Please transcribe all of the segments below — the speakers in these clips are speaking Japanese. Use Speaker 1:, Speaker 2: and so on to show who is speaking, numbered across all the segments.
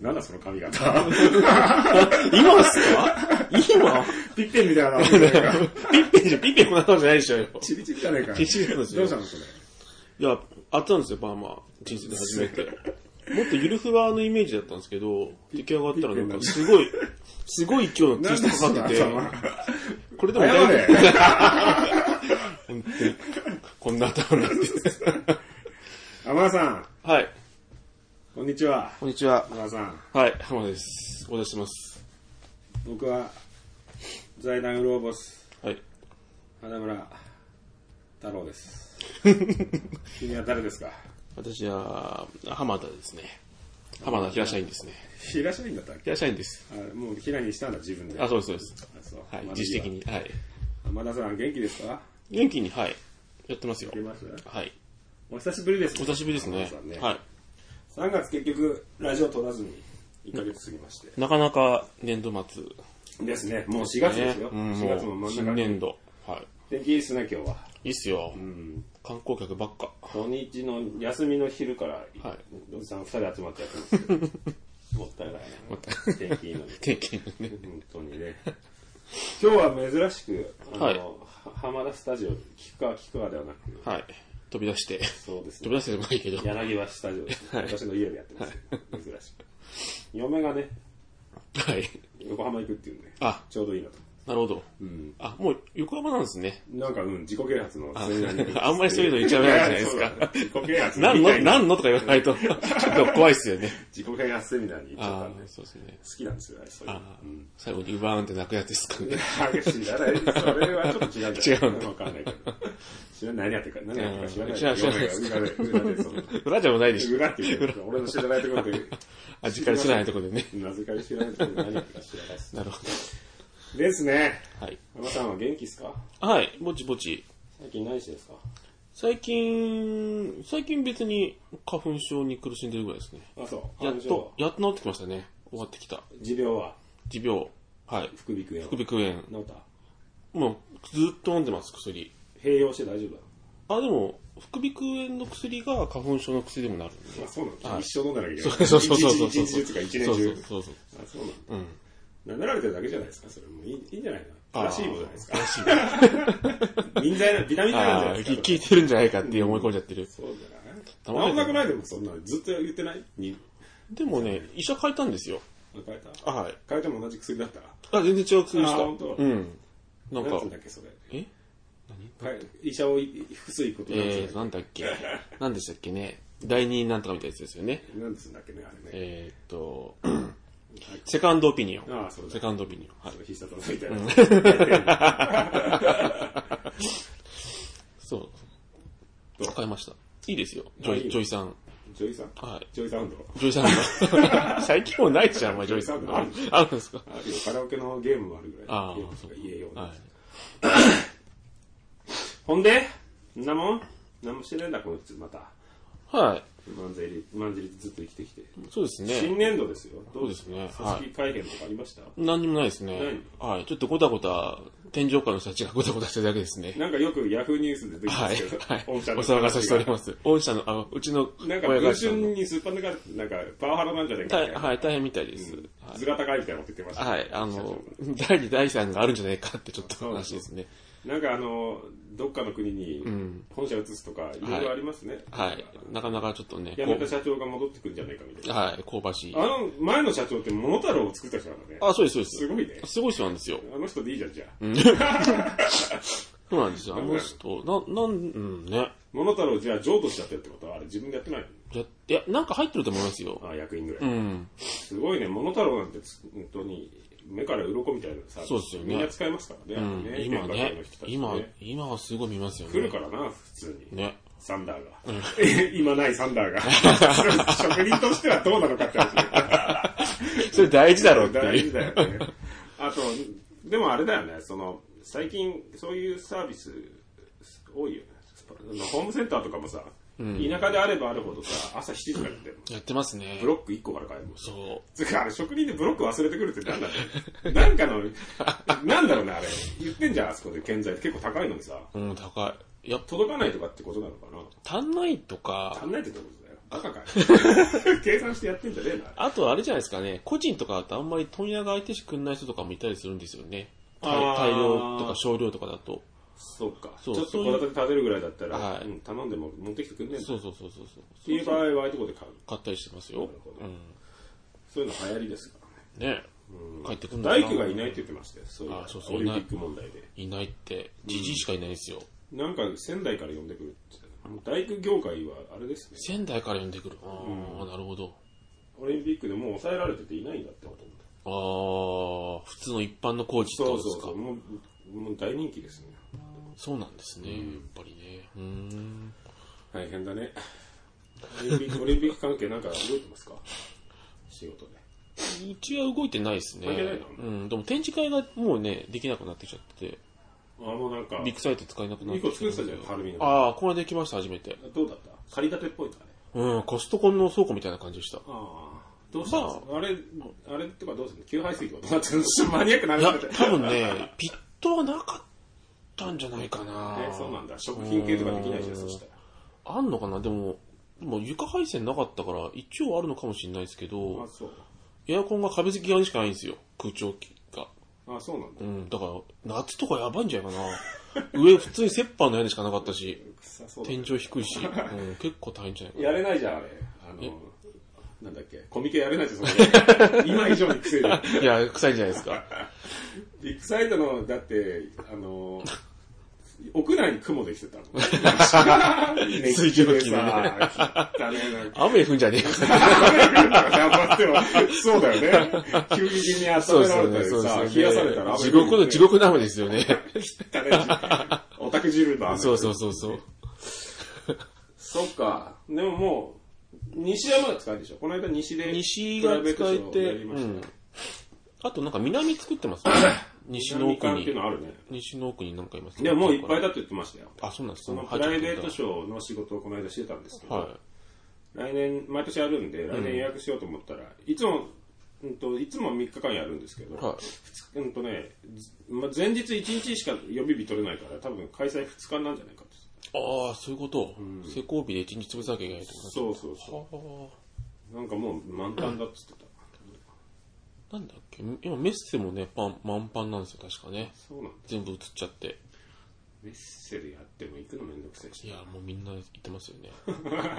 Speaker 1: なんだその髪型。
Speaker 2: 今っすか今
Speaker 1: ピッペンみたいな髪型が。
Speaker 2: ピッペンじゃ、ピッペンこんなのじゃないでしょよ。
Speaker 1: チリチリじゃないか。
Speaker 2: チリチリなんですよ
Speaker 1: どうしたのそれ。
Speaker 2: いや、あったんですよ、バーマー。人生で初めて。もっとゆるふわのイメージだったんですけど、出来上がったらなんかすごい、すごい勢いの T シャツかかってて、 これでも
Speaker 1: 謝
Speaker 2: だい
Speaker 1: れ
Speaker 2: ぶ、。本当にこんな頭になって。
Speaker 1: 天野さん、
Speaker 2: はい。
Speaker 1: こんにちは。
Speaker 2: こんにちは。
Speaker 1: 天野さん、
Speaker 2: はい、浜田です。お出しします。
Speaker 1: 僕は、財団ウローボス、
Speaker 2: はい。
Speaker 1: 花村太郎です。君は誰ですか
Speaker 2: 私は、浜田ですね。浜田平社員ですね。
Speaker 1: 平社員だったっけ
Speaker 2: 平社員です。
Speaker 1: あもう平にしたんだ、自分で。
Speaker 2: あ、そうです、そうです。
Speaker 1: そう
Speaker 2: はい、
Speaker 1: まあ
Speaker 2: 自主的に。はい。
Speaker 1: 天田さん、元気ですか
Speaker 2: 元気に、はい。やってますよ
Speaker 1: い。ます
Speaker 2: はい。
Speaker 1: お久しぶりですね。
Speaker 2: お久しぶりです
Speaker 1: 天
Speaker 2: ね
Speaker 1: 野さん。
Speaker 2: は
Speaker 1: 3月結局、ラジオ撮らずに、1ヶ月過ぎまして。
Speaker 2: い。なかなか年度末。
Speaker 1: ですね。もう4月ですよ。
Speaker 2: うん、
Speaker 1: 4月も
Speaker 2: もう、
Speaker 1: 真ん
Speaker 2: 新
Speaker 1: 中。
Speaker 2: 年度。はい。
Speaker 1: 天気いいですね、今日は。
Speaker 2: いいっすよ。
Speaker 1: うん。
Speaker 2: 観光客ばっか。
Speaker 1: 土日の休みの昼から、
Speaker 2: はい
Speaker 1: おじさん2人集まってやってますけど。 もったいない
Speaker 2: また、
Speaker 1: な。天気いいのに。
Speaker 2: 天気のね。
Speaker 1: 本当にね。 今日は珍しく、あの、
Speaker 2: はい
Speaker 1: 浜田スタジオ、菊川菊川ではなく、
Speaker 2: はい。飛び出して。
Speaker 1: そうです
Speaker 2: 飛
Speaker 1: ね
Speaker 2: び。出してでもないけど。
Speaker 1: 柳橋スタジオです、ね
Speaker 2: はい
Speaker 1: 私の家でやってます、珍しく。嫁がね、
Speaker 2: はい。
Speaker 1: 横浜行くっていうね、
Speaker 2: あ、
Speaker 1: ちょうどいいなと。
Speaker 2: なるほど。
Speaker 1: うん。
Speaker 2: あ、もう横浜なんですね。
Speaker 1: なんか、うん、自己啓発のセミナーに 行くっつって
Speaker 2: あんまりそういうの言っちゃダメなんじゃないですか
Speaker 1: ややそうだ自己啓発
Speaker 2: なん
Speaker 1: みた
Speaker 2: の、
Speaker 1: いな
Speaker 2: なんのとか言わないと、ちょっと怖いっす よね。
Speaker 1: 自己啓発セミナーに行っちゃった
Speaker 2: あ
Speaker 1: んで
Speaker 2: あ、、そうですね。
Speaker 1: 好きなんですよ、あれそういうの
Speaker 2: ああ
Speaker 1: うん。
Speaker 2: 最後にうバーンって泣くやつですかね。
Speaker 1: 激しいな、あれそれはちょっと違うんじゃない
Speaker 2: 違うんだ
Speaker 1: わかんないけど。知らない、何やってるか、何やってるか知らない。
Speaker 2: 知らない知らない
Speaker 1: 嫁が裏で、裏で、その、
Speaker 2: 裏じゃもないでしょ。
Speaker 1: 裏っていうか、俺の知らないところで、
Speaker 2: 味から知らないとこでね。
Speaker 1: なぜか知らないところで何やってるか知らないです。
Speaker 2: なるほ
Speaker 1: ですね。
Speaker 2: ど。はい。
Speaker 1: 浜さんは元気ですか
Speaker 2: はい、ぼちぼち。
Speaker 1: 最近何してですか
Speaker 2: 最近、最近別に花粉症に苦しんでるぐらいですね。
Speaker 1: あ、そう。
Speaker 2: やっと、やっと治ってきましたね。終わってきた。
Speaker 1: 持病は
Speaker 2: 持病。はい。
Speaker 1: 副鼻腔炎。
Speaker 2: 副鼻腔炎。
Speaker 1: 治った
Speaker 2: もう、ずっと飲んでます、薬。
Speaker 1: 併用して大丈夫だ。
Speaker 2: あ、でも、副鼻腔炎の薬が花粉症の薬でもなるんで。
Speaker 1: あ、そうなん
Speaker 2: は
Speaker 1: だ。
Speaker 2: い
Speaker 1: 一生飲んだらいけない。
Speaker 2: そうそうそうそう。
Speaker 1: 一日中っていうか一年
Speaker 2: そう
Speaker 1: 中
Speaker 2: そう。そうそう。
Speaker 1: あ、そうなんだ。
Speaker 2: うん。
Speaker 1: 舐められてるだけじゃないですか、それ。もういいいいんじゃないの
Speaker 2: あー
Speaker 1: らしいもじゃないですか。
Speaker 2: らしい。
Speaker 1: 人材な、ビタミン剤なんじゃ
Speaker 2: あ
Speaker 1: な
Speaker 2: あ、
Speaker 1: いです
Speaker 2: 聞
Speaker 1: か。
Speaker 2: 聞いてるんじゃないかって思い込んじゃってる。
Speaker 1: そうじゃ
Speaker 2: 黙
Speaker 1: な
Speaker 2: れ
Speaker 1: い治
Speaker 2: て
Speaker 1: んなくないでもそんなのずっと言ってないに、
Speaker 2: でもね、医者変えたんですよ。
Speaker 1: あ変えた
Speaker 2: あはい。
Speaker 1: 変えても同じ薬だった
Speaker 2: あ、全然違う薬でした。
Speaker 1: あ本当
Speaker 2: うん。なん
Speaker 1: なん
Speaker 2: か
Speaker 1: つうん、だっけ、それ。
Speaker 2: え
Speaker 1: 変え医者をい複数行くことなん
Speaker 2: え
Speaker 1: つうんだ
Speaker 2: ー、
Speaker 1: っ
Speaker 2: なんだっけ。なんでしたっけね。第二なんとかみたいなやつですよね。
Speaker 1: けなんつうんだっけね、あれね。
Speaker 2: えーっと、 セカンドオピニオン。
Speaker 1: ああ、そうだ
Speaker 2: セ。カンドオピニオン。はい。
Speaker 1: 必殺技みたいな。
Speaker 2: そう
Speaker 1: どう。
Speaker 2: 変えました。いいですよ。ジョ
Speaker 1: あいい
Speaker 2: イ、
Speaker 1: よ
Speaker 2: ジョイさん。
Speaker 1: ジョイさん
Speaker 2: はい。
Speaker 1: ジョイサウンド。
Speaker 2: ジョイさん の。最近もうないじゃん、お前、ジョイさん
Speaker 1: ジョイサウンド
Speaker 2: あるんですか
Speaker 1: あるよカラオケのゲームもあるぐらい。
Speaker 2: あ
Speaker 1: ゲー
Speaker 2: あ、
Speaker 1: ムと
Speaker 2: そう
Speaker 1: か家用。の
Speaker 2: はい。
Speaker 1: ほんで、んなもんなんもしてないんだ、この人、また。
Speaker 2: はい。
Speaker 1: まんじり、まんじりずっと生きてきて。
Speaker 2: そうですね。
Speaker 1: 新年度ですよ。
Speaker 2: そうですね。
Speaker 1: 組
Speaker 2: はい
Speaker 1: 織。改変とかありました、
Speaker 2: 何にもないですね。はい。ちょっとごたごた、天井下の人たちがごたごたしてるだけですね。
Speaker 1: なんかよくヤフーニュースで出てきま
Speaker 2: はい
Speaker 1: すけど、。
Speaker 2: はい。お
Speaker 1: 御社の
Speaker 2: 騒がせしております。御社の、あ、うちの
Speaker 1: なんか
Speaker 2: 親
Speaker 1: 文
Speaker 2: 会社
Speaker 1: 春
Speaker 2: の。
Speaker 1: にすっぱ抜かれて、なんかパワハラなんじゃないかみ
Speaker 2: 大
Speaker 1: たいな。
Speaker 2: はい、大変みたいです。は
Speaker 1: 図が高いみたいなこと言ってました。
Speaker 2: い。はい。あの、第二、第三があるんじゃないかってちょっと話ですね。
Speaker 1: なんかあの、どっかの国に
Speaker 2: ん
Speaker 1: 本社移すとか、いろいろありますね。
Speaker 2: はい。なかなかちょっとね、
Speaker 1: 辞め
Speaker 2: こ
Speaker 1: た社長が戻ってくるんじゃないかみたいうな。
Speaker 2: はい、香ばしい。
Speaker 1: あの、前の社長って桃太郎を作った人なんだね。
Speaker 2: あ、そうです、そうです
Speaker 1: ごいね。
Speaker 2: す。すごい人なんですよ。
Speaker 1: あの人でいいじゃん、じゃあ。
Speaker 2: そうなんですよ。あの人、な、なん、うん、ね。
Speaker 1: 桃太郎じゃあ譲渡しちゃってるってことは、あれ自分でやってない
Speaker 2: やっいや、なんか入ってると思いますよ。
Speaker 1: のあ、役員ぐらい。
Speaker 2: うん。
Speaker 1: すごいね、桃太郎なんてつ本当に目から鱗みたいなさ、
Speaker 2: そうですよね
Speaker 1: みんな使いますからね、
Speaker 2: うん
Speaker 1: ね
Speaker 2: 今
Speaker 1: 現場界
Speaker 2: ね
Speaker 1: の人た、ち
Speaker 2: 今、今はすごい見ますよね。
Speaker 1: 来るからな、普通に。
Speaker 2: ね。
Speaker 1: サンダーが。 今ないサンダーが。 職人としてはどうなのかって話。
Speaker 2: それ大事だろうって
Speaker 1: 大
Speaker 2: い
Speaker 1: 事
Speaker 2: う。
Speaker 1: だよね。あと、でもあれだよね、その、最近そういうサービス多いよね。ホームセンターとかもさ、田舎であればあるほどさ、朝7時からやってるの
Speaker 2: やってますね
Speaker 1: ブ。ロック1個から買えるの
Speaker 2: そ
Speaker 1: つうか、あれ職人でブロック忘れてくるってなんだろう なんかの、なんだろうね、あれ。言ってんじゃん、あそこで建材って結構高いのにさ、
Speaker 2: う。うん、高い。やっぱ、
Speaker 1: 届かないとかってことなのかな
Speaker 2: 足んないとか
Speaker 1: 足、んないってどういうことだよ。バカかよ 計算してやってんじゃねえな。
Speaker 2: あとあれじゃないですかね、個人とかだとあんまり問屋が相手してくんない人とかもいたりするんですよね。大
Speaker 1: あー
Speaker 2: 大量とか少量とかだと。
Speaker 1: そうか。ち
Speaker 2: そ
Speaker 1: ょ
Speaker 2: う
Speaker 1: っと小型で食べるぐらいだったら、
Speaker 2: はい
Speaker 1: うん頼んでも持ってきてくんねえんだ
Speaker 2: そうそうそうそうそう。
Speaker 1: っていう場合はああいうとこで買う。
Speaker 2: 買ったりしてますよ
Speaker 1: なるほ。ど
Speaker 2: うん。
Speaker 1: そういうの流行りですからね。
Speaker 2: ね帰ってくんだ
Speaker 1: 大工がいないって言ってましたよ。そういう
Speaker 2: あそうそう
Speaker 1: オリンピック問題で。
Speaker 2: いないって、じじいしかいないですよ。
Speaker 1: なんか仙台から呼んでくるって言ってたもう大工業界はあれですね。
Speaker 2: 仙台から呼んでくる。ああ、なるほど。
Speaker 1: オリンピックでもう抑えられてていないんだってこと
Speaker 2: ああ、普通の一般の工事
Speaker 1: そ
Speaker 2: ってこ
Speaker 1: う
Speaker 2: とで
Speaker 1: そ
Speaker 2: す
Speaker 1: う
Speaker 2: か
Speaker 1: そ。う。もうもう大人気ですね。
Speaker 2: そうなんですね、やっぱりね。うーん。
Speaker 1: 大変だね。オリンピ ックオリンピック関係なんか動いてますか仕事で。
Speaker 2: うちは動いてないですね。
Speaker 1: 関係ないの
Speaker 2: うん、でも展示会がもうね、できなくなってきちゃって、
Speaker 1: あ、もうなんか、
Speaker 2: ビッグサイト使えなくなっ
Speaker 1: 一
Speaker 2: て
Speaker 1: 個
Speaker 2: き
Speaker 1: 作ってたじゃん、
Speaker 2: ん。
Speaker 1: 晴海の。
Speaker 2: ああ、これできました、初めて。
Speaker 1: どうだった借り立てっぽいかね。
Speaker 2: うん、コストコンの倉庫みたいな感じでした。
Speaker 1: ああ。どうしたんですか、あ、れ、あれとかどうするの給排水とかどうなってるのちょっとマニアックない
Speaker 2: や
Speaker 1: 話だ、
Speaker 2: 多分ね、ピットはなかったんじゃないかな。
Speaker 1: ね、そうなんだ。食品系とかできないしね、そしたら。
Speaker 2: あんのかなでも、でも床配線なかったから、一応あるのかもしれないですけ
Speaker 1: あ、
Speaker 2: ど、
Speaker 1: そう。
Speaker 2: エアコンが壁付き側にしかないんですよ、空調機が。
Speaker 1: あ、そうなんだ
Speaker 2: う。ん、だから、夏とかやばいんじゃないかな。 上、普通に折半の屋根しかなかったし、
Speaker 1: 臭そうだ
Speaker 2: 天井低いし、うん、結構大変じゃないかな。
Speaker 1: やれないじゃん、あれ。あの、なんだっけ、コミケやれないじゃん、そ こで。今以上に臭いじゃん。
Speaker 2: いや、臭いじゃないですか。
Speaker 1: ビッグサイトの、だって、あ の、屋内に雲できてたの。
Speaker 2: 水蒸気のね
Speaker 1: ね。汚ねえな。
Speaker 2: 雨降んじゃねえよ。
Speaker 1: 頑張っても、そうだよね。急激に
Speaker 2: そう
Speaker 1: 温
Speaker 2: で
Speaker 1: められた
Speaker 2: すよね、
Speaker 1: り
Speaker 2: そう
Speaker 1: さ、
Speaker 2: です
Speaker 1: 冷
Speaker 2: よ
Speaker 1: や
Speaker 2: ね。
Speaker 1: されたら、
Speaker 2: 地獄の、地獄の雨ですよね。
Speaker 1: 汚ねえしオタク汁だ。
Speaker 2: そうそうそうそう。
Speaker 1: そっか。でももう、西はまだ使えるでしょこの間西で。
Speaker 2: 西が使え
Speaker 1: プライベートショー
Speaker 2: て、
Speaker 1: やりました
Speaker 2: う
Speaker 1: ね
Speaker 2: ん。あとなんか南作っ てますね西の
Speaker 1: 南
Speaker 2: 奥
Speaker 1: 館っていう
Speaker 2: に。
Speaker 1: のあるね。
Speaker 2: 西の奥になんかいます
Speaker 1: でももういっぱい
Speaker 2: だ。
Speaker 1: だって言ってましたよ。
Speaker 2: あ、そうなんです
Speaker 1: そのプライベートショーの仕事をこの間してたんですけど、
Speaker 2: は
Speaker 1: 来年、毎年やるんで、来年予約しようと思ったら、いつも、うんと、いつも3日間やるんですけど、
Speaker 2: い。は
Speaker 1: うんとね、ずま、前日1日しか予備日取れないから、多分開催2日なんじゃないかと。
Speaker 2: い。ああ、そういうこと。施工日で一日潰さなきゃいけないってこ
Speaker 1: そうそうそ
Speaker 2: と
Speaker 1: う。
Speaker 2: か。
Speaker 1: なんかもう満タンだっつってた。
Speaker 2: ああ。なんだっけ今メッセもね、パン、満パンなんですよ、確かね。
Speaker 1: そうなんだ。
Speaker 2: 全部映っちゃって。
Speaker 1: メッセでやっても行くのめんどくせえ
Speaker 2: い
Speaker 1: し。
Speaker 2: や、もうみんな言ってます よね。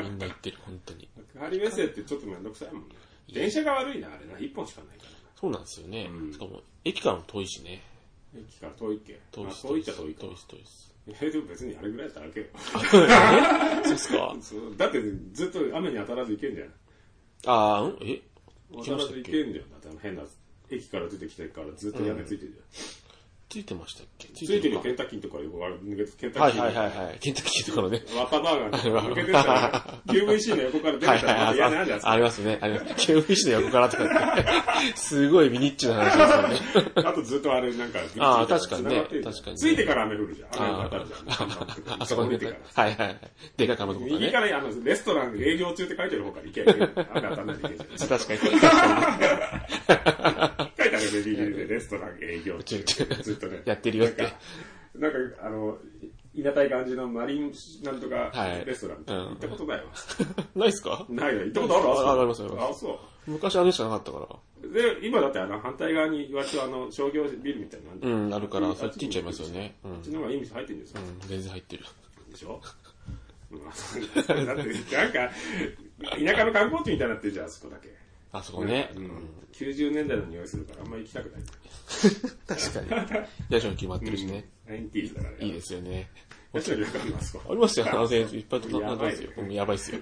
Speaker 2: みんな言ってる、本当に。
Speaker 1: 幕張メッセってちょっとめんどくさいもんね。電車が悪いな、あれな。1本しかないからな。
Speaker 2: そうなんですよね
Speaker 1: う。ん
Speaker 2: しかも、駅からも遠いしね。
Speaker 1: 駅から遠いっけ
Speaker 2: 遠
Speaker 1: ま
Speaker 2: い
Speaker 1: あ
Speaker 2: し、
Speaker 1: 遠いっちゃ遠いか
Speaker 2: 遠。いし、遠いし。
Speaker 1: えでも別にあれぐらいだったら開けよう。
Speaker 2: そうっすか
Speaker 1: そうだってずっと雨に当たらず行けんじゃん。
Speaker 2: ああ、うんえ
Speaker 1: 当たらず行けんじゃん。だってあの変な駅から出てきてからずっと屋根ついてるじゃん。
Speaker 2: ついてましたっけつ
Speaker 1: ついてる
Speaker 2: のか
Speaker 1: ケンタッキーのとこから横から抜けて、ケンタ
Speaker 2: は
Speaker 1: ッ
Speaker 2: い
Speaker 1: キ
Speaker 2: はい
Speaker 1: ー
Speaker 2: はいはい。ケンタッキーと かのね。
Speaker 1: のワッパバーガーの抜けてった ら、QVC の横から出て
Speaker 2: はい
Speaker 1: たら
Speaker 2: は
Speaker 1: また
Speaker 2: い
Speaker 1: 屋
Speaker 2: は
Speaker 1: 根ある
Speaker 2: い
Speaker 1: じゃ
Speaker 2: あ
Speaker 1: ん。
Speaker 2: あ。ありますね。あります。ケンフィッシュの横からとかって。 すごいミニッチな話ですよね。
Speaker 1: あとずっとあれなんか、
Speaker 2: ああ確かにね
Speaker 1: 繋がってるじゃん
Speaker 2: 確かにね
Speaker 1: ついてから雨降るじゃん。雨
Speaker 2: あ
Speaker 1: が当たるじゃん。
Speaker 2: あそこ
Speaker 1: 降り
Speaker 2: に
Speaker 1: て
Speaker 2: ね
Speaker 1: から。。
Speaker 2: はいはいはい。でかいカメとか
Speaker 1: 右
Speaker 2: ね
Speaker 1: か。らあのレストラン営業中って書いてる方から行けばいい。雨当たんないで行けるじゃん。
Speaker 2: 確かに。確か
Speaker 1: 書いてあるベビーでレストラン営業中。ずっとね
Speaker 2: に。。やってるよって。
Speaker 1: なんか、あの、いいなたい感じのマリンなんとか
Speaker 2: はい
Speaker 1: レストラン、
Speaker 2: うん
Speaker 1: 行ったことないわ。
Speaker 2: ないっすか
Speaker 1: ないよ、行ったことある
Speaker 2: あありますあ
Speaker 1: あ
Speaker 2: り
Speaker 1: そこあ、
Speaker 2: ます
Speaker 1: そ
Speaker 2: 昔あれしかなかったから。
Speaker 1: う。で、今だってあの反対側に割とあの商業ビルみたいなのあるじゃ
Speaker 2: うんん、あるから、そっち行っちゃいますよね。うん。う
Speaker 1: あっちの方がいい店入ってんですよ。
Speaker 2: ん全然入ってる。
Speaker 1: でしょうんあそうだって、なんか、田舎の観光地みたいになってるじゃん、あそこだけ。
Speaker 2: あそこね。
Speaker 1: うん、90年代の匂いするからあんまり行きたくない。
Speaker 2: 確かに。ヤシの決まってるしね。
Speaker 1: ナインティーズだからね。
Speaker 2: いいですよね。
Speaker 1: やつの旅館のあそ
Speaker 2: あ
Speaker 1: こ。
Speaker 2: りますよ、あの選手いっぱいとな
Speaker 1: や
Speaker 2: ってま
Speaker 1: ばい
Speaker 2: すよ
Speaker 1: よ。
Speaker 2: うんやばいっすよ。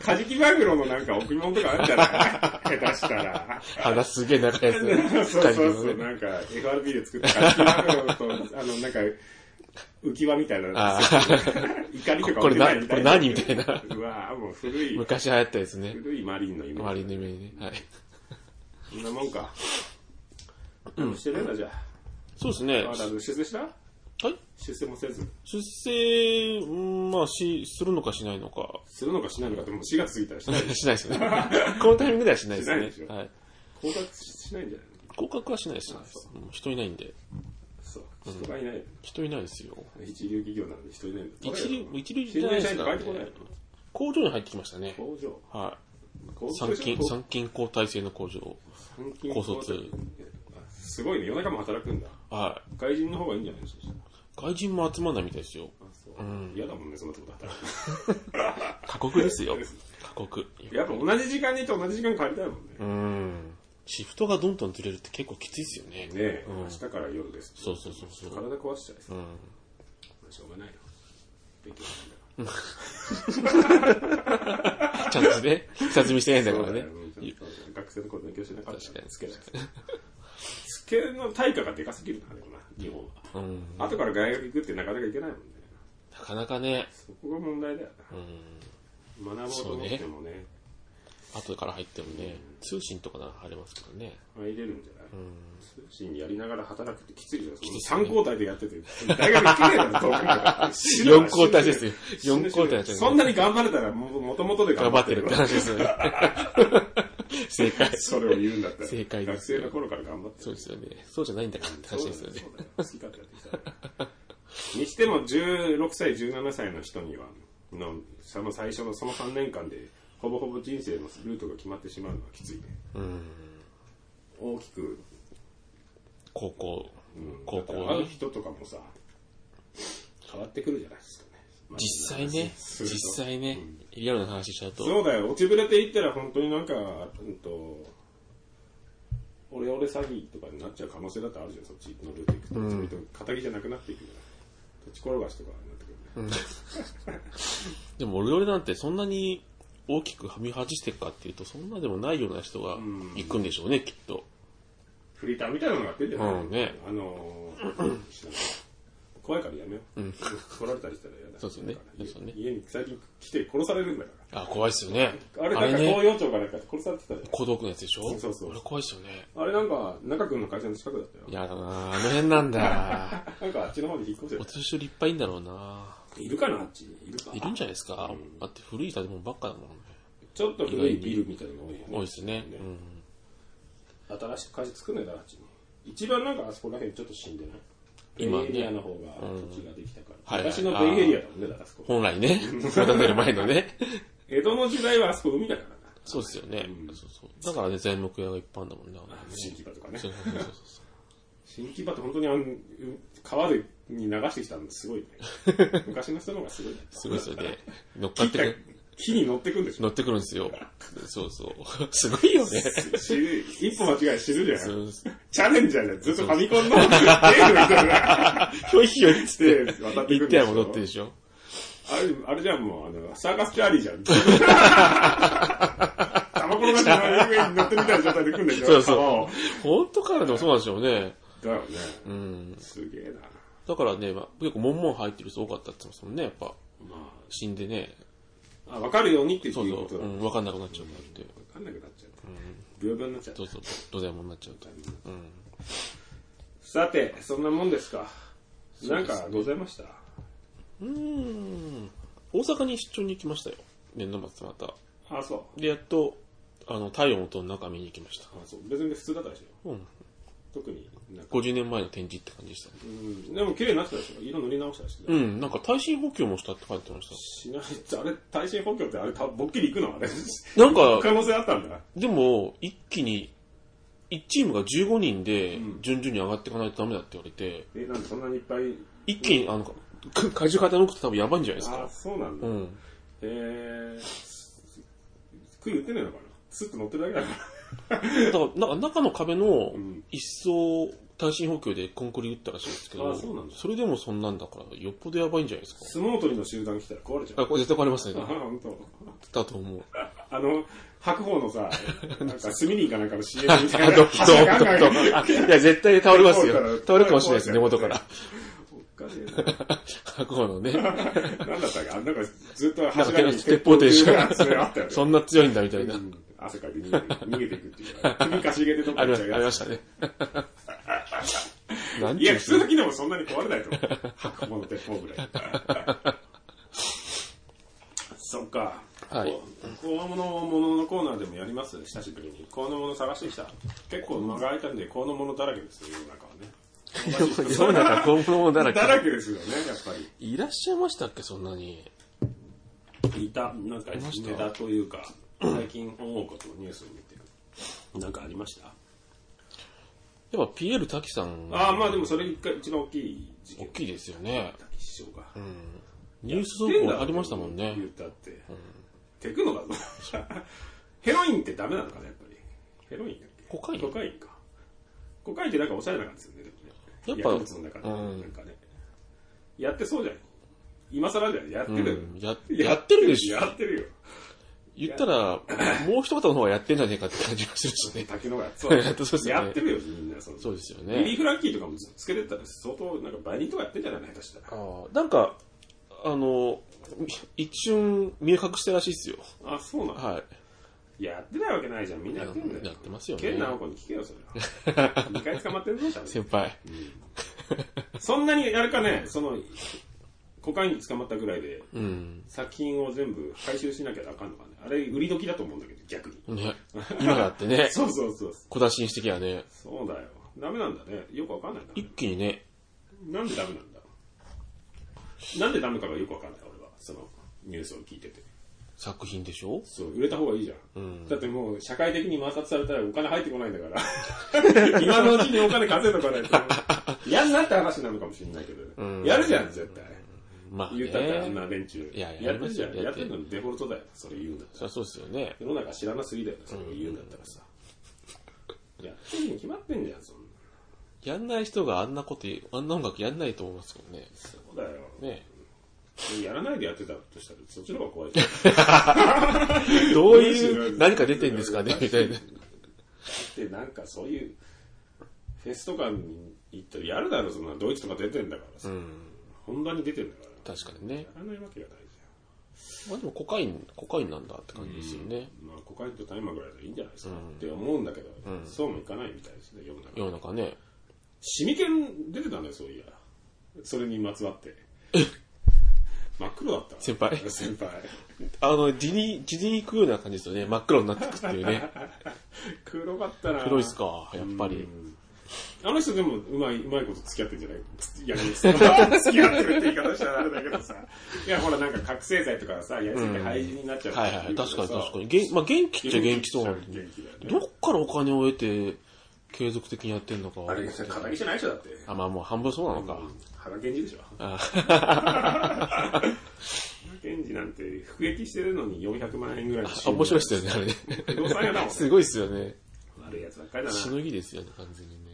Speaker 1: カジキマグロのなんか贈り物とかあるんじゃ ない下手したら。
Speaker 2: 鼻すげえ長いやつ ね。
Speaker 1: そうそうそ
Speaker 2: 二人
Speaker 1: う、
Speaker 2: でね
Speaker 1: なんか FRB で作ったカジキマグロと、あの、なんか、浮き輪みたいな
Speaker 2: あ。
Speaker 1: 怒りとか
Speaker 2: これな
Speaker 1: 落ちいみたい
Speaker 2: これ何みたいな
Speaker 1: うわぁ、もう古い、
Speaker 2: 昔流行ったですね。
Speaker 1: 古いマリンのイメ
Speaker 2: 周
Speaker 1: ージ。
Speaker 2: りの夢にね。はい。
Speaker 1: こんなもんか。何もしてないんだじゃあ。
Speaker 2: そうですね。
Speaker 1: ま
Speaker 2: は
Speaker 1: だ
Speaker 2: い
Speaker 1: 出世した出世もせず。
Speaker 2: 出世、うんまあ、し、するのかしないのか。
Speaker 1: するのかしないのかってもう4月過ぎたらしない。
Speaker 2: しないですね。 このタイミングではしない
Speaker 1: しないで
Speaker 2: です
Speaker 1: し
Speaker 2: ね。
Speaker 1: ょ
Speaker 2: はい。
Speaker 1: 交換しないんじゃないの
Speaker 2: 合格はしないですね
Speaker 1: あそ。
Speaker 2: うん人いないんで。
Speaker 1: そう。人がいない。
Speaker 2: 人いないですよ。
Speaker 1: 一流企業なのに人いないんだ。
Speaker 2: 一流、一流じ
Speaker 1: 新
Speaker 2: ゃない
Speaker 1: 入
Speaker 2: で
Speaker 1: 社
Speaker 2: す
Speaker 1: 員と
Speaker 2: か
Speaker 1: から入ってこない
Speaker 2: ね
Speaker 1: の。
Speaker 2: 工場に入ってきましたね。
Speaker 1: 工場。
Speaker 2: は
Speaker 1: 工
Speaker 2: い。
Speaker 1: 場
Speaker 2: 参勤、参勤交代制の工場。
Speaker 1: 参勤
Speaker 2: 高卒
Speaker 1: あすごいね、夜中も働くんだ。
Speaker 2: は
Speaker 1: 外人の方がいいんじゃないですか。
Speaker 2: い。外人も集まんないみたいですよ。
Speaker 1: あそう
Speaker 2: うん
Speaker 1: 嫌だもんね、そんなとこだったら。
Speaker 2: 過酷ですよ。過酷。
Speaker 1: やっぱ同じ時間にいて同じ時間借りたいもんね。
Speaker 2: うん。シフトがどんどんずれるって結構きついですよね。
Speaker 1: ねえ、
Speaker 2: うん
Speaker 1: 明日から夜です。
Speaker 2: そうそうそうそう
Speaker 1: 体壊しちゃいそうう。
Speaker 2: ん。
Speaker 1: まあしょうがないな。勉強なんだから。
Speaker 2: ちゃん とね、下積みしてないんだから
Speaker 1: そうだ
Speaker 2: ね。
Speaker 1: ようん学生の頃勉強しなかった
Speaker 2: 確かに
Speaker 1: つけないつけの対価がでかすぎるな、でもな、日本は。
Speaker 2: うん。
Speaker 1: 後から大学行くってなかなか行けないもんね。
Speaker 2: なかなかね、
Speaker 1: そこが問題だよ
Speaker 2: うん。
Speaker 1: な。学ぼうと思ってもね、
Speaker 2: 後から入ってもね、通信とかなら入れますからね。
Speaker 1: 入れるんじゃない
Speaker 2: うん。
Speaker 1: 通信やりながら働くってきついじゃん。
Speaker 2: いね
Speaker 1: その3交代でやってて、大学行けねえだろ、遠くから死ぬわ
Speaker 2: 4交代ですよ。
Speaker 1: 死ぬ
Speaker 2: 4交代やっちゃう
Speaker 1: そんなに頑張れたら、ももともとで
Speaker 2: 頑
Speaker 1: 頑張
Speaker 2: 張っ
Speaker 1: って
Speaker 2: てる
Speaker 1: る
Speaker 2: って。話ですよね。正解。
Speaker 1: それを言うんだったら、
Speaker 2: 正解で
Speaker 1: 学
Speaker 2: す
Speaker 1: 生
Speaker 2: よ
Speaker 1: の頃から頑張ってる
Speaker 2: そうですよね。そうじゃないんだからって話ですよね。
Speaker 1: そうだよ好き勝手やってきたからにしても16歳17歳の人にはのその最初のその3年間でほぼほぼ人生のルートが決まってしまうのはきついね
Speaker 2: うん。
Speaker 1: 大きく、
Speaker 2: 高校
Speaker 1: うん、
Speaker 2: 高校ね
Speaker 1: だって会う人とかもさ変わってくるじゃないですかね
Speaker 2: 実際ね、
Speaker 1: す
Speaker 2: 実
Speaker 1: ると
Speaker 2: 際ね、リアルな話しちゃうと、
Speaker 1: そうだよ落ちぶれていったら本当になんかうんとオレオレ詐欺とかになっちゃう可能性だってあるじゃんそっちのルート行くと、
Speaker 2: うん
Speaker 1: それと仇じゃなくなっていくじゃない土地転がしとかになってくるね
Speaker 2: でも俺俺なんてそんなに大きくはみ外してるかっていうと、そんなでもないような人が
Speaker 1: ん
Speaker 2: 行くんでしょうね、きっと。
Speaker 1: フリーターみたいなのがやってんじゃない、
Speaker 2: うんね
Speaker 1: あ のー、怖いからやめよう。取られたりしたら嫌だ。
Speaker 2: そうですよね
Speaker 1: だから
Speaker 2: そうですよね
Speaker 1: 家に最近来て殺されるんだか
Speaker 2: あ、怖いっすよね。
Speaker 1: ら。あれ
Speaker 2: あ
Speaker 1: なん
Speaker 2: れ
Speaker 1: か東
Speaker 2: ね、
Speaker 1: 洋町かなんか殺されてたじ
Speaker 2: 孤独のやつでしょ
Speaker 1: そうそうそう
Speaker 2: あれ怖いっすよね。
Speaker 1: ゃん。あれなんか、中君の会社の近くだったよ。
Speaker 2: やだなあの辺なんだ
Speaker 1: なんかあっちの方に引っ越
Speaker 2: お
Speaker 1: し
Speaker 2: 年寄りいっぱいいんだろうな
Speaker 1: てる。いるかなあっちに。いるか
Speaker 2: いるんじゃないですかだって古い建物ばっかだもんね。
Speaker 1: ちょっと古いビルみたいなのが多いよね。
Speaker 2: 多いっすね。
Speaker 1: ね
Speaker 2: うん。
Speaker 1: 新しく会社作んないだろ、あっちに。一番なんかあそこら辺ちょっと死んでないベ
Speaker 2: 今ね
Speaker 1: イエリアの方が土地ができたから。
Speaker 2: はいはい
Speaker 1: 昔のベイエリアだもんね、だからあそこ。
Speaker 2: 本来ね、育てる前のね。
Speaker 1: 江戸の時代はあそこ海だからな。
Speaker 2: そうですよね。
Speaker 1: うん
Speaker 2: そうそうだからね、材木屋がいっぱいあるんだもんね。あのね
Speaker 1: 新木場とかね
Speaker 2: そ。うそうそうそうそう。
Speaker 1: 新木場って本当にあの川でに流してきたのす ごいね昔の人の方がすごいね
Speaker 2: すごいですよね。乗っか
Speaker 1: 切
Speaker 2: っ
Speaker 1: ってた
Speaker 2: くる、
Speaker 1: 木に乗ってくんでし
Speaker 2: 乗
Speaker 1: ょ
Speaker 2: ってくるんですよ。そうそう。すごい よね。
Speaker 1: 死ぬ一歩間違え死ぬじゃ
Speaker 2: そ
Speaker 1: ん
Speaker 2: う
Speaker 1: チャレンジャーじゃんずっとファミコン のゲームみたいな
Speaker 2: ひょいひょいっつって、
Speaker 1: で渡ってく
Speaker 2: 行
Speaker 1: るで
Speaker 2: って
Speaker 1: し
Speaker 2: は
Speaker 1: ょ
Speaker 2: 戻ってでしょ。
Speaker 1: あれあれじゃんもうあのサーカスチャーリーじゃ んタバコの中に上に乗ってみたいな状態で来るんでしょ
Speaker 2: そうそう
Speaker 1: 川を
Speaker 2: 本当からでもそうなんでしょうね。
Speaker 1: だよね
Speaker 2: うん。
Speaker 1: すげえな
Speaker 2: だからね、まあ、結構、もんもん入ってる人多かったって言ってますもんね、やっぱ。
Speaker 1: ま
Speaker 2: 死んでね。
Speaker 1: ああ分かるようにっていう
Speaker 2: そう
Speaker 1: こ
Speaker 2: そ
Speaker 1: と
Speaker 2: う。
Speaker 1: だ
Speaker 2: う
Speaker 1: 分
Speaker 2: ん、わかんなくなっちゃうからって。
Speaker 1: かんなくなっちゃう病病になっちゃう
Speaker 2: そうそう。土台もんになっちゃうと。うん。
Speaker 1: さて、そんなもんですか。なん
Speaker 2: そう
Speaker 1: か
Speaker 2: ですね
Speaker 1: ございました。
Speaker 2: うーん。大阪に出張に行きましたよ。年度末また。
Speaker 1: あ、そう。
Speaker 2: で、やっと、あの、太陽の塔の中見に行きました。
Speaker 1: あ、そう。別に普通だったでしょ。
Speaker 2: うん。
Speaker 1: 特になんか。
Speaker 2: 50年前の展示って感じでしたね。
Speaker 1: うん。でも綺麗になってたでしょ。色塗り直したでしょ。
Speaker 2: うん、なんか耐震補強もしたって書いてまし
Speaker 1: しないあれ、耐震補強ってあれ、たぼっきりいくのあれ。
Speaker 2: た。なんか、
Speaker 1: 可能性あったんだ。
Speaker 2: でも、一気に、1チームが15人で
Speaker 1: うん、
Speaker 2: 順々に上がっていかないとダメだって言われて、
Speaker 1: え、なんでそんなにいっぱい。
Speaker 2: 一気に、あの、か怪獣傾くと多分やばいんじゃないです
Speaker 1: あ
Speaker 2: か。、
Speaker 1: そうなんだ。
Speaker 2: う
Speaker 1: へ
Speaker 2: ん。
Speaker 1: えー。杭打ってないのかなスッと乗ってるだけだか
Speaker 2: だから、なんか中の壁の
Speaker 1: ん
Speaker 2: 一層耐震補強でコンクリ打ったらしいですけど、
Speaker 1: あそうなんだ。。
Speaker 2: それでもそんなんだから、よっぽどやばいんじゃないですから
Speaker 1: 相撲取りの集団来たら壊れちゃ
Speaker 2: あ、
Speaker 1: う。
Speaker 2: これ絶対壊れますね
Speaker 1: あ、。ほんと。
Speaker 2: だと思う。
Speaker 1: あの、白鵬のさ、なんか、スミリンかなんかの CM みた
Speaker 2: あ、
Speaker 1: い
Speaker 2: ド
Speaker 1: な。
Speaker 2: ン、ドン、ドン、ドン。あいや、絶対倒れますよ
Speaker 1: 倒れたら。
Speaker 2: 倒れるかもしれないです、根元から。
Speaker 1: おっかしいな。
Speaker 2: 白鵬のね。
Speaker 1: なんだったっけあなんかずっと
Speaker 2: なんか
Speaker 1: 柱に
Speaker 2: 鉄砲停止
Speaker 1: 鉄砲停止があったよね。
Speaker 2: そんな強いんだみたいな
Speaker 1: う。ん汗かいて逃げて逃げていくっていうか、首かしげてどっ
Speaker 2: あ
Speaker 1: か
Speaker 2: り
Speaker 1: 行
Speaker 2: ま
Speaker 1: っ
Speaker 2: し
Speaker 1: ちゃう
Speaker 2: たあり
Speaker 1: や
Speaker 2: ま
Speaker 1: つ。
Speaker 2: したね。なん
Speaker 1: い
Speaker 2: てい
Speaker 1: や、
Speaker 2: う
Speaker 1: 普通の木でもそんなに壊れないと思う。白鵬の鉄砲ぐらい。 そっか。
Speaker 2: はい
Speaker 1: こう。こうのもののコーナーでもやります久しぶりに。こうのもの探してきた。結構間が空いたんで、こうのものだらけですよ、世の中はね。
Speaker 2: 世の中、こういうものだら
Speaker 1: だら
Speaker 2: け。
Speaker 1: けですよね、やっぱり。
Speaker 2: いらっしゃいましたっけ、そんなに。
Speaker 1: いた、なんか
Speaker 2: まし
Speaker 1: ネタ
Speaker 2: た
Speaker 1: というか、最近思うことをニュースを見て、なんかありました
Speaker 2: やっぱ PL 滝さん、
Speaker 1: ああ、まあでもそれ一回一番大きい事
Speaker 2: 大
Speaker 1: 件。
Speaker 2: きいですよね。
Speaker 1: 滝師匠が。
Speaker 2: ニュース速報ありましたもんね
Speaker 1: 言。ったって。テクノだぞ。ヘロインってダメなのかな、やっぱり。ヘロインだっけ
Speaker 2: コカイン
Speaker 1: コカインか。コカインってなんかおしゃれな感じですよね、でもね。
Speaker 2: やっぱ
Speaker 1: 薬物の中で、
Speaker 2: うん
Speaker 1: なんかね。やってそうじゃん。今更じゃん。やってるよ。
Speaker 2: うんややってるでしょ
Speaker 1: やってるよ。
Speaker 2: 言ったら、もう一方の方がやってんじゃねえかって感じがするしね。
Speaker 1: 竹野がやってた
Speaker 2: やって そうですよね
Speaker 1: やってるよ、みんな。その
Speaker 2: そうですよ
Speaker 1: リリ
Speaker 2: ね。
Speaker 1: ー・フランキーとかもつけてったら相当、なんか倍人とかやってんじゃないの下手したら
Speaker 2: あ。ーなんか、あの、一瞬見え隠してらしいですよ。
Speaker 1: あ、そうなの
Speaker 2: はい。
Speaker 1: やってないわけないじゃん。みんなやってんだよ。
Speaker 2: やってますよね
Speaker 1: ケンナオコに聞けよ、それ は。2回捕まってるぞ、多分
Speaker 2: 先輩。
Speaker 1: そんなに、あれかね、その、コカインに捕まったぐらいで、
Speaker 2: うん。
Speaker 1: 作品を全部回収しなきゃあかんのかね。あれ、売り時だと思うんだけど、逆に。
Speaker 2: ね。今だっ てね、
Speaker 1: そうそうそう。
Speaker 2: 小出しにしてきゃね、
Speaker 1: そうだよ。ダメなんだね。よくわかんない
Speaker 2: 一気にね、
Speaker 1: な。なんでダメなんだなんでダメかがよくわかんない、俺は。その、ニュースを聞いてて。
Speaker 2: 作品でしょ
Speaker 1: そう、売れた方がいいじゃん。
Speaker 2: うん
Speaker 1: だってもう、社会的に摩擦されたらお金入ってこないんだ から。今のうちにお金稼いとかないと。 嫌になった話なのかもしれないけど、
Speaker 2: うん
Speaker 1: やるじゃん、絶対。
Speaker 2: まあ
Speaker 1: 言ったってあん
Speaker 2: ね。
Speaker 1: な連中。
Speaker 2: いや
Speaker 1: やってるじゃん。
Speaker 2: やりますよ
Speaker 1: やってるのにデフォルトだよ。それ言うんだった
Speaker 2: そり
Speaker 1: ら。
Speaker 2: ゃそうですよね。
Speaker 1: 世の中知らなすぎだよ。それを言うんだったらさ。やってるに決まってんじゃん、そんな。
Speaker 2: やんない人があんなこと、あんな音楽やんないと思いますけどね。
Speaker 1: そうだよ。
Speaker 2: ね。
Speaker 1: やらないでやってたとしたら、そっちの方が怖いじゃん。
Speaker 2: どういう、何か出てんで すかねみたいな。
Speaker 1: でなんかそういうフェスとかに行ったらやるだろそんなドイツとか出てんだからさ、
Speaker 2: うん。
Speaker 1: ホンダに出てんだから
Speaker 2: 確かにね。
Speaker 1: やらないわけがないじ
Speaker 2: まあでもコカイン、コカインなんだって感じですよね。
Speaker 1: ゃんまあコカインと大麻ぐらいでいいんじゃないですか、
Speaker 2: うん
Speaker 1: って思うんだけど、
Speaker 2: うん
Speaker 1: そうもいかないみたいですね世の中
Speaker 2: 世の中ね。
Speaker 1: シミケン出てたねそういやそれにまつわって真っ黒だったわ
Speaker 2: 先輩
Speaker 1: 先輩
Speaker 2: あの、地に、地に行くような感じですよね。真っ黒になってくっていうね。
Speaker 1: 黒かったな
Speaker 2: 黒いっすか、やっぱり。
Speaker 1: あの人でもうまい、うまいこと付き合ってんじゃない いや、付き合ってるって言い方したらあれだけどさ。いや、ほら、なんか覚醒剤とかさ、やりすぎて廃人になっちゃう、
Speaker 2: はいはい。確かに確かに。げんまあ元気っちゃ元気そうなんで。
Speaker 1: 元気だよね
Speaker 2: どっからお金を得て、継続的にやってんのか。
Speaker 1: あれ、肩着じゃないでしょ、だって。
Speaker 2: あ、まあもう半分そうなのか。
Speaker 1: 原源氏でしょ。
Speaker 2: あ
Speaker 1: 原源氏なんて、服役してるのに400万円ぐらいの
Speaker 2: あ面白いっすよね、あれね。
Speaker 1: 不動産屋だもん。
Speaker 2: すごいっすよね。
Speaker 1: 悪いやつばっかりだ
Speaker 2: し
Speaker 1: な。
Speaker 2: のぎですよね、完全にね。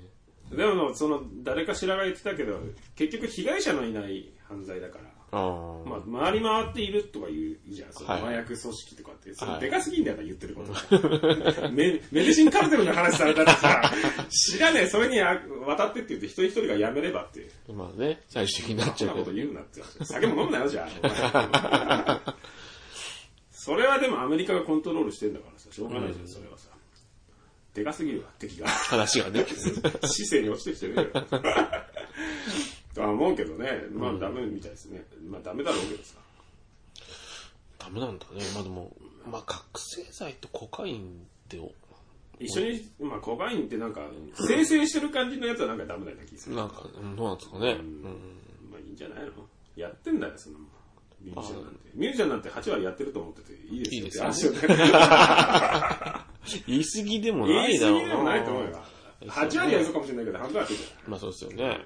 Speaker 1: でも、その、誰かしらが言ってたけど、結局被害者のいない犯罪だから。
Speaker 2: ああ。
Speaker 1: まあ、回り回っているとか言うじゃん、その
Speaker 2: はい
Speaker 1: 麻薬組織とかって、そ
Speaker 2: は
Speaker 1: の
Speaker 2: い
Speaker 1: でかすぎんだよな、言ってることがメメディシンカルテルの話されたらさ、知らねえ、それにあ渡ってって言って、一人一人がやめればっていう、
Speaker 2: まあね、最終的になっ
Speaker 1: そん
Speaker 2: ちゃ
Speaker 1: な
Speaker 2: う
Speaker 1: こ
Speaker 2: け
Speaker 1: と
Speaker 2: ど。
Speaker 1: 言うなって話。酒も飲むなよ、じゃあ。お前それはでもアメリカがコントロールしてんだからさ、しょうがないじゃん、それはさ。でかすぎるわ、敵が。
Speaker 2: 話がね。
Speaker 1: 姿勢に落ちてきてるよ。とは思うけどね、まあダメみたいですね。まあダメだろうけどさ。
Speaker 2: ダメなんだね。まあでも、まあ覚醒剤とコカインって、
Speaker 1: 一緒に、まあ、コカインってなんか、生成してる感じのやつはなんかダメだよな気がする。
Speaker 2: なんか、うんどうなんですかね。うん。
Speaker 1: まあ、いいんじゃないのやってんだよ、その、ミュージシャンなんて。ミュージシャンなんて8割やってると思ってて、いいですよ。
Speaker 2: いいです
Speaker 1: よ、
Speaker 2: よ
Speaker 1: ね。
Speaker 2: 言い過ぎで もな
Speaker 1: 言
Speaker 2: い
Speaker 1: い過
Speaker 2: だろう
Speaker 1: ぎでもないと思うよ。8割やるかもしれないけど、半分はやってるじ
Speaker 2: まあそうですよね。
Speaker 1: ゃない。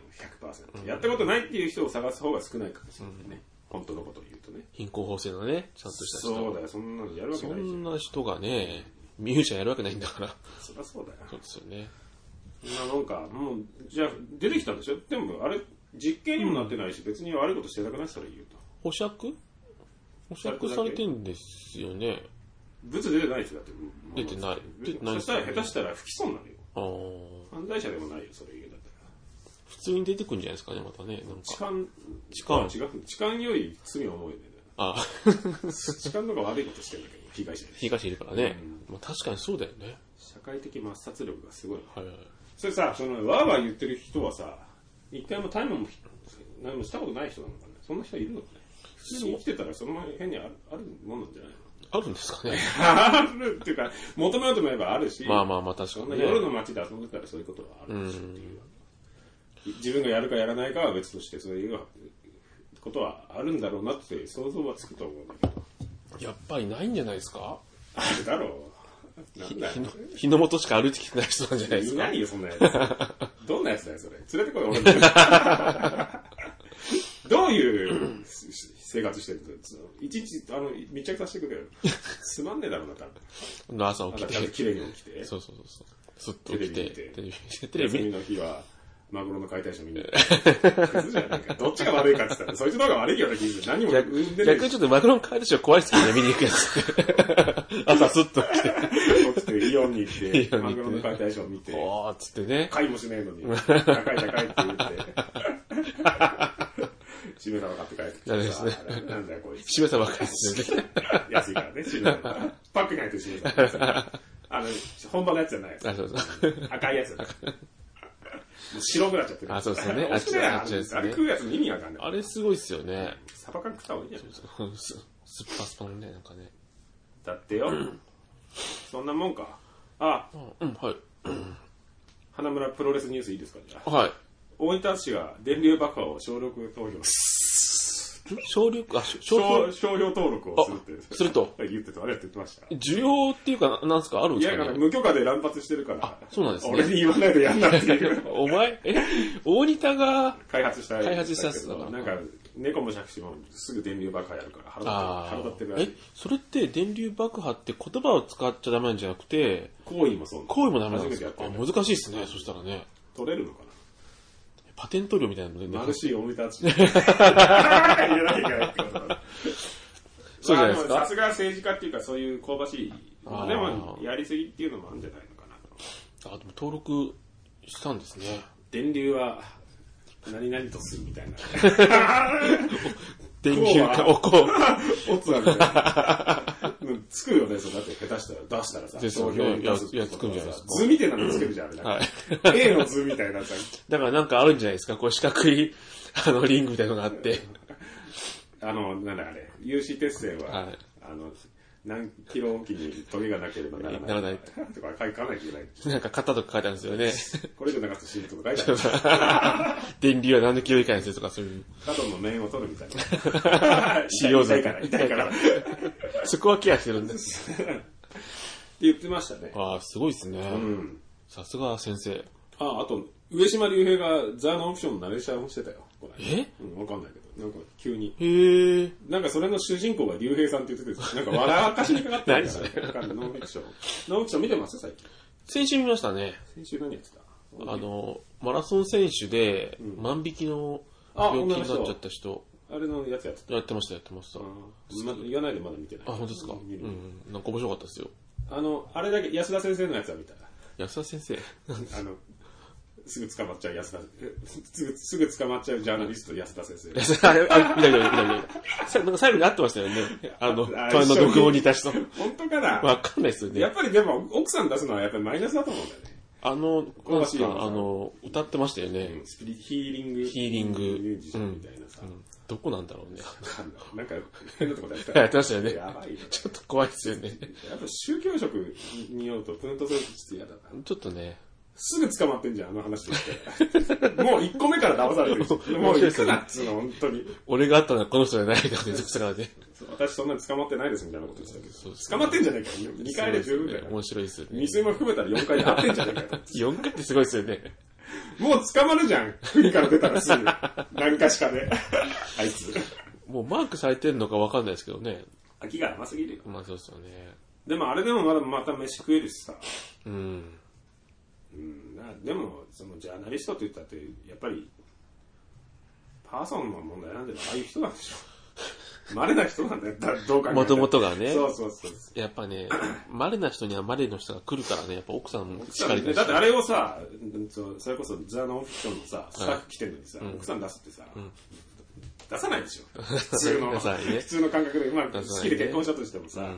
Speaker 1: 100%。やったことないっていう人を探す方が少ないかもしれないね。本当のことを言うとね。
Speaker 2: 貧困法制のね、ちゃんとした人。
Speaker 1: そうだよ、そんなのやるわけ
Speaker 2: そ
Speaker 1: ないじゃん
Speaker 2: ん。な人がね、ミュージシャンやるわけないんだから。
Speaker 1: そりゃそうだよ。
Speaker 2: そうですよね。
Speaker 1: そんななんか、もう、じゃあ、出てきたんでしょでも、あれ、実験にもなってないし、別に悪いことしてなくないそれ言うと。
Speaker 2: 保釈保釈されてんですよね。
Speaker 1: 物出てないですよ、だって。
Speaker 2: 出てない出てな
Speaker 1: そ
Speaker 2: いで
Speaker 1: し
Speaker 2: す
Speaker 1: た
Speaker 2: よ
Speaker 1: ら
Speaker 2: ね
Speaker 1: 下手したら不起訴になるよ。
Speaker 2: ああ。
Speaker 1: 犯罪者でもないよ、それ言うんだったら。
Speaker 2: 普通に出てくんじゃないですかね、またね。なん
Speaker 1: 痴
Speaker 2: か。
Speaker 1: 漢、
Speaker 2: 痴漢
Speaker 1: あ違う。痴漢より罪重いね。
Speaker 2: ああ。
Speaker 1: 痴漢の方が悪いことしてんだけど、被害者に。
Speaker 2: 東いるからね。まあ確かにそうだよね。
Speaker 1: 社会的抹殺力がすごい。
Speaker 2: はいはい。
Speaker 1: それさ、その、わーわー言ってる人はさ、一回もタイムも、何もしたことない人なのかね。そんな人いるのかね。普通に生きてたら、その辺にあるあるもんなん じゃないの
Speaker 2: あるんです かね。
Speaker 1: あるっていうか、求めようと思えばあるし。
Speaker 2: まあまあまあ確
Speaker 1: そん
Speaker 2: か
Speaker 1: な
Speaker 2: にね。
Speaker 1: 夜の街で遊んでたらそういうことはあるでしょうっていう、自分がやるかやらないかは別としてそういうことはあるんだろうなって想像はつくと思うんだけど
Speaker 2: やっぱりないんじゃないですか
Speaker 1: あれだろう。なんだよ
Speaker 2: 日の日の元しか歩いてきてない人なんじゃないで
Speaker 1: い
Speaker 2: すか
Speaker 1: ないよ、そんなやつ。どんなやつだよ、それ。連れてこい、俺の。どういうし生活してるのいちいち、あの、密着させてくれよ。つまんねえだろうな、多分。
Speaker 2: の朝
Speaker 1: ま
Speaker 2: 起
Speaker 1: だ
Speaker 2: き
Speaker 1: ちゃんと
Speaker 2: て。
Speaker 1: 綺麗に起きて。
Speaker 2: そうそうそうそう。すっと起きて、
Speaker 1: テレビ見て
Speaker 2: テレビ見て、テレ
Speaker 1: 休
Speaker 2: ビ
Speaker 1: みの日は、マグロの解体ショー見に行く。クズじゃねえか。どっちが悪いかって言ったら、そいつの方が悪いような気がする。何も
Speaker 2: 逆
Speaker 1: 生んでねえ
Speaker 2: 逆にちょっとマグロン帰る人は怖いですけどね、見に行く やつ。朝すっと来て、
Speaker 1: 起きて、イオンに行っ
Speaker 2: イ
Speaker 1: て、
Speaker 2: オンに行って
Speaker 1: マグロの解体ショー見て、
Speaker 2: おーっつって ね。
Speaker 1: 買いもしねえのに、高い高いって言って、シメサバ買って帰ってきてさ
Speaker 2: ダメですね
Speaker 1: なんだよこいつ。
Speaker 2: 閉めたばっかりですよね。
Speaker 1: 安いからね、シメサバ。パックに入ってるシメサバ。あの、本場のやつじゃない。
Speaker 2: あ、そうそう。
Speaker 1: 赤い やつ。もう白くなっちゃってる。
Speaker 2: あそうですよね
Speaker 1: あれ美味しくない
Speaker 2: あっちのやつね
Speaker 1: あれ食うやつの意味わかんない。
Speaker 2: あれすごいっすよね。
Speaker 1: サバ缶食った方がいいんじゃない
Speaker 2: すすっぱすぱのね、なんかね。
Speaker 1: だってよ。そんなもんか。あ、
Speaker 2: うん、うんはい。
Speaker 1: 花村プロレスニュースいいですかじゃあ
Speaker 2: はい。
Speaker 1: 大分市が電流爆破を小6投票。
Speaker 2: 省力、あ、し消
Speaker 1: 商
Speaker 2: 費
Speaker 1: 商標登録を
Speaker 2: あ
Speaker 1: するって。
Speaker 2: すると。
Speaker 1: 言ってた、あれやって言ってました。
Speaker 2: 需要っていうか、ななんすかあるん
Speaker 1: い
Speaker 2: です
Speaker 1: や、
Speaker 2: か
Speaker 1: なんか
Speaker 2: ね
Speaker 1: 無許可で乱発してるから。
Speaker 2: そうなんですね
Speaker 1: 俺に言わないでやんなって いう。
Speaker 2: お前、え、大仁田が、
Speaker 1: 開発した
Speaker 2: 開発したやつだから
Speaker 1: なんか、猫も借子もすぐ電流爆破やるから
Speaker 2: あ
Speaker 1: 腹立ってる。腹
Speaker 2: あ
Speaker 1: 立っ
Speaker 2: え
Speaker 1: てる。、
Speaker 2: それって電流爆破って言葉を使っちゃダメなんじゃなくて、
Speaker 1: 行為もそうなの
Speaker 2: 行為もダメなんですか
Speaker 1: 初
Speaker 2: あ、
Speaker 1: めてやってる。
Speaker 2: 難しいですね、そしたらね。
Speaker 1: 取れるのかな
Speaker 2: パテント料みたいなのね
Speaker 1: マルシーおめた ち。言えなきゃいけないってことだ
Speaker 2: そうじゃないですか
Speaker 1: まあもさすが政治家っていうか、そういう香ばしい。
Speaker 2: あー
Speaker 1: でも、やりすぎっていうのもあるんじゃないのかな。
Speaker 2: あ、でも登録したんですね。
Speaker 1: 電流は、何々とするみたい な。
Speaker 2: 電流か、おこ
Speaker 1: おつわみたいな。うんつくよね、そうだって下手したら、出したらさ、
Speaker 2: ですよね
Speaker 1: 投票に出すって
Speaker 2: いやいやつくんじゃないですか
Speaker 1: 図みたいなのつけるじゃん、あれなんか。A の図みたいなさ、
Speaker 2: だからなんかあるんじゃないですかこう四角い、あの、リングみたいなのがあって。
Speaker 1: あの、なんだあれ、有刺鉄線は、
Speaker 2: はい
Speaker 1: あの、何キロおきにトゲがなければならない。
Speaker 2: ならない
Speaker 1: とか書かないといけない。
Speaker 2: なんか型とか書いてあるんですよね。
Speaker 1: これじゃなかったら死ぬとか書い てある。
Speaker 2: 電流は何キロ以下にするとかそういう。
Speaker 1: 角の面を取るみたいな。
Speaker 2: 使用
Speaker 1: 痛
Speaker 2: 罪
Speaker 1: いから、痛いから。って
Speaker 2: そこはケアしてるんです。
Speaker 1: 言ってましたね。
Speaker 2: ああ、すごいです
Speaker 1: う
Speaker 2: ね。
Speaker 1: ん。
Speaker 2: さすが先生。
Speaker 1: あ、あと、上島竜兵がザ・ノンオプションのナレーションをしてたよ。これ
Speaker 2: え
Speaker 1: うん、わかんないけど。なんか、急に。
Speaker 2: へえ。
Speaker 1: なんかそれの主人公が竜兵さんって言ってて、なんか笑わかしにかか ってるんだよね。わかんないノンフィクション。ノンフィクション見てます最近。
Speaker 2: 先週見ましたね。
Speaker 1: 先週何やってた
Speaker 2: あの、マラソン選手で、万引きの
Speaker 1: あ
Speaker 2: 病気になっちゃった人、
Speaker 1: あれのやつやってた。
Speaker 2: やってました、やってました。あ、
Speaker 1: うんま、言わないでまだ見てない。
Speaker 2: 本当ですかう
Speaker 1: 見る
Speaker 2: ん。なんか面白かったですよ。
Speaker 1: あの、あれだけ安田先生のやつは見た。
Speaker 2: 安田先生。
Speaker 1: あの、すぐ捕まっちゃう安田、えすぐ、すぐ捕まっちゃうジャーナリスト安田先 生。
Speaker 2: あれ、あれ、見た見た見た見た。 さなんか最後に合ってましたよね。あの、
Speaker 1: あ
Speaker 2: 隣の独房にいた人。
Speaker 1: 本当かな
Speaker 2: わかんないですよ
Speaker 1: や
Speaker 2: ね
Speaker 1: っ。ぱりでも、奥さん出すのはやっぱりマイナスだと思うんだよね。
Speaker 2: あの、
Speaker 1: ん
Speaker 2: なんすか、あの、歌ってましたよね。
Speaker 1: スピリヒーリング。
Speaker 2: ヒーリング
Speaker 1: ミュージシャンみたいなさ。
Speaker 2: うんどこなんだろうね。
Speaker 1: わかんないなんか、変なとこでやってた
Speaker 2: やってましたよね。
Speaker 1: やばいよ。
Speaker 2: ちょっと怖いですよね。
Speaker 1: やっぱ宗教色にようとプンとするとちょっと嫌だな。
Speaker 2: ちょっとね。
Speaker 1: すぐ捕まってんじゃん、あの話 って。もう一個目から騙されてる。もう行くなっつうの、本当に。
Speaker 2: 俺があったのはこの人じゃないなって言ってたからね。
Speaker 1: 私そんなに捕まってないですみたいなこと言ってたけ
Speaker 2: そうです
Speaker 1: ど。捕まってんじゃねえか。2回で十分だよ。
Speaker 2: 面白いですよね
Speaker 1: 未。遂も含めたら4回で合ってんじゃねえか よ。
Speaker 2: 4回ってすごいですよね。
Speaker 1: もう捕まるじゃん。国から出たらすぐ。何かしかで。あいつ。
Speaker 2: もうマークされてるのかわかんないですけどね。
Speaker 1: 秋が甘すぎるよ。
Speaker 2: まあそうですよね。
Speaker 1: でもあれでもまだまた飯食えるしさ。
Speaker 2: うん。
Speaker 1: うん、なでも、そのジャーナリストって言ったって、やっぱり、パーソンの問題なんで、ああいう人なんでしょ。稀な人なんだよ、だどう考えて
Speaker 2: 元々がね
Speaker 1: そうそうそう。
Speaker 2: やっ ぱね、稀な人には稀の人が来るからね、やっぱ奥さんもしっかり
Speaker 1: だってあ
Speaker 2: れ
Speaker 1: れをさ、そうそれこそザ・ノンフィクションのさ、スタッフ来てるのにさ、奥さん出すってさ、出さないでし ょ。普通の、
Speaker 2: 出さないね
Speaker 1: 普通の感覚で、まあ、
Speaker 2: 出さな
Speaker 1: 好
Speaker 2: いね
Speaker 1: きで結婚したとしてもさ、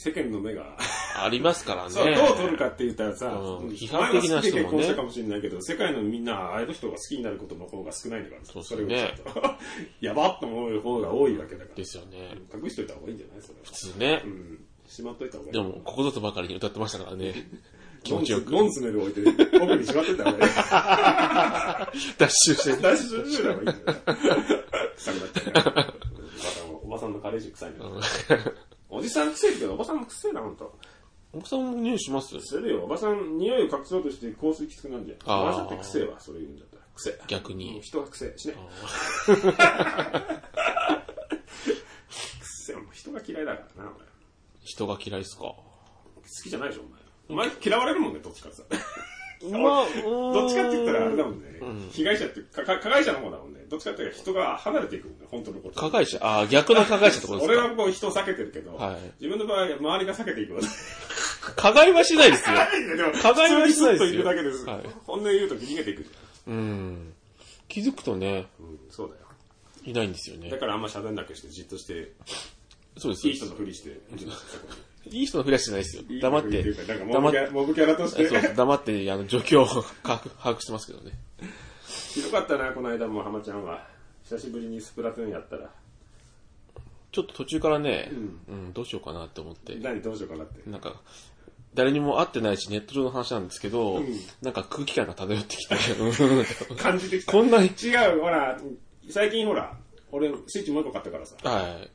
Speaker 1: 世間の目が、
Speaker 2: ありますからね。
Speaker 1: そう、どう取るかって言ったらさ、
Speaker 2: うん
Speaker 1: うん
Speaker 2: 批判的
Speaker 1: 前は
Speaker 2: な人もね
Speaker 1: 好きで結婚したかもしれないけど、世界のみんな、ああいう人が好きになることの方が少ないんだから、
Speaker 2: そうですよね
Speaker 1: それをちょっと やばっと思う方が多いわけだから
Speaker 2: で。すよね。
Speaker 1: 隠しといた方がいいんじゃないそれは。
Speaker 2: 普通ね
Speaker 1: う。ん。しまっといた方がいい。
Speaker 2: でも、ここぞとばかりに歌ってましたからね。 気
Speaker 1: ノ
Speaker 2: 持
Speaker 1: ン
Speaker 2: ち
Speaker 1: ス、
Speaker 2: よく。
Speaker 1: ノンスメル置いて、奥にしまっといた方がいい。
Speaker 2: ダッシュして。
Speaker 1: 大丈夫だいいんじゃない臭くなっちゃうから。おばさんは、おばばさんのカレー臭いんだよ。おじさん臭いけど、おばさんも臭いな、ほんと。
Speaker 2: おばさんも匂いします
Speaker 1: それよ、おばさん、匂いを隠そうとして香水きつくなるじゃん。
Speaker 2: あー
Speaker 1: おばさんって臭いわ、それ言うんだったら。臭い。
Speaker 2: 逆
Speaker 1: もう
Speaker 2: に。
Speaker 1: 人が臭いしね。臭い、もう人が嫌いだからな、俺。
Speaker 2: 人が嫌いっすか。
Speaker 1: 好きじゃないでしょ、お前。お前嫌われるもんね、どっちかって さ。
Speaker 2: ま
Speaker 1: どっちかって言ったらあれだも
Speaker 2: ん。
Speaker 1: んね。被害者ってかか、加害者の方だもんね。どっちかって言ったら人が離れていくもんね、本当のこと。
Speaker 2: 加害者、ああ、逆の加害者ってことです
Speaker 1: 俺
Speaker 2: か。
Speaker 1: はこう人を避けてるけど、
Speaker 2: はい
Speaker 1: 自分の場合、周りが避けてい くわけ。
Speaker 2: 加害はしないですよ。
Speaker 1: いやでも、
Speaker 2: 加害はしないですよ
Speaker 1: 普通にスッと言うだけです。
Speaker 2: はい
Speaker 1: 本音言うと逃げていくじ
Speaker 2: うん。気づくとね、
Speaker 1: ゃん。うん、そうだよ。
Speaker 2: いないんですよ
Speaker 1: だ
Speaker 2: ね。
Speaker 1: からあんま喋んなくして、じっとして、
Speaker 2: そうです。
Speaker 1: い
Speaker 2: い
Speaker 1: い人のふり して、じっとして
Speaker 2: い人のふりはしないですよ。
Speaker 1: いい人の
Speaker 2: 黙っ
Speaker 1: ふり
Speaker 2: て
Speaker 1: いう、かなんかモブ
Speaker 2: 黙っ
Speaker 1: キャラ、モブキャラとして
Speaker 2: そう。そう黙って、あの、状況を把握把握してますけどね。
Speaker 1: ひどかったな、この間も浜ちゃんは。久しぶりにスプラトゥーンやったら。
Speaker 2: ちょっと途中からね、うん、どうしようかなって思って。
Speaker 1: 何どうしようかなって。
Speaker 2: なんか、誰にも会ってないし、ネット上の話なんですけど、
Speaker 1: うん
Speaker 2: なんか空気感が漂ってき て、
Speaker 1: 感じてきた。
Speaker 2: こんなに、
Speaker 1: 違う、ほら、最近ほら、俺、スイッチもう一個買ったからさ、
Speaker 2: はい、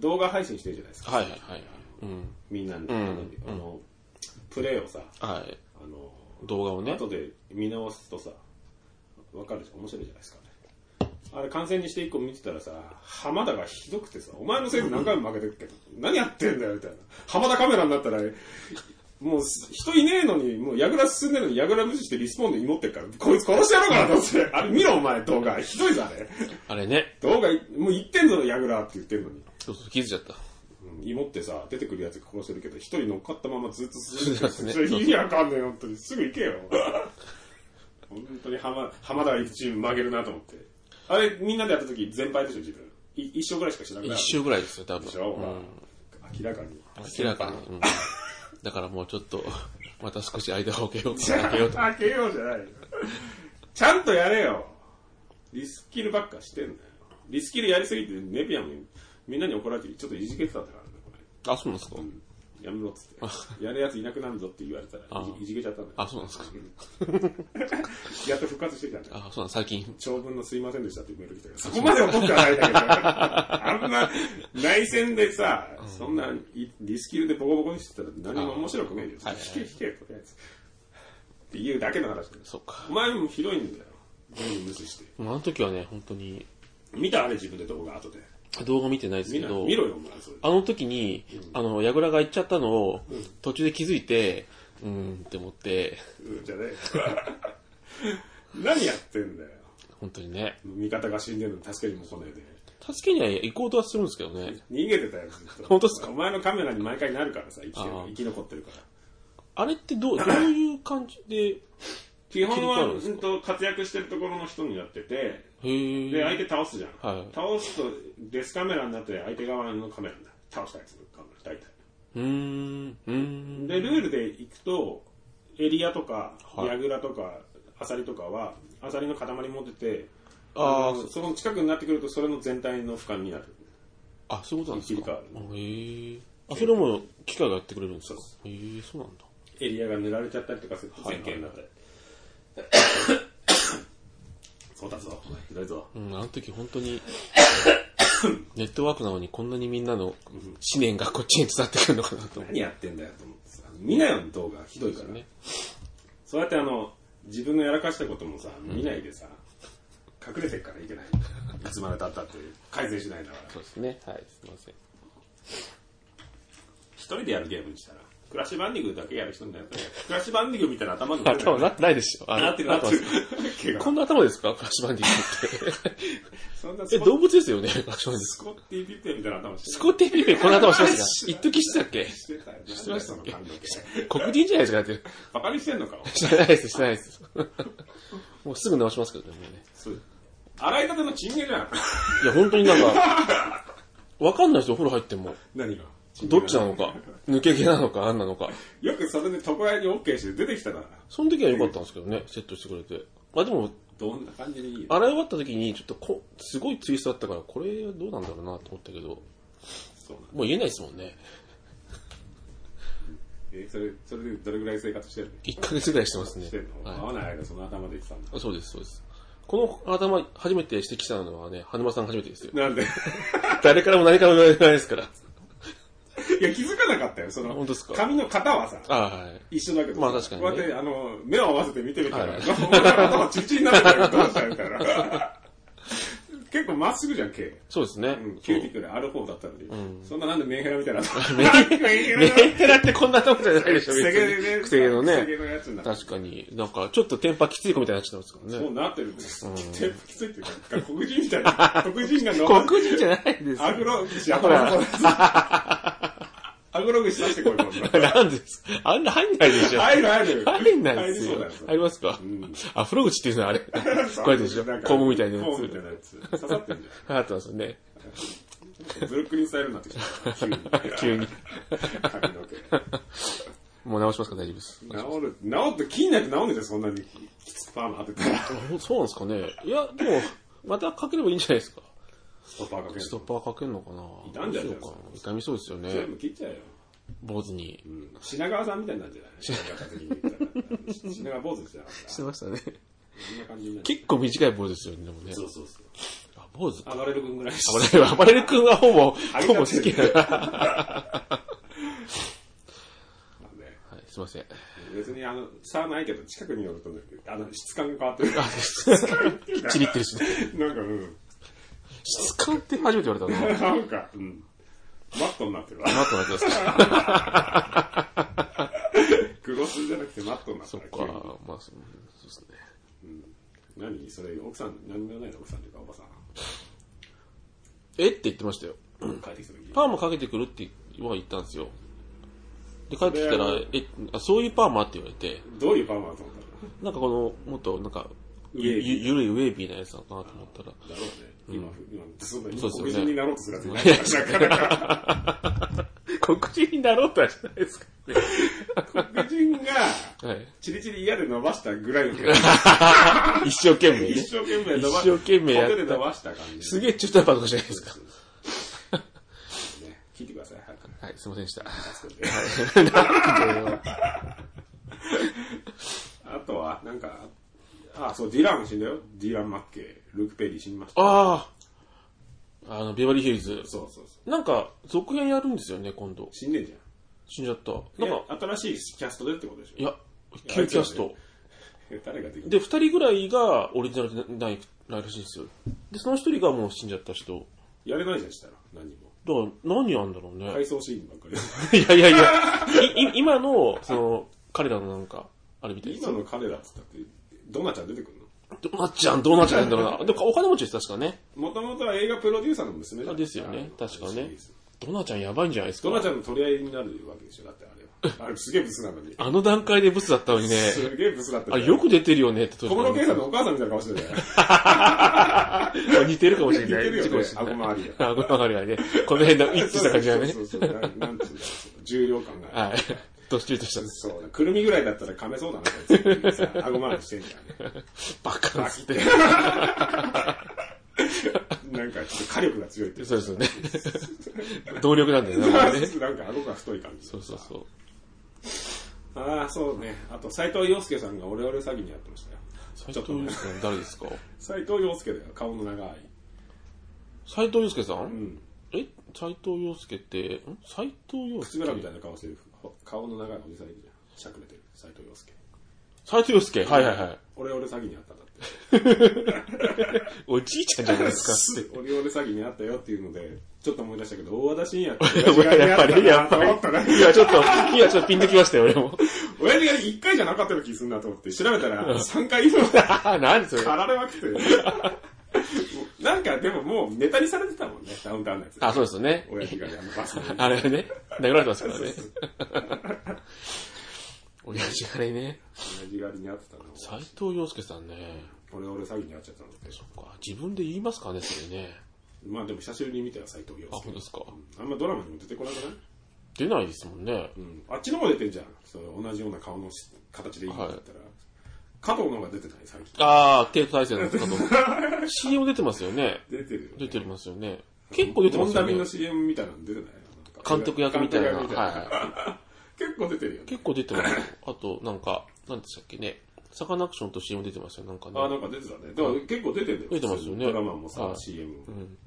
Speaker 1: 動画配信してるじゃないですか。
Speaker 2: はい、はい、はい、うん、
Speaker 1: みんなに、
Speaker 2: ん
Speaker 1: あの、プレイをさ、
Speaker 2: はい、
Speaker 1: あの、
Speaker 2: 動画をね、
Speaker 1: 後で見直すとさ、わかるじゃん、面白いじゃないですか、あれ。あれ、完成にして一個見てたらさ、浜田がひどくてさ、お前のせいで何回も負けてるけど、何やってんだよ、みたいな。浜田カメラになったら、もう人いねえのに、もう矢倉進んでるのに矢倉無視してリスポーンで祈ってるから、こいつ殺してやろうかなと思って、あれ見ろお前動画、ひどいぞあれ。
Speaker 2: あれね、
Speaker 1: 動画、もう言ってんぞ、矢倉って言ってんのに。
Speaker 2: そうそう、気づいちゃった。
Speaker 1: うん、芋ってさ、出てくるやつ殺せるけど、一人乗っかったままずっと進んでる。
Speaker 2: そう
Speaker 1: そ
Speaker 2: ですね
Speaker 1: れ意味わかんねえよ、本当に。すぐ行けよ。本当に浜浜田一チーム曲げるなと思って。あれ、みんなでやった時全敗でしょ、自分。い一勝ぐらいしかしなくな
Speaker 2: 一
Speaker 1: る。
Speaker 2: 周ぐらいですよ、多
Speaker 1: で
Speaker 2: 分
Speaker 1: し。ょ、ほら明らかに。
Speaker 2: 明らかに。うん、だからもうちょっと、また少し間を空けよう
Speaker 1: じゃ
Speaker 2: か
Speaker 1: あ
Speaker 2: な、けよう と。
Speaker 1: 開けようじゃないよ。ちゃんとやれよ。リスキルばっかしてんだよ。リスキルやりすぎて、ネビアムにみんなに怒られて、ちょっといじけてたんだからね、これ。
Speaker 2: あ、そうなんですか、
Speaker 1: やめろっつって。やるやついなくなるぞって言われたら、いじいじけちゃったんだよ。
Speaker 2: あ、そうなんですか
Speaker 1: やっと復活してきたんだよ。
Speaker 2: あ、そうなん、最近。
Speaker 1: 長文のすいませんでしたってメール来たから、そこまで怒ってはないんだけど、あんな内戦でさ、そんなリスキルでボコボコにしてたら何も面白くないよ。
Speaker 2: はい
Speaker 1: 引け引け、とりあえず。っていうだけの話だよ
Speaker 2: そうか
Speaker 1: お。前もひどいんだよ。全部無視して。
Speaker 2: もうあの時はね、本当に、
Speaker 1: 見たあれ自分で動画後で。
Speaker 2: 動画見てないです
Speaker 1: 見
Speaker 2: け
Speaker 1: な
Speaker 2: ど、
Speaker 1: 見ろよ、お前それ。
Speaker 2: あの時に、あの、矢倉が行っちゃったのを、途中で気づいて、うーんって思って、
Speaker 1: うんじゃねえよ 何やってんだよ。
Speaker 2: 本当にね。
Speaker 1: 味方が死んでるのに助けにも来ないで。
Speaker 2: 助けには行こうとはするんですけどね。
Speaker 1: 逃げてたよ、ずっと。
Speaker 2: 本当っすか
Speaker 1: お前のカメラに毎回なるからさ、生きてる
Speaker 2: ああ
Speaker 1: 生き残ってるから。
Speaker 2: あれって どう、どういう感じで、へ
Speaker 1: 基本
Speaker 2: 切り替
Speaker 1: は、
Speaker 2: わるんです
Speaker 1: うんと、活躍してるところの人にやってて、で、相
Speaker 2: ー。
Speaker 1: 手倒すじゃん。
Speaker 2: はい
Speaker 1: 倒すと、デスカメラになって、相手側のカメラになる。倒したやつのカメラ、大体。
Speaker 2: うーん、うーん。
Speaker 1: で、ルールで行くと、エリアとか、
Speaker 2: はい
Speaker 1: ヤグラとか、アサリとかは、アサリの塊持ってて、
Speaker 2: あー
Speaker 1: あのその近くになってくると、それの全体の俯瞰になる。
Speaker 2: あ、そういうことなんです
Speaker 1: 切り替
Speaker 2: か
Speaker 1: わ。
Speaker 2: あ
Speaker 1: る
Speaker 2: へー。あ、それも機械がやってくれるんですかへー、そうなんだ。
Speaker 1: エリアが塗られちゃったりとかすると
Speaker 2: はい
Speaker 1: 前傾になったり。そうだぞ、お前ひどいぞ。
Speaker 2: うん、あの時本当に、 ネットワークなのにこんなにみんなの思念がこっちに伝わってくるのかなと思っ
Speaker 1: 何やってんだよと思ってさ、見なよ、動画、ひどいか
Speaker 2: て
Speaker 1: ら。
Speaker 2: ね。
Speaker 1: そうやってあの、自分のやらかしたこともさ、見ないでさ、隠れてっからいけない。いつまで経ったって改善しないんだから。
Speaker 2: そうですね。はい、すいません。
Speaker 1: 一人でやるゲームにしたら、クラッシュバンディングだけやる人になったら、クラッシュバンディングみたいな頭になるよ
Speaker 2: 頭なってないでしょ。あ
Speaker 1: なってるなってる。怪我
Speaker 2: こんな頭ですかフラッシュバンディって。
Speaker 1: そんな
Speaker 2: え、
Speaker 1: スコ
Speaker 2: 動物ですよねフラッシュバンディ
Speaker 1: スコッティ・ピッペみたいな頭して
Speaker 2: スコッティ・ピーペンこんな頭してました 一時してたっけ
Speaker 1: してたよ。し
Speaker 2: してましたっけ
Speaker 1: 感動
Speaker 2: 黒人じゃないですかだって。
Speaker 1: バカにしてんのか
Speaker 2: してないです、してないです。 もうすぐ直しますけどね、もうね。
Speaker 1: そう洗いたてのチンゲじゃん。
Speaker 2: いや、本当になんか、 わかんないですよ、お風呂入っても。
Speaker 1: 何が
Speaker 2: どっちなのか、抜け毛なのか、あんなのか。
Speaker 1: よくそれで床屋に OK して出てきたな。
Speaker 2: その時は良かったんですけどね、セットしてくれて。まあでも、
Speaker 1: どんな感じでいいよ。
Speaker 2: 洗い終わった時に、ちょっとこ、すごいツイストあったから、これどうなんだろうなと思ったけど、
Speaker 1: そうなんだ
Speaker 2: もう言えないですもんね。
Speaker 1: え、それ、それでどれぐらい生活してる
Speaker 2: 1ヶ月ぐらいしてます
Speaker 1: の
Speaker 2: ね
Speaker 1: してる。の合
Speaker 2: は
Speaker 1: わない間その頭で言ってたんだ。
Speaker 2: い。そうです、そうです。この頭、初めて指摘したのはね、羽沼さん初めてですよ。
Speaker 1: なんで
Speaker 2: 誰からも何からも言われてないですから。
Speaker 1: いや、気づかなかったよ。その、
Speaker 2: 本当ですか
Speaker 1: 髪の型はさ、
Speaker 2: あはい。
Speaker 1: 一緒だけど。
Speaker 2: まあ確かにね
Speaker 1: こうやって、あの、目を合わせて見てみたら、
Speaker 2: はい
Speaker 1: 俺の頭チリチリになってたよ。どうしたみたいな。結構まっすぐじゃん、毛。
Speaker 2: そうですね。
Speaker 1: うん、キ
Speaker 2: そう
Speaker 1: ューティクルある方だったのに。
Speaker 2: ん
Speaker 1: そんななんでメンヘラみたいな。
Speaker 2: メン メンヘラってこんなとこじゃない でしょ、
Speaker 1: 癖毛でね。
Speaker 2: くせ毛のね
Speaker 1: 癖。毛のやつになって
Speaker 2: 確かに、なんか、ちょっとテンパきつい子みたいになっちゃってますか
Speaker 1: も
Speaker 2: らね。
Speaker 1: うなってるんです。テープきついっていうか、黒人みたいな。黒人がの、
Speaker 2: 黒人じゃないです
Speaker 1: ア
Speaker 2: よ。
Speaker 1: グロ口、ア
Speaker 2: ほ
Speaker 1: グロ
Speaker 2: ら
Speaker 1: 口。アグロ口出してこい、もんな
Speaker 2: なんですあんな入んないでしょ。
Speaker 1: 入る入る。
Speaker 2: 入んないです
Speaker 1: 入り
Speaker 2: よ
Speaker 1: そう。だ
Speaker 2: 入り
Speaker 1: よ。
Speaker 2: ますか
Speaker 1: ん
Speaker 2: あ、風呂口っていうのはあれ。こうやってでしょ。
Speaker 1: なんか
Speaker 2: 肛門みたいなや
Speaker 1: 肛門みたい
Speaker 2: つ。
Speaker 1: なやつ。刺さってんじ
Speaker 2: 流行ってますよね。。
Speaker 1: ゃん。ブルックリンスタイルになってきた。急に
Speaker 2: 急に。
Speaker 1: 髪の毛。
Speaker 2: もう直しますから大丈夫です。
Speaker 1: 治る。治って、気になって治んねえじゃん、そんなに。きつくパーマ当てたら。
Speaker 2: あそうなんですかね。いや、でも、またかければいいんじゃないですか。
Speaker 1: ストッパーかける
Speaker 2: ストッパーかけるのかな
Speaker 1: 痛んじゃう
Speaker 2: ど
Speaker 1: じゃ
Speaker 2: う
Speaker 1: ないですか
Speaker 2: しようかな痛みそうですよね
Speaker 1: 全。部切っちゃうよ。
Speaker 2: 坊主に。
Speaker 1: うん品川さんみたいになるんじゃない品川的に言った ら品川坊主じゃなかった
Speaker 2: してましたね。
Speaker 1: そんな感じになる。
Speaker 2: 結構短い坊主ですよね、でもね。
Speaker 1: そうそうそう。
Speaker 2: あ、坊主。
Speaker 1: 暴れる君ぐらいし
Speaker 2: 暴れる、暴れる君はほぼ、
Speaker 1: あげ
Speaker 2: ほ
Speaker 1: ち
Speaker 2: ぼ
Speaker 1: ゃ
Speaker 2: 好
Speaker 1: ってる
Speaker 2: きな。 は
Speaker 1: まあね
Speaker 2: い、すいません。
Speaker 1: 別にあの、差はないけど、近くに寄るとね、あの、質感が変わってる。
Speaker 2: チリってるしね。
Speaker 1: なんか、うん。
Speaker 2: 質感って初めて言われたの。
Speaker 1: なんか、うん。マットになってるわ。
Speaker 2: マットになってますか
Speaker 1: グロスじゃなくてマットになって
Speaker 2: そっ
Speaker 1: る。
Speaker 2: か、まあ、そうそうですね。
Speaker 1: 何それ、奥さん、何もないの奥さんというか、おばさん。
Speaker 2: えって言ってましたよ。
Speaker 1: 帰ってきた時
Speaker 2: パーマかけてくるっては言ったんですよ。で、帰ってきた
Speaker 1: そ
Speaker 2: ら
Speaker 1: れ、
Speaker 2: え、あそういうパーマって言われて、
Speaker 1: どういうパーマだと思った
Speaker 2: なんかこの、もっと、なんか、
Speaker 1: ウェ
Speaker 2: ゆ
Speaker 1: ービー
Speaker 2: ゆるいウェービーなやつだなと思ったら、
Speaker 1: のだろうね。今、今、そんなに
Speaker 2: そうですよ
Speaker 1: 黒
Speaker 2: ね
Speaker 1: 人になろうとするやついないから、 だか
Speaker 2: 黒人になろうとはしないですか、
Speaker 1: ら黒人が、
Speaker 2: はい。
Speaker 1: チリチリ嫌で伸ばしたぐらいの毛
Speaker 2: 一生懸命
Speaker 1: 一
Speaker 2: ね。
Speaker 1: 生懸命伸ば
Speaker 2: 一生懸命やった
Speaker 1: 手で伸ばした感じ。
Speaker 2: すげえ中途半端なとこじゃないですか。
Speaker 1: ね聞いてください、早く。
Speaker 2: はい、すいませんで した。
Speaker 1: あとは、なんか、あ、そう、ディラン死んだよ。ディラン・マッケー。ルーク・ペリー死にました。
Speaker 2: ああ、あの、ビバリーヒルズ。
Speaker 1: そうそうそう。
Speaker 2: なんか、続編やるんですよね、今度。
Speaker 1: 死んでんじゃ
Speaker 2: 死んじゃった。
Speaker 1: ん。
Speaker 2: なんか、
Speaker 1: いや新しいキャストでってことでしょ
Speaker 2: いや、旧キャスト。
Speaker 1: 誰ができる
Speaker 2: で、二人ぐらいがオリジナルじゃないらしいんですよ。で、その一人がもう死んじゃった人。
Speaker 1: やれないじゃん、したら。何も。
Speaker 2: だから、何やんだろうね。
Speaker 1: 回想シーンばっかり。
Speaker 2: い、やいやいや、いい今の、その、彼らのなんか、あれみたいです
Speaker 1: 今。の彼らっつったって、どんなちゃん出てくるの
Speaker 2: どうなっちゃうんどうなっちゃうんだろうな。でも、お金持ちです、確かね。
Speaker 1: もともとは映画プロデューサーの娘だ
Speaker 2: あですよね確かね。
Speaker 1: シリーズ
Speaker 2: ドナちゃんやばいんじゃないですか
Speaker 1: ド。ナちゃんの取り合いになるわけでしょ、だってあれは。あれすげえブスなのに。
Speaker 2: あの段階でブスだったのにね、
Speaker 1: すげえブスだったじゃん。
Speaker 2: あ、よく出てるよねって当時
Speaker 1: 小
Speaker 2: 思い
Speaker 1: 室
Speaker 2: ま
Speaker 1: 圭
Speaker 2: した
Speaker 1: さんのお母さんみたいな顔してたよね。
Speaker 2: 似てるかもしれない。
Speaker 1: 似てるよね
Speaker 2: 事故しない
Speaker 1: 顎周り
Speaker 2: 顎周りがね。この辺の一致した感じがね
Speaker 1: そ。うそうそうそうな なんつうんだろうその重量感が。
Speaker 2: はい。どっしりとしたんです。
Speaker 1: そうだ。くるみぐらいだったら噛めそうだな、こいつさ顎回りしてんじゃんね。
Speaker 2: バカンスって。
Speaker 1: なんかちょっと火力が強いっていうか。
Speaker 2: そうですよね。動力なんだよねなんかね。
Speaker 1: なんか顎が太い感じ。
Speaker 2: そうそうそう。
Speaker 1: ああ、そうね。あと、斎藤洋介さんがオレオレ詐欺にやってましたよ。
Speaker 2: 斎
Speaker 1: ちょっと
Speaker 2: 藤
Speaker 1: ね
Speaker 2: 祐介さん誰ですか
Speaker 1: 斎藤洋介だよ、顔の長い。
Speaker 2: 斎藤祐介さ
Speaker 1: うんん。
Speaker 2: え斎藤祐介って、ん斎藤祐
Speaker 1: 靴べらみた
Speaker 2: 介
Speaker 1: いな顔してる。ほ顔の長いおじさんいるじゃん。しゃくれてる。斎藤洋介。
Speaker 2: 斎藤祐介はいはいはい。
Speaker 1: オレオレ詐欺にあったんだって。
Speaker 2: おじいちゃんじゃないですかって。
Speaker 1: オレオレ詐欺にあったよっていうので、ちょっと思い出したけど、大和田信也って
Speaker 2: やっぱり、やっぱり、や
Speaker 1: 親父がや
Speaker 2: っ
Speaker 1: ったなと思
Speaker 2: ぱ
Speaker 1: った
Speaker 2: り。
Speaker 1: ね
Speaker 2: いや、ちょっと、いや、ちょっとピンときましたよ、俺も。
Speaker 1: 親父が一回じゃなかったような気するなと思って、調べたら3回以上
Speaker 2: あー何それ。
Speaker 1: 駆られまくって。なんかでももうネタにされてたもんね、ダウンタウンのやつ。
Speaker 2: あ、そうですよね。
Speaker 1: 親父がね、あのバスの
Speaker 2: あれね、殴られてます からね。親父あれね、
Speaker 1: 親父狩りにあってたの。
Speaker 2: 斎藤洋介さんね、
Speaker 1: オレオレ詐欺にあっちゃったのって。
Speaker 2: そっか、自分で言いますかね、それね。
Speaker 1: まあでも久しぶりに見たよ、斎藤洋
Speaker 2: あ、
Speaker 1: 介
Speaker 2: 本当。ですか。
Speaker 1: あんまドラマにも出てこなくない
Speaker 2: 出ないですもんね。
Speaker 1: うん。あっちの方出てんじゃん。その同じような顔のし形でいいんだったら。加藤の方が出てない、最近。
Speaker 2: あー、テープ体制のやつかと思っ た CM 出てますよね。
Speaker 1: 出てるよね。
Speaker 2: 出てますよね。結構出てますよ
Speaker 1: モンダミ
Speaker 2: ね
Speaker 1: の。CM みたいなの出てない
Speaker 2: 監督役みたいな。
Speaker 1: 監
Speaker 2: は
Speaker 1: 督役み
Speaker 2: い
Speaker 1: たいな
Speaker 2: は
Speaker 1: 結構出てるよ
Speaker 2: い。
Speaker 1: ね。
Speaker 2: 結構出てますよ。あと、なんか、なんでしたっけね。サカナクションと CM 出てましたよ、なんかね。
Speaker 1: ああ、なんか出てたね。だから結構出てんだよ。
Speaker 2: 出てますよね
Speaker 1: ドラマもさ、
Speaker 2: はい
Speaker 1: CM も
Speaker 2: うん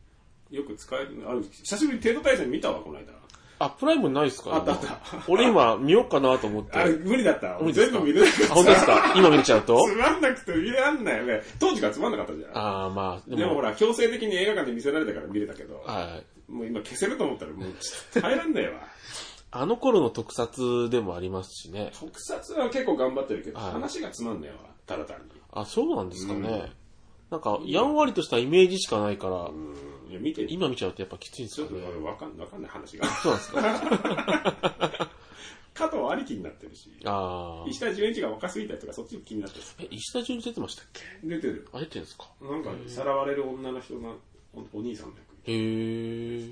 Speaker 1: よく使える。ある、久しぶりにテロ対戦見たわ、この間。
Speaker 2: あ、プライムないっすか
Speaker 1: あったあった。
Speaker 2: 俺今見ようかなと思って。
Speaker 1: あれ、
Speaker 2: あ、
Speaker 1: 無理だった。
Speaker 2: 無理です
Speaker 1: 全
Speaker 2: か
Speaker 1: 部見れなか
Speaker 2: 本当
Speaker 1: っ
Speaker 2: ですか今見ちゃう
Speaker 1: た。
Speaker 2: と
Speaker 1: つまんなくて見らんないよね。当時からつまんなかったじゃん。
Speaker 2: ああ、まあ、
Speaker 1: でもほら、強制的に映画館で見せられたから見れたけど、
Speaker 2: はい。
Speaker 1: もう今消せると思ったらもうちょっと耐えらんねえわ。
Speaker 2: あの頃の特撮でもありますしね。
Speaker 1: 特撮は結構頑張ってるけど、
Speaker 2: はい
Speaker 1: 話がつまんねえわ、ただ単に。
Speaker 2: あ、そうなんですかね。
Speaker 1: うん
Speaker 2: なんか、やんわりとしたイメージしかないから、
Speaker 1: うん。いや、見てみ
Speaker 2: 今見ちゃうとやっぱきついんです
Speaker 1: ちょ
Speaker 2: よ
Speaker 1: っと
Speaker 2: ね
Speaker 1: こ。れわかん、わかんない話が。
Speaker 2: そうなんですか。
Speaker 1: 加藤ありきになってるし、
Speaker 2: ああ。
Speaker 1: 石田純一が若すぎたりとか、そっち気になってる。
Speaker 2: え、石田純一出てましたっけ
Speaker 1: 出てる。
Speaker 2: あ、出てるんですか
Speaker 1: なんかね、さらわれる女の人が、おお兄さんの役
Speaker 2: へえ。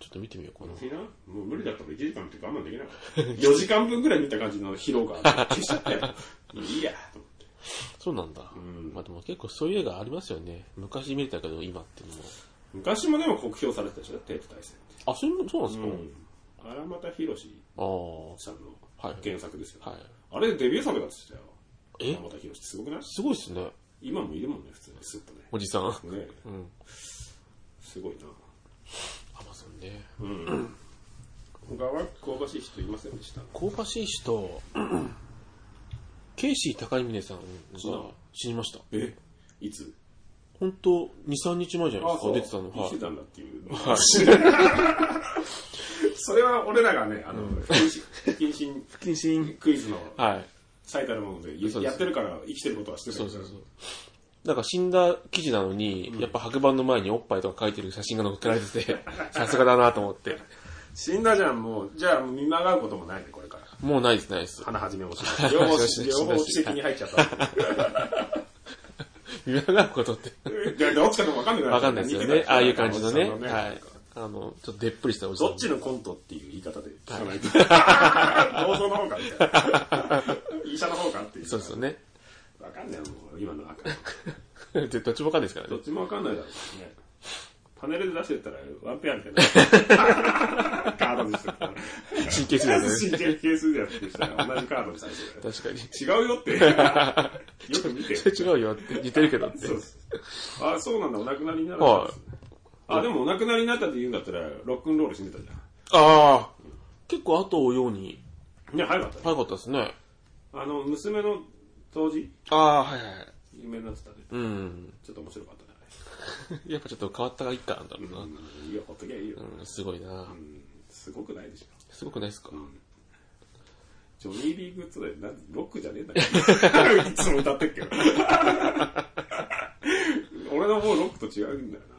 Speaker 2: ちょっと見てみようかな。
Speaker 1: に。な、もう無理だったら1時間見て我慢できなか った。4時間分くらい見た感じの疲労感消しちゃったよ。もういいや、と思って。
Speaker 2: そうなんだ。
Speaker 1: ん
Speaker 2: まあでも結構そういう映画ありますよね。昔見れたけど今っていうのも。
Speaker 1: 昔もでも酷評されてたでしょ、テープ対戦って。
Speaker 2: あ、そういうのそうなんです
Speaker 1: う
Speaker 2: か、
Speaker 1: ん。荒俣博士さんの原作ですよ。
Speaker 2: ああ。はい。
Speaker 1: あれデビュー作だっつってたよ。
Speaker 2: え
Speaker 1: 荒俣博士ってすごくない
Speaker 2: すごいっすね。
Speaker 1: 今もいるもんね、普通に、スッとね。
Speaker 2: おじさん。ア
Speaker 1: ね
Speaker 2: ん
Speaker 1: すごいな。
Speaker 2: マゾンね。
Speaker 1: うん。他は香ばしい人いませんでした。
Speaker 2: 香ばしい人、ケイシー高峰さんが
Speaker 1: 死んだの
Speaker 2: 死にました。
Speaker 1: えいつ
Speaker 2: 本当二2、3日前じゃないですか、出てたの。
Speaker 1: 生
Speaker 2: は
Speaker 1: きて
Speaker 2: い。
Speaker 1: たんだっていうの。 それは俺らがね、あの、不謹慎不謹慎
Speaker 2: 不謹慎。
Speaker 1: クイズの
Speaker 2: はい。
Speaker 1: 最たるもので、
Speaker 2: そうです
Speaker 1: やってるから生きてることはしてる
Speaker 2: そうそうそう。なんか死んだ記事なのに、やっぱ白板の前におっぱいとか書いてる写真が載っけられて て、さすがだなと思って。
Speaker 1: 死んだじゃん、もう。じゃあ、見まがうこともないね、これから。
Speaker 2: もうないです、ないです。
Speaker 1: 花始めもしない。 両方、
Speaker 2: 死んだ し
Speaker 1: 両方、奇跡に入っちゃった。
Speaker 2: 見習うことって。
Speaker 1: でどっちかでもわかんない
Speaker 2: わかんないですよね。 ああいう感じのね。はい。
Speaker 1: い。
Speaker 2: あの、ちょっとでっぷりしたおじさん。
Speaker 1: どっちのコントっていう言い方で聞かないと。 同窓の方かみたい な。医者の方かっていう。
Speaker 2: そうですよね。
Speaker 1: わかんないよ、もう今の赤。
Speaker 2: でどっちもわかんないですから
Speaker 1: ど
Speaker 2: ね
Speaker 1: っ。ちもわかんないだろうしね。パネルで出してったら、ワンペアみたいな。カードにしてたら。
Speaker 2: 神経質だよね。
Speaker 1: 真 剣係数でやってきたら同じカードにされてる。
Speaker 2: 確かに。
Speaker 1: 違うよって。よく見て。
Speaker 2: それ違うよって。似てるけどって
Speaker 1: そ。うそうあ、そうなんだ、お亡くなりになられたん
Speaker 2: は
Speaker 1: ですねあ、でもお亡くなりになったって言うんだったら、ロックンロール死んでたじゃ
Speaker 2: い。ああ。結構後を追うように、
Speaker 1: ん。いや、早かったね。
Speaker 2: 早かったですね。
Speaker 1: あの、娘の当時、
Speaker 2: ああ、はいはい。
Speaker 1: 有名になってたね。
Speaker 2: うん。
Speaker 1: ちょっと面白かったね。
Speaker 2: やっぱちょっと変わったがいいかなんだろうな。
Speaker 1: うん、いや、ほっときゃいいよ。
Speaker 2: うん、すごいな
Speaker 1: う。ん、すごくないでしょ。
Speaker 2: すごくないですか
Speaker 1: ジョニー・ビー・グッズで、なんロックじゃねえんだ よ。いつも歌ってっけど。俺のもうロックと違うんだよな。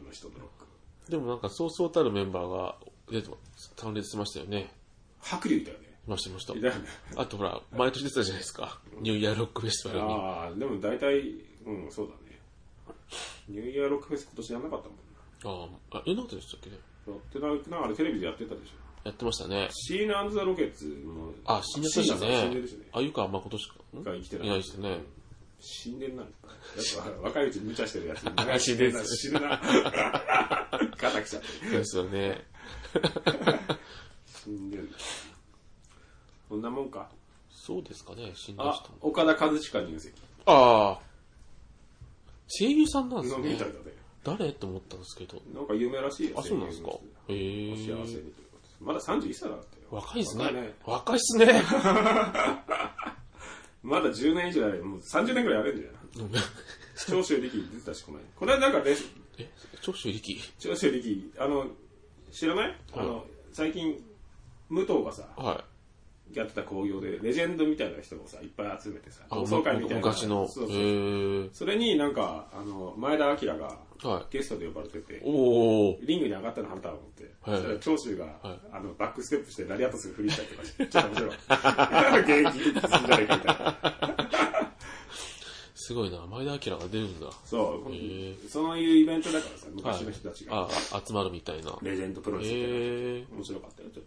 Speaker 1: あの人のロック。
Speaker 2: でもなんかそうそうたるメンバーが出てます、参列しましたよね。
Speaker 1: 白龍いたよね。
Speaker 2: いました、いました
Speaker 1: い。たよね。
Speaker 2: あとほら、毎年出てたじゃないですか。ニューイヤーロックフェスティバルに。
Speaker 1: ああ、でも大体、うん、そうだね。ニューイヤーロックフェス今年やんなかったもん
Speaker 2: ああ、え、なんでしたっけね
Speaker 1: な。やってなくなあれテレビでやってたでしょ。
Speaker 2: やってましたね。
Speaker 1: シーナーズ・ザ・ロケッツも。
Speaker 2: あ、死んでました
Speaker 1: シーナさん死んでるし
Speaker 2: ね
Speaker 1: ね。。
Speaker 2: あ、ゆか、まことしか。ん
Speaker 1: が生きてない
Speaker 2: いないですね。
Speaker 1: 死んでんな。やっぱ若いうちに無茶してるや つ。
Speaker 2: あ死んでんす
Speaker 1: 死ぬ な。ガタ来ちゃって。
Speaker 2: そうですよね。
Speaker 1: 死んでる。こんなもんか。
Speaker 2: そうですかね、死んだ
Speaker 1: あ
Speaker 2: 人も、。
Speaker 1: 岡田和親入籍。
Speaker 2: ああ。声優さんなんです
Speaker 1: のみたいだ
Speaker 2: ね
Speaker 1: ね。。
Speaker 2: 誰って思ったんですけど。
Speaker 1: なんか有名らしいよ。
Speaker 2: あ、そうなんですか
Speaker 1: 声。
Speaker 2: へ
Speaker 1: 優の人お幸せ
Speaker 2: え。
Speaker 1: にということです。まだ31歳だったよ。
Speaker 2: 若いです
Speaker 1: 若い
Speaker 2: ね。若いっすね。
Speaker 1: まだ10年以上やれもう30年ぐらいやれんじゃん。長州力出てたし、この間。これなんかね、
Speaker 2: え、長州力。
Speaker 1: 長州力、あの、知らないあの、最近、武藤がさ、
Speaker 2: は
Speaker 1: やってた興行で、レジェンドみたいな人をさ、いっぱい集めてさ、
Speaker 2: い。あ、
Speaker 1: 同窓会みたいな。
Speaker 2: 昔の。
Speaker 1: そうそう。
Speaker 2: へえ。
Speaker 1: それになんか、あの、前田明が
Speaker 2: は
Speaker 1: ゲストで呼ばれてて
Speaker 2: い。、おお。
Speaker 1: リングに上がったのハンターを持って、
Speaker 2: はい
Speaker 1: そしたら長州が、
Speaker 2: はい
Speaker 1: あの、バックステップしてラリアットするふりしたりとかして、ちょっと面白い。 現役すんじゃないかみたいな。
Speaker 2: すごいな。前田明が出るんだ。
Speaker 1: そう、
Speaker 2: へ
Speaker 1: そういうイベントだからさ、
Speaker 2: は
Speaker 1: 昔の人たち
Speaker 2: い。
Speaker 1: が、
Speaker 2: あ、集まるみたいな。
Speaker 1: レジェンドプロレスみたいな。
Speaker 2: へえ。
Speaker 1: 面白かったよ、ちょっ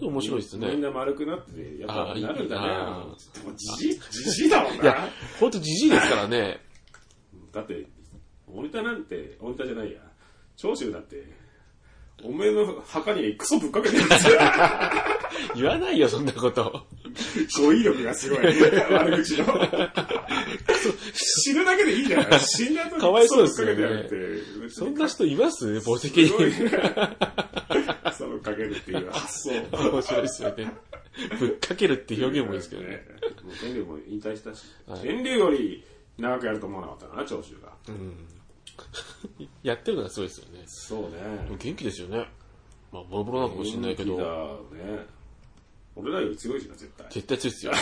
Speaker 1: と。
Speaker 2: 面白いです
Speaker 1: みん
Speaker 2: ね。
Speaker 1: な丸くなってて、やっぱ
Speaker 2: あー
Speaker 1: なるんだ
Speaker 2: いい
Speaker 1: ね
Speaker 2: な。
Speaker 1: でも、じじ、じじいだもん
Speaker 2: いや
Speaker 1: な。、
Speaker 2: ほんとじじいですからね。
Speaker 1: だって、モニターなんて、モニターじゃないや。長州だって、おめえの墓にクソぶっかけてるんですよ。
Speaker 2: 言わないよ、そんなこと。
Speaker 1: 語彙力がすご い。悪口の。死ぬだけでいいじゃない死んだ後に
Speaker 2: かわいそうですよね
Speaker 1: クソぶっかけてやるって。
Speaker 2: そんな人います墓 石
Speaker 1: すごい
Speaker 2: に。
Speaker 1: ね。クソぶっかけるっていう発想。
Speaker 2: 面白いですよね。ぶっかけるって表現もいいですけどね。。
Speaker 1: もう天竜も引退したし
Speaker 2: はい。
Speaker 1: 天竜より長くやると思わなかったな、長州が。
Speaker 2: やってるのがすごいですよね。
Speaker 1: そうね。
Speaker 2: 元気ですよね。まあ、ボロボロなのかもしれないけ
Speaker 1: 元気
Speaker 2: ど、
Speaker 1: だね。俺らより強いしな、絶対。
Speaker 2: 絶対強いですよ。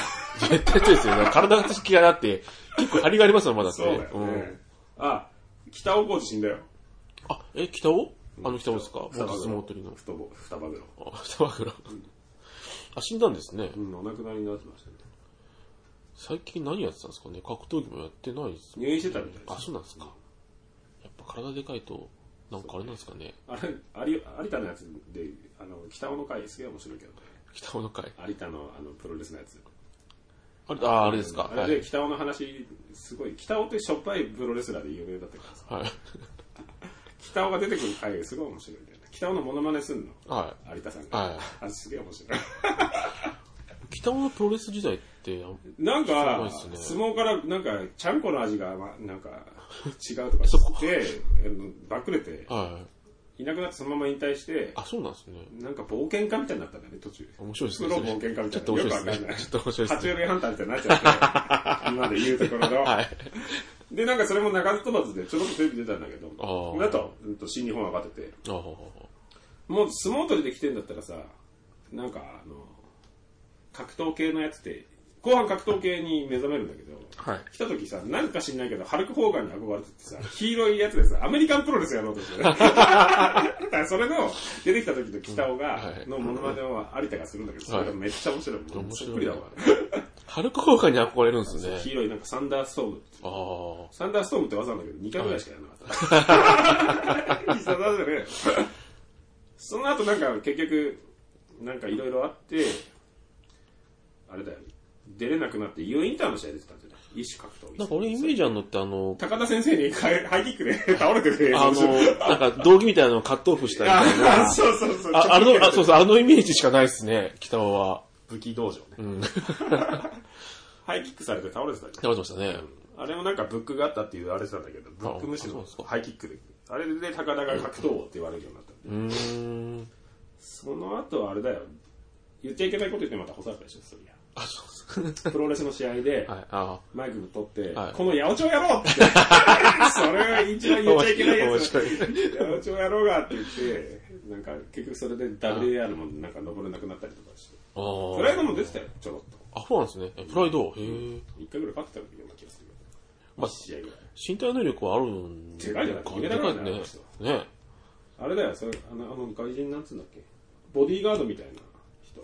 Speaker 2: 絶対強いですよ。体がきがだって、結構張りがありますよ、まだって。
Speaker 1: そうだよ
Speaker 2: ん
Speaker 1: ね。あ、北大河内死んだよ。
Speaker 2: あ、え、北尾あの北尾ですか
Speaker 1: 双
Speaker 2: 僕
Speaker 1: 葉
Speaker 2: 相撲取りの。
Speaker 1: 太ぼ双葉黒。
Speaker 2: あ、北マグロ。あ、死んだんですね
Speaker 1: う。ん、お亡くなりになってましたね。
Speaker 2: 最近何やってたんですかね格闘技もやってないです
Speaker 1: 入院してたみたいです
Speaker 2: あ、そうなんですか。やっぱ体でかいと、なんかあれなんですかね。
Speaker 1: あれ、有有田のやつで、あの、北尾の回すげえ面白いけどね。
Speaker 2: 北尾の会。
Speaker 1: 有田のあの、プロレスのやつ。
Speaker 2: あれ、あ、あれですか。
Speaker 1: あ
Speaker 2: は
Speaker 1: れ
Speaker 2: い。
Speaker 1: で北尾の話、すごい、北尾ってしょっぱいプロレスラーで有名だったからさ、
Speaker 2: はい。
Speaker 1: 北尾が出てくる回がすごい面白いんだよね。北尾のモノマネすんの。
Speaker 2: は
Speaker 1: 有田さん
Speaker 2: い。
Speaker 1: が。
Speaker 2: はい。
Speaker 1: あれすげえ面白い。
Speaker 2: 北尾のプロレス時代って、
Speaker 1: なんか、
Speaker 2: すごいっす
Speaker 1: 相撲からなんか、ちゃんこの味が、ま、なんか、違うとか
Speaker 2: そこ
Speaker 1: して、あのバックれて、
Speaker 2: はい。
Speaker 1: いなくなってそのまま引退して、
Speaker 2: あ、そうなんですね。
Speaker 1: なんか冒険家みたいになったんだよね、途中。
Speaker 2: 面白いです
Speaker 1: プ
Speaker 2: ね。
Speaker 1: ロ
Speaker 2: そ
Speaker 1: 冒険家み
Speaker 2: ち
Speaker 1: た
Speaker 2: ょ
Speaker 1: い
Speaker 2: っ
Speaker 1: な。
Speaker 2: と面
Speaker 1: よくわか
Speaker 2: 白い
Speaker 1: んない
Speaker 2: ですね。ちょっと面白
Speaker 1: 爬
Speaker 2: いです
Speaker 1: 虫
Speaker 2: ね。
Speaker 1: 類ハンターみたいになっちゃって、今で言うところの。
Speaker 2: はい。
Speaker 1: で、なんかそれも鳴かず飛ばずでちょろっとテレビ出たんだけど、
Speaker 2: あー
Speaker 1: だと、うんと新日本上がってて、
Speaker 2: ああ、
Speaker 1: もう相撲取りで来てんだったらさ、なんかあの、格闘系のやつって、後半格闘系に目覚めるんだけど、
Speaker 2: はい。
Speaker 1: 来た時さ、なんか知んないけど、ハルク・ホーガンに憧れててさ、黄色いやつでさ、アメリカンプロレスやろうとしてる。だからそれの、出てきた時の北尾が、
Speaker 2: はい
Speaker 1: のモノマネを有田がするんだけど、それがめっちゃ面白い。もう
Speaker 2: 面
Speaker 1: そ
Speaker 2: 白い
Speaker 1: っくりだわ。
Speaker 2: ハルク効果に憧れる んですね。
Speaker 1: 黄色いなんかサンダーストームって
Speaker 2: ああ。
Speaker 1: サンダーストームって技なんだけど、2回ぐらいしかやらなかった。 必殺技でね。その後なんか結局、なんかいろいろあって、あれだよ、出れなくなって、U インターの試合出てたんじゃない一種格闘技。
Speaker 2: なんか俺イメージあるのって あの、
Speaker 1: 高田先生にハイハイキックで 倒れてて、
Speaker 2: あの、なんか道着みたいなのをカットオフしたみたいな。
Speaker 1: あそうそうそう。
Speaker 2: あ、あ
Speaker 1: ちょっと見て
Speaker 2: の、あ、そうそう、あのイメージしかないですね、北尾は。
Speaker 1: 武器道場ね。
Speaker 2: うん。
Speaker 1: ハイキックされて倒れてたじゃん。
Speaker 2: 倒れてましたね。
Speaker 1: あれもなんかブックがあったって言われてたんだけど、ブック無視
Speaker 2: そう
Speaker 1: の
Speaker 2: ですか
Speaker 1: ハイキックで。あれで高田が格闘王って言われるようになったんで。
Speaker 2: うーん。
Speaker 1: その後あれだよ。言っちゃいけないこと言ってまた干されたでしょ、そりゃ。
Speaker 2: あ、そうです
Speaker 1: プロレスの試合で
Speaker 2: か。、はい、あ
Speaker 1: マイク取って、
Speaker 2: はい
Speaker 1: この八百長や ろうって。それは一番言っちゃいけないやつだ。
Speaker 2: 面 白
Speaker 1: 八百長やろうがって言って、なんか結局それで WAR もなんか登れなくなったりとかして。
Speaker 2: あ。あ
Speaker 1: プライドも出てたよ、ちょろっと。
Speaker 2: あ。あ、そうなんですね。えプライド。へえ。
Speaker 1: 一回ぐらい勝ってたような気がする。
Speaker 2: まあ
Speaker 1: 一試合ぐらい。
Speaker 2: 身体能力はあるん
Speaker 1: でかいじゃない
Speaker 2: でかいね。
Speaker 1: でかい
Speaker 2: ね
Speaker 1: で。あれだよ、それ、あの、あの外人なんつうんだっけボディーガードみたいな人。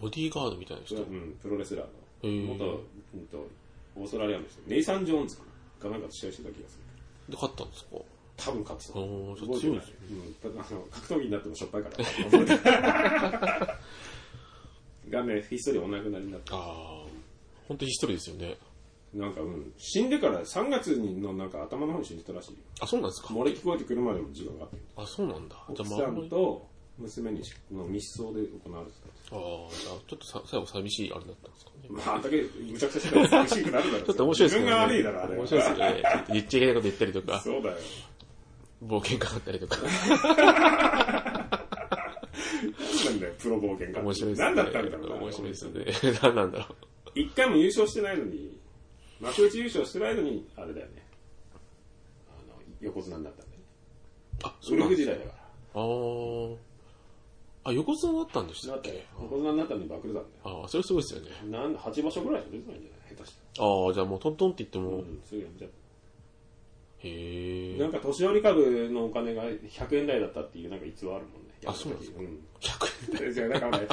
Speaker 2: ボディーガードみたいな人。
Speaker 1: うん、プロレスラー
Speaker 2: へえ
Speaker 1: の。元、うんと、オーストラリアの人。ネイサン・ジョーンズかながなんかと試合してた気がする。
Speaker 2: で、勝ったんですか
Speaker 1: 多分勝つと思
Speaker 2: お
Speaker 1: う。
Speaker 2: ー強いですね
Speaker 1: うん、あの格闘技になってもしょっぱいから。 がね、ひっそりお亡くなりになった。
Speaker 2: ああ。本当に一人ですよね。
Speaker 1: なんか、うん、死んでから3月のなんか頭の方に死んでたらしいよ。
Speaker 2: あ、そうなんですか
Speaker 1: 漏れ聞こえてくるまでも時間があって。
Speaker 2: あ、そうなんだ。
Speaker 1: 奥
Speaker 2: じゃあ、まあ、
Speaker 1: さ
Speaker 2: あんまり
Speaker 1: んと娘にしの密葬で行われてた。
Speaker 2: ああ、じゃあ、ちょっとさ最後寂しいあれだったんですかね。
Speaker 1: まあ、あんだけむちゃくちゃしてたら寂しくなるだろう。
Speaker 2: ちょっと面白いで
Speaker 1: 自
Speaker 2: すけどね。
Speaker 1: 分が悪いだろ、あれは。
Speaker 2: 面白いですよね。ちょっと言っちゃいけないこと言ったりとか、
Speaker 1: そうだよ。
Speaker 2: 冒険家だったりとか。
Speaker 1: なんだよ、プロ冒険家って。
Speaker 2: 面白いです ね。
Speaker 1: 何だったんだろうな。
Speaker 2: 面白いですよね。何なんだろ
Speaker 1: 一回も優勝してないのに、幕内優勝してないのに、あれだよね。あの、横綱になったんだよね。
Speaker 2: う。あ、そ
Speaker 1: 武
Speaker 2: うなん
Speaker 1: 力
Speaker 2: です
Speaker 1: 時代だから。
Speaker 2: あーあ、横綱だったんでした
Speaker 1: な
Speaker 2: っ
Speaker 1: ったよ
Speaker 2: け。
Speaker 1: 横綱になったのに幕内だんだよ。
Speaker 2: ああ、それすごいですよね。
Speaker 1: なんだ、8場所ぐらいしか出てないんじゃない下手した
Speaker 2: ああ、じゃあもうトントンって言っても、
Speaker 1: ら。うん、すぐやめちゃった。
Speaker 2: へ
Speaker 1: な
Speaker 2: え
Speaker 1: ん。か、年寄り株のお金が100円台だったっていう、なんか逸話あるもんね。
Speaker 2: あそうなんですか
Speaker 1: うん。
Speaker 2: 100
Speaker 1: じゃあだからね、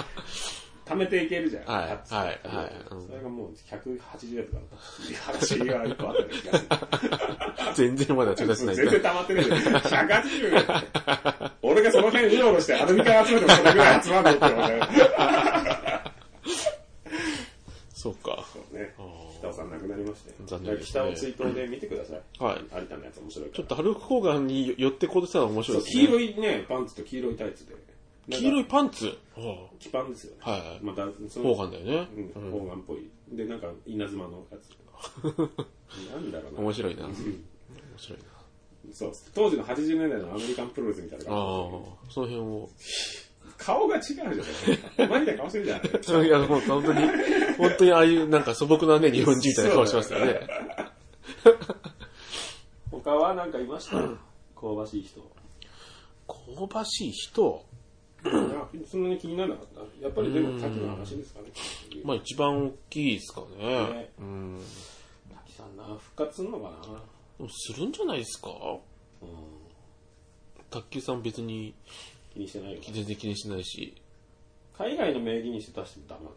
Speaker 1: 貯めていけるじゃん。
Speaker 2: はい
Speaker 1: かつて
Speaker 2: はいはいうん
Speaker 1: それがもう180円とかだったっていう話が一個あったような気がする。
Speaker 2: 全然まだ手出せない
Speaker 1: 全
Speaker 2: です
Speaker 1: 然
Speaker 2: ね。
Speaker 1: 溜まってねえよ。180円だよ。俺がその辺うろうろして、アルミ缶集めてもそれぐらい集まんのって思うね
Speaker 2: そうか。
Speaker 1: そうね
Speaker 2: あ。
Speaker 1: 北尾さん亡くなりましたよ。
Speaker 2: 残念ですね
Speaker 1: 北尾追悼で見てください。
Speaker 2: はい
Speaker 1: 有田のやつ面白いから。
Speaker 2: ちょっと、ハルク交換に寄ってこうとしたら面
Speaker 1: そ、
Speaker 2: 白いうですね。
Speaker 1: 黄色いね、パンツと黄色いタイツで。
Speaker 2: 黄色
Speaker 1: い
Speaker 2: いパンツ。は
Speaker 1: 黄パンですよね。
Speaker 2: いはい。
Speaker 1: また、そ
Speaker 2: 交
Speaker 1: の、
Speaker 2: 換だよね。
Speaker 1: うん、方眼っぽい。で、なんか、稲妻のやつ。 なんだろうな。
Speaker 2: 面白いな。面白いな。
Speaker 1: そう、当時の80年代のアメリカンプロレスみたいな
Speaker 2: ああ
Speaker 1: 感、
Speaker 2: その辺を。
Speaker 1: じ。顔が違うじゃないマジで顔してるじゃない
Speaker 2: いや、もう本当に、本当にああいうなんか素朴なね、日本人みたいな顔してました
Speaker 1: そう
Speaker 2: ね
Speaker 1: だ。他はなんかいました香ばしい人。
Speaker 2: 香ばしい人。
Speaker 1: そんなに気にならなかった。やっぱりでも滝の話ですかね。
Speaker 2: まあ一番大きいですかね
Speaker 1: ね。
Speaker 2: うん。で
Speaker 1: 滝さんな、復活すんのかな
Speaker 2: もするんじゃないですか
Speaker 1: うん。
Speaker 2: 卓球さん別に
Speaker 1: 気にしてないよ。
Speaker 2: 全然気にしないし。
Speaker 1: 海外の名義にして出してもダメなの。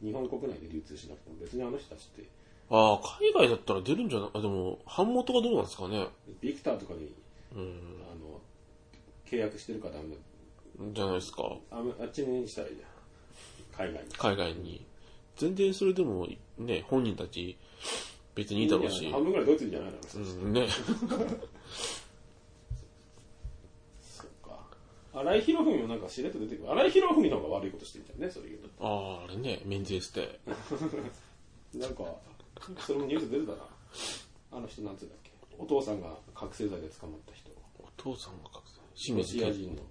Speaker 1: 日本国内で流通しなくても別にあの人たちって、
Speaker 2: ああ、海外だったら出るんじゃないあ、でも、版元がどうなんですかね。
Speaker 1: ビクターとかに、
Speaker 2: うん。
Speaker 1: あの、契約してるからダメだ
Speaker 2: じゃないですか。
Speaker 1: ああっちにしたらいいじゃん。海外に。
Speaker 2: 海外に。全然それでも、ね、本人たち別にいいだろうし。
Speaker 1: 半分ぐらいドイツ人じゃないの
Speaker 2: うん、ね。
Speaker 1: そっか。荒井博文もなんかしれっと出てくる。荒井博文の方が悪いことしてるじゃんね、それ言う
Speaker 2: ああ、あれね、メンズエステ。
Speaker 1: と。なんか、それもニュース出てたな。あの人なんつうんだっけ。お父さんが覚醒剤で捕まった人。
Speaker 2: お父さんが覚醒。清
Speaker 1: ロ
Speaker 2: 水
Speaker 1: シア
Speaker 2: 健。
Speaker 1: 人の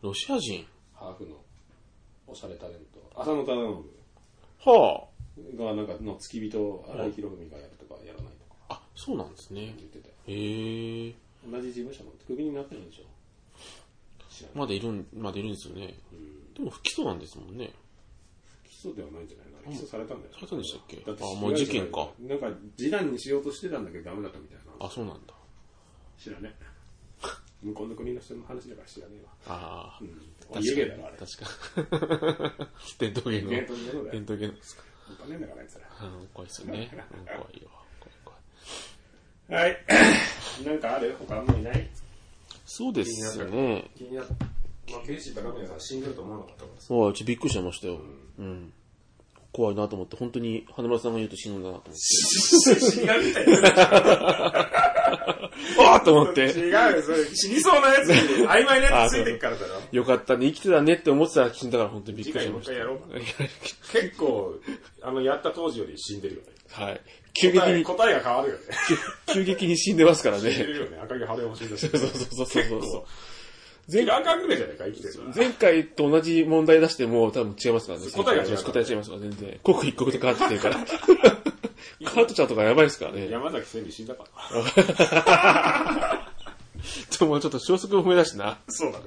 Speaker 2: ロシア人
Speaker 1: ハーフのおしゃれタレント。浅野忠
Speaker 2: は
Speaker 1: 信がなんかの付き人を荒井博文がやるとかやらないとか
Speaker 2: あ。あ、そうなんです
Speaker 1: 言。
Speaker 2: ね
Speaker 1: ってたよ。
Speaker 2: へえ。
Speaker 1: 同じ事務所のクビになってるんでしょ。知らない。
Speaker 2: まだいるん、まだいるんですよね。
Speaker 1: うん。
Speaker 2: でも不起訴なんですもんね。
Speaker 1: 起訴ではないんじゃないかな。起訴されたんだよ。
Speaker 2: されたんでしたっけ
Speaker 1: だって
Speaker 2: あ、もう事件か。。
Speaker 1: なんか、示談にしようとしてたんだけどダメだったみたいな。
Speaker 2: あ、そうなんだ。
Speaker 1: 知らねえ。向こうの国の人の話だから知らねえわ。
Speaker 2: ああ
Speaker 1: う。ん。湯気だろ、あれ。
Speaker 2: 確か に。伝統芸能。
Speaker 1: 伝統芸能だよ
Speaker 2: 伝統芸能ですか。
Speaker 1: お金だから、あいつら。
Speaker 2: あの怖いですよ ね。うん怖いよ。怖い怖い。
Speaker 1: はい。なんかある他あんまりない
Speaker 2: そうですね。
Speaker 1: 気になった。まあ、ケイシー高宮さん死んでると思わなかったからさ。
Speaker 2: ああ、ちょっとびっくりしちゃいましたよ。うん。怖いなと思って、本当に羽村さんが言うと死ぬんだなと思って。
Speaker 1: 死神みたいな。
Speaker 2: ああと思って。
Speaker 1: 違うよ、それ。死にそうなやつに曖昧なやつついてっからだろ。
Speaker 2: よかったね。生きてたねって思ってたら死んだから本当にびっ
Speaker 1: 次
Speaker 2: くり
Speaker 1: 回
Speaker 2: し
Speaker 1: もう
Speaker 2: ま
Speaker 1: 一
Speaker 2: した。
Speaker 1: 回やろう。結構、あの、やった当時より死んでるよね。
Speaker 2: はい。急激
Speaker 1: 答え
Speaker 2: に、
Speaker 1: 答えが変わるよね。
Speaker 2: 急激に死んでますから
Speaker 1: 死んで
Speaker 2: ね。
Speaker 1: るよね。赤毛晴れも死んだし。
Speaker 2: そうそうそうそうそう。
Speaker 1: 全然赤ぐらいじゃないか、生きてるのは。
Speaker 2: 前回と同じ問題出しても多分違いますからね。
Speaker 1: 答えが違う
Speaker 2: 答え違いますから、全然。刻一刻で変わってきてるから。カートちゃんとかやばいですからね。
Speaker 1: 山崎千里死んだから。
Speaker 2: ちょもうちょっと消息不明だしな。
Speaker 1: そうだね。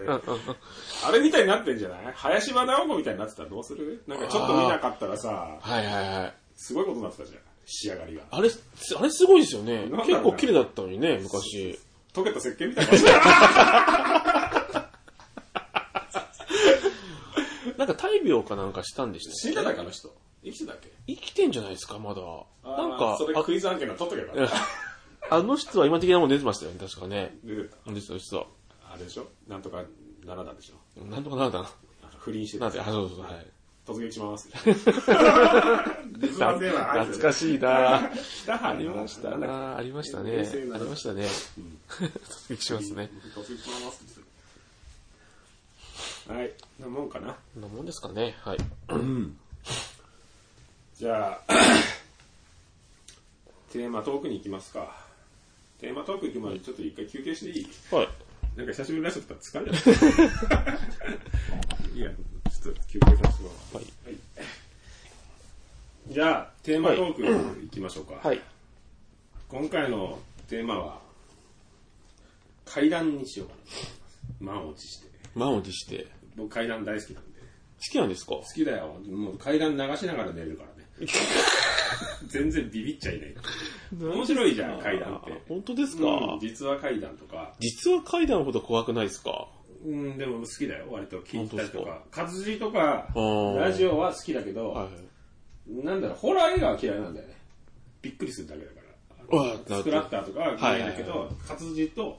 Speaker 1: あれみたいになってんじゃない林場直子みたいになってたらどうするなんかちょっと見なかったらさ、
Speaker 2: はいはいはい。
Speaker 1: すごいことになってたじゃん。仕上がりが。
Speaker 2: あれ、あれすごいですよ
Speaker 1: な
Speaker 2: ね。
Speaker 1: んだろうね
Speaker 2: 結構綺麗だったのにね、昔。
Speaker 1: 溶けた石鹸みたいな感じだよ
Speaker 2: なんか大病かなんかしたんでした
Speaker 1: 死んでたかあの人。生きてたっけ
Speaker 2: 生きてんじゃないですか、まだ。
Speaker 1: あー
Speaker 2: なんか
Speaker 1: そ、れ
Speaker 2: あ
Speaker 1: クイズ案件の取っとけばよかっ
Speaker 2: あ の人は今的なもん出てましたよね、確かね。
Speaker 1: た。出てた。
Speaker 2: 出てた、出てた。
Speaker 1: あれでしょなんとかならだでしょ
Speaker 2: なんとかなるだな。
Speaker 1: あの不倫して
Speaker 2: な
Speaker 1: た
Speaker 2: ん。で、あ、そうそうそう、はい。
Speaker 1: 突撃します。
Speaker 2: 懐かしいなぁ。
Speaker 1: 北原
Speaker 2: ありましたなぁ。ありましたね。
Speaker 1: 冷静な
Speaker 2: ありましたね。 突撃しますね。
Speaker 1: 突撃します。はい。なもんかな。
Speaker 2: こんなもんですかね。はい。
Speaker 1: じ ゃあ、テーマトークに行きますか。テーマトーク行く前にちょっと一回休憩していい
Speaker 2: はい。
Speaker 1: なんか久しぶりらしかったら疲 れちゃった。いや、ちょっと休憩させてもらおう。
Speaker 2: はい
Speaker 1: はい。じゃあ、テーマトーク行きましょうか。
Speaker 2: はい。
Speaker 1: 今回のテーマは、階段にしようかな。満を持して。
Speaker 2: 満を持して。
Speaker 1: 僕階段大好きなんで。
Speaker 2: 好きなんですか
Speaker 1: 好きだよ。もう階段流しながら寝るからね。 全然ビビっちゃいない。面白いじゃん、階段って
Speaker 2: あ。本当ですか、
Speaker 1: うん、実は階段とか、
Speaker 2: 実は階段ほど怖くないですか
Speaker 1: うん、でも好きだよ、割と聞いたりと
Speaker 2: 本
Speaker 1: か。活字とか
Speaker 2: あ、ー
Speaker 1: ラジオは好きだけど、
Speaker 2: はい。
Speaker 1: なんだろう、ホラー映画は嫌いなんだよね。びっくりするだけだから。
Speaker 2: わーってなっ
Speaker 1: ス
Speaker 2: て
Speaker 1: クラッターとかは嫌いだけ
Speaker 2: はいは
Speaker 1: ど、活字と、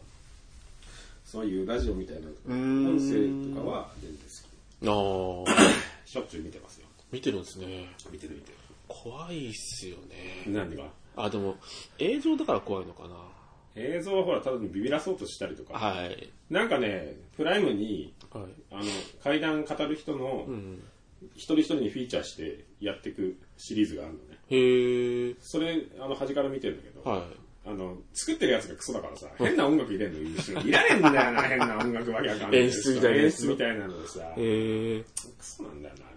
Speaker 1: そういうラジオみたいなのとか
Speaker 2: うー
Speaker 1: 音
Speaker 2: ん
Speaker 1: 声とかは全然好
Speaker 2: あー
Speaker 1: き。しょっちゅう見てますよ。
Speaker 2: 見てるんですね。
Speaker 1: 見てる見てる。
Speaker 2: 怖いっすよね。
Speaker 1: 何が
Speaker 2: あ、でも、映像だから怖いのかな。
Speaker 1: 映像はほら、ただビビらそうとしたりとか。
Speaker 2: はい。
Speaker 1: なんかね、プライムに、
Speaker 2: はい。
Speaker 1: あの、怪談語る人の、
Speaker 2: うん。
Speaker 1: 一人一人にフィーチャーしてやっていくシリーズがあるのね。
Speaker 2: へえ。
Speaker 1: それ、あの、端から見てるんだけど、
Speaker 2: は
Speaker 1: あの、作ってるやつがクソだからさ、変な音楽入れんの後ろにいられんだよ な、変な音楽わけわかんない。
Speaker 2: 演出みたいなや
Speaker 1: 演
Speaker 2: つ
Speaker 1: 出みたいなのでさ
Speaker 2: い。、へえ。
Speaker 1: クソなんだよな、あれ。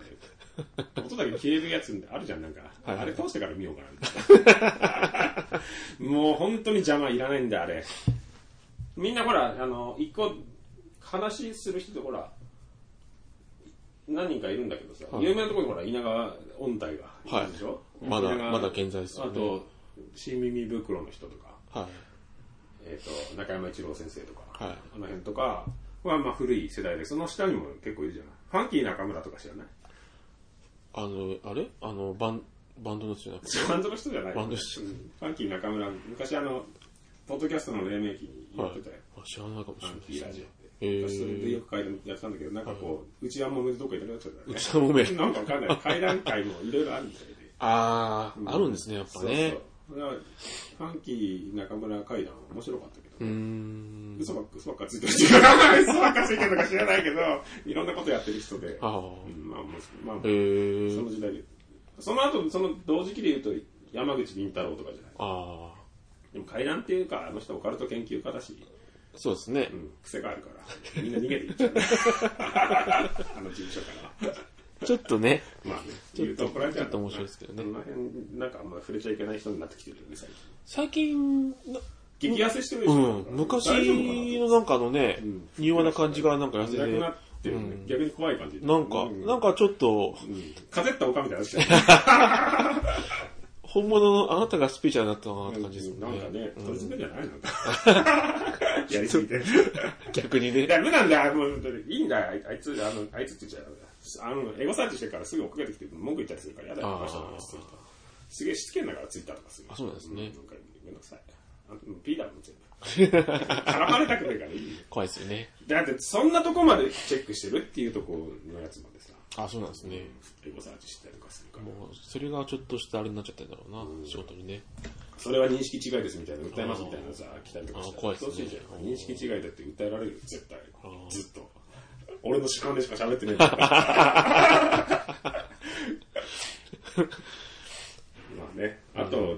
Speaker 1: 音だけ消えるやつあるじゃん、なんか。
Speaker 2: はいはい
Speaker 1: あれ通してから見ようかな。 もう本当に邪魔いらないんだよ、あれ。みんなほら、あの、一個、話する人ってほら、何人かいるんだけどさ、
Speaker 2: はい
Speaker 1: 有名なところにほら、稲川音体がいるでしょ、
Speaker 2: まだ
Speaker 1: 稲、川
Speaker 2: まだ健在ですよ
Speaker 1: あ
Speaker 2: ね。
Speaker 1: と、新耳袋の人とか、
Speaker 2: はい。
Speaker 1: えー、と中山一郎先生とか、
Speaker 2: はい
Speaker 1: あの辺とかはまあ古い世代で、その下にも結構いるじゃない。ファンキー中村とか知らない
Speaker 2: あの、あれあの、バン、バンドの人じゃなくて。
Speaker 1: バンドの人じゃない
Speaker 2: バンドの人
Speaker 1: うんファンキー中村、昔あの、ポッドキャストの黎明期にや
Speaker 2: は
Speaker 1: っ
Speaker 2: い
Speaker 1: てたよ。。
Speaker 2: あ知らないかもし
Speaker 1: ファンキ
Speaker 2: れ
Speaker 1: ー
Speaker 2: な
Speaker 1: ラ
Speaker 2: い
Speaker 1: ジオっ。
Speaker 2: へ
Speaker 1: て。私それでよ
Speaker 2: ー。
Speaker 1: く階段やってたんだけど、なんかこう、うちはもうどっかいなくなっちゃったよね。
Speaker 2: ちはもめ。
Speaker 1: なんかわかんない。階段界もいろいろあるみたいで。
Speaker 2: あー、あるんですね、やっぱね。
Speaker 1: そうそう。だからファンキー中村階段面白かったけど、
Speaker 2: うーん。
Speaker 1: 嘘ばっか、嘘ばっかついてる人が、嘘ばっかついてるのか知らないけど、いろんなことやってる人で、
Speaker 2: あ
Speaker 1: うんまあ、もうまあ、
Speaker 2: ー。へ
Speaker 1: そ
Speaker 2: ー。
Speaker 1: の時代で。その後、その同時期で言うと、山口敏太郎とかじゃない。
Speaker 2: あ
Speaker 1: でも階段っていうか、あの人オカルト研究家だし、
Speaker 2: ー。そうですね
Speaker 1: う。ん、癖があるから、みんな逃げていっ ちゃう。あの事務所から。
Speaker 2: ちょっとね。
Speaker 1: まあね、
Speaker 2: ち
Speaker 1: 言
Speaker 2: ょっと
Speaker 1: うと怒られちゃう
Speaker 2: ちょっと面白いですけどね
Speaker 1: この辺、なんかあんま触れちゃいけない人になってきてるよね、最近。
Speaker 2: 最近、な
Speaker 1: 激痩せしてるでし
Speaker 2: う
Speaker 1: ょ。
Speaker 2: ん、
Speaker 1: なんか大丈夫
Speaker 2: 昔
Speaker 1: か
Speaker 2: のなんかあのね
Speaker 1: ん、
Speaker 2: 柔和な感じがなんか痩せ、
Speaker 1: ななくなっててるよね、逆に怖い感じ。
Speaker 2: なんか、
Speaker 1: うん
Speaker 2: なんかちょっと、
Speaker 1: 風ったおかみたいな話だよね
Speaker 2: 本物のあなたがスピーチャーになったのかなって感じですよ
Speaker 1: なんか
Speaker 2: ね。
Speaker 1: ね、取り詰めじゃないの やりすぎて。
Speaker 2: 逆に
Speaker 1: い
Speaker 2: ね。
Speaker 1: や、無なんだよ、もう、いいんだよ、あいあいつ、あの、あいつって言っちゃう。あの、エゴサーチしてからすぐ追っかけてきて、文句言ったりするから、やだよ、
Speaker 2: あー
Speaker 1: この人の話するとすげえしつけんだから、ツイッターとかする。
Speaker 2: あそうなんですね
Speaker 1: なんか、めんどくさい。あもう P だもん、全部。絡まれたくないからいい よ。
Speaker 2: 怖いですよね。
Speaker 1: だって、そんなとこまでチェックしてるっていうとこのやつまでさ、
Speaker 2: あ、そうなんですね。
Speaker 1: エゴサーチしたりとかするから。
Speaker 2: もう、それがちょっとしたあれになっちゃったんだろうな、仕事にね。
Speaker 1: それは認識違いですみたいな、訴えますみたいなさ、来たりとかして。
Speaker 2: あ怖いっすね
Speaker 1: 恐ろしじゃん認識違いだって訴えられるよ、絶対
Speaker 2: あ。
Speaker 1: ずっと。俺の主観でしか喋ってねえんだから。 まあね。あと、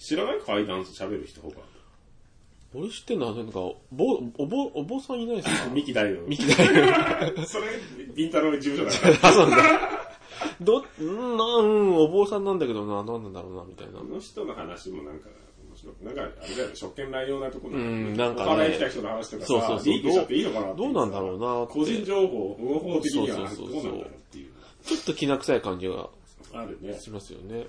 Speaker 1: 知らない階段喋る人ほか。
Speaker 2: 俺知ってるのは、なんか、お坊、お坊、お坊さんいないですか
Speaker 1: ミキだよ。
Speaker 2: ミキ大 夫。
Speaker 1: それ、ビンタロウ事務所だから。
Speaker 2: あ、そうなんだ。 ど、うん、なうん、お坊さんなんだけどな、なんなんだろうな、みたいな
Speaker 1: こ。の人の話もなんか、面白くなんか、あれだよね、職権乱用なところ
Speaker 2: うんなんかね
Speaker 1: お払い来た人の話とかさ、
Speaker 2: そうそうそう
Speaker 1: リークしちゃっていいのかなってい
Speaker 2: どうなんだろうなって
Speaker 1: 個人情報、合法的には
Speaker 2: そ
Speaker 1: ど
Speaker 2: う
Speaker 1: う
Speaker 2: そうそうそう
Speaker 1: なんだろうっていう。
Speaker 2: ちょっときな臭い感じが
Speaker 1: あるね。
Speaker 2: しますよね。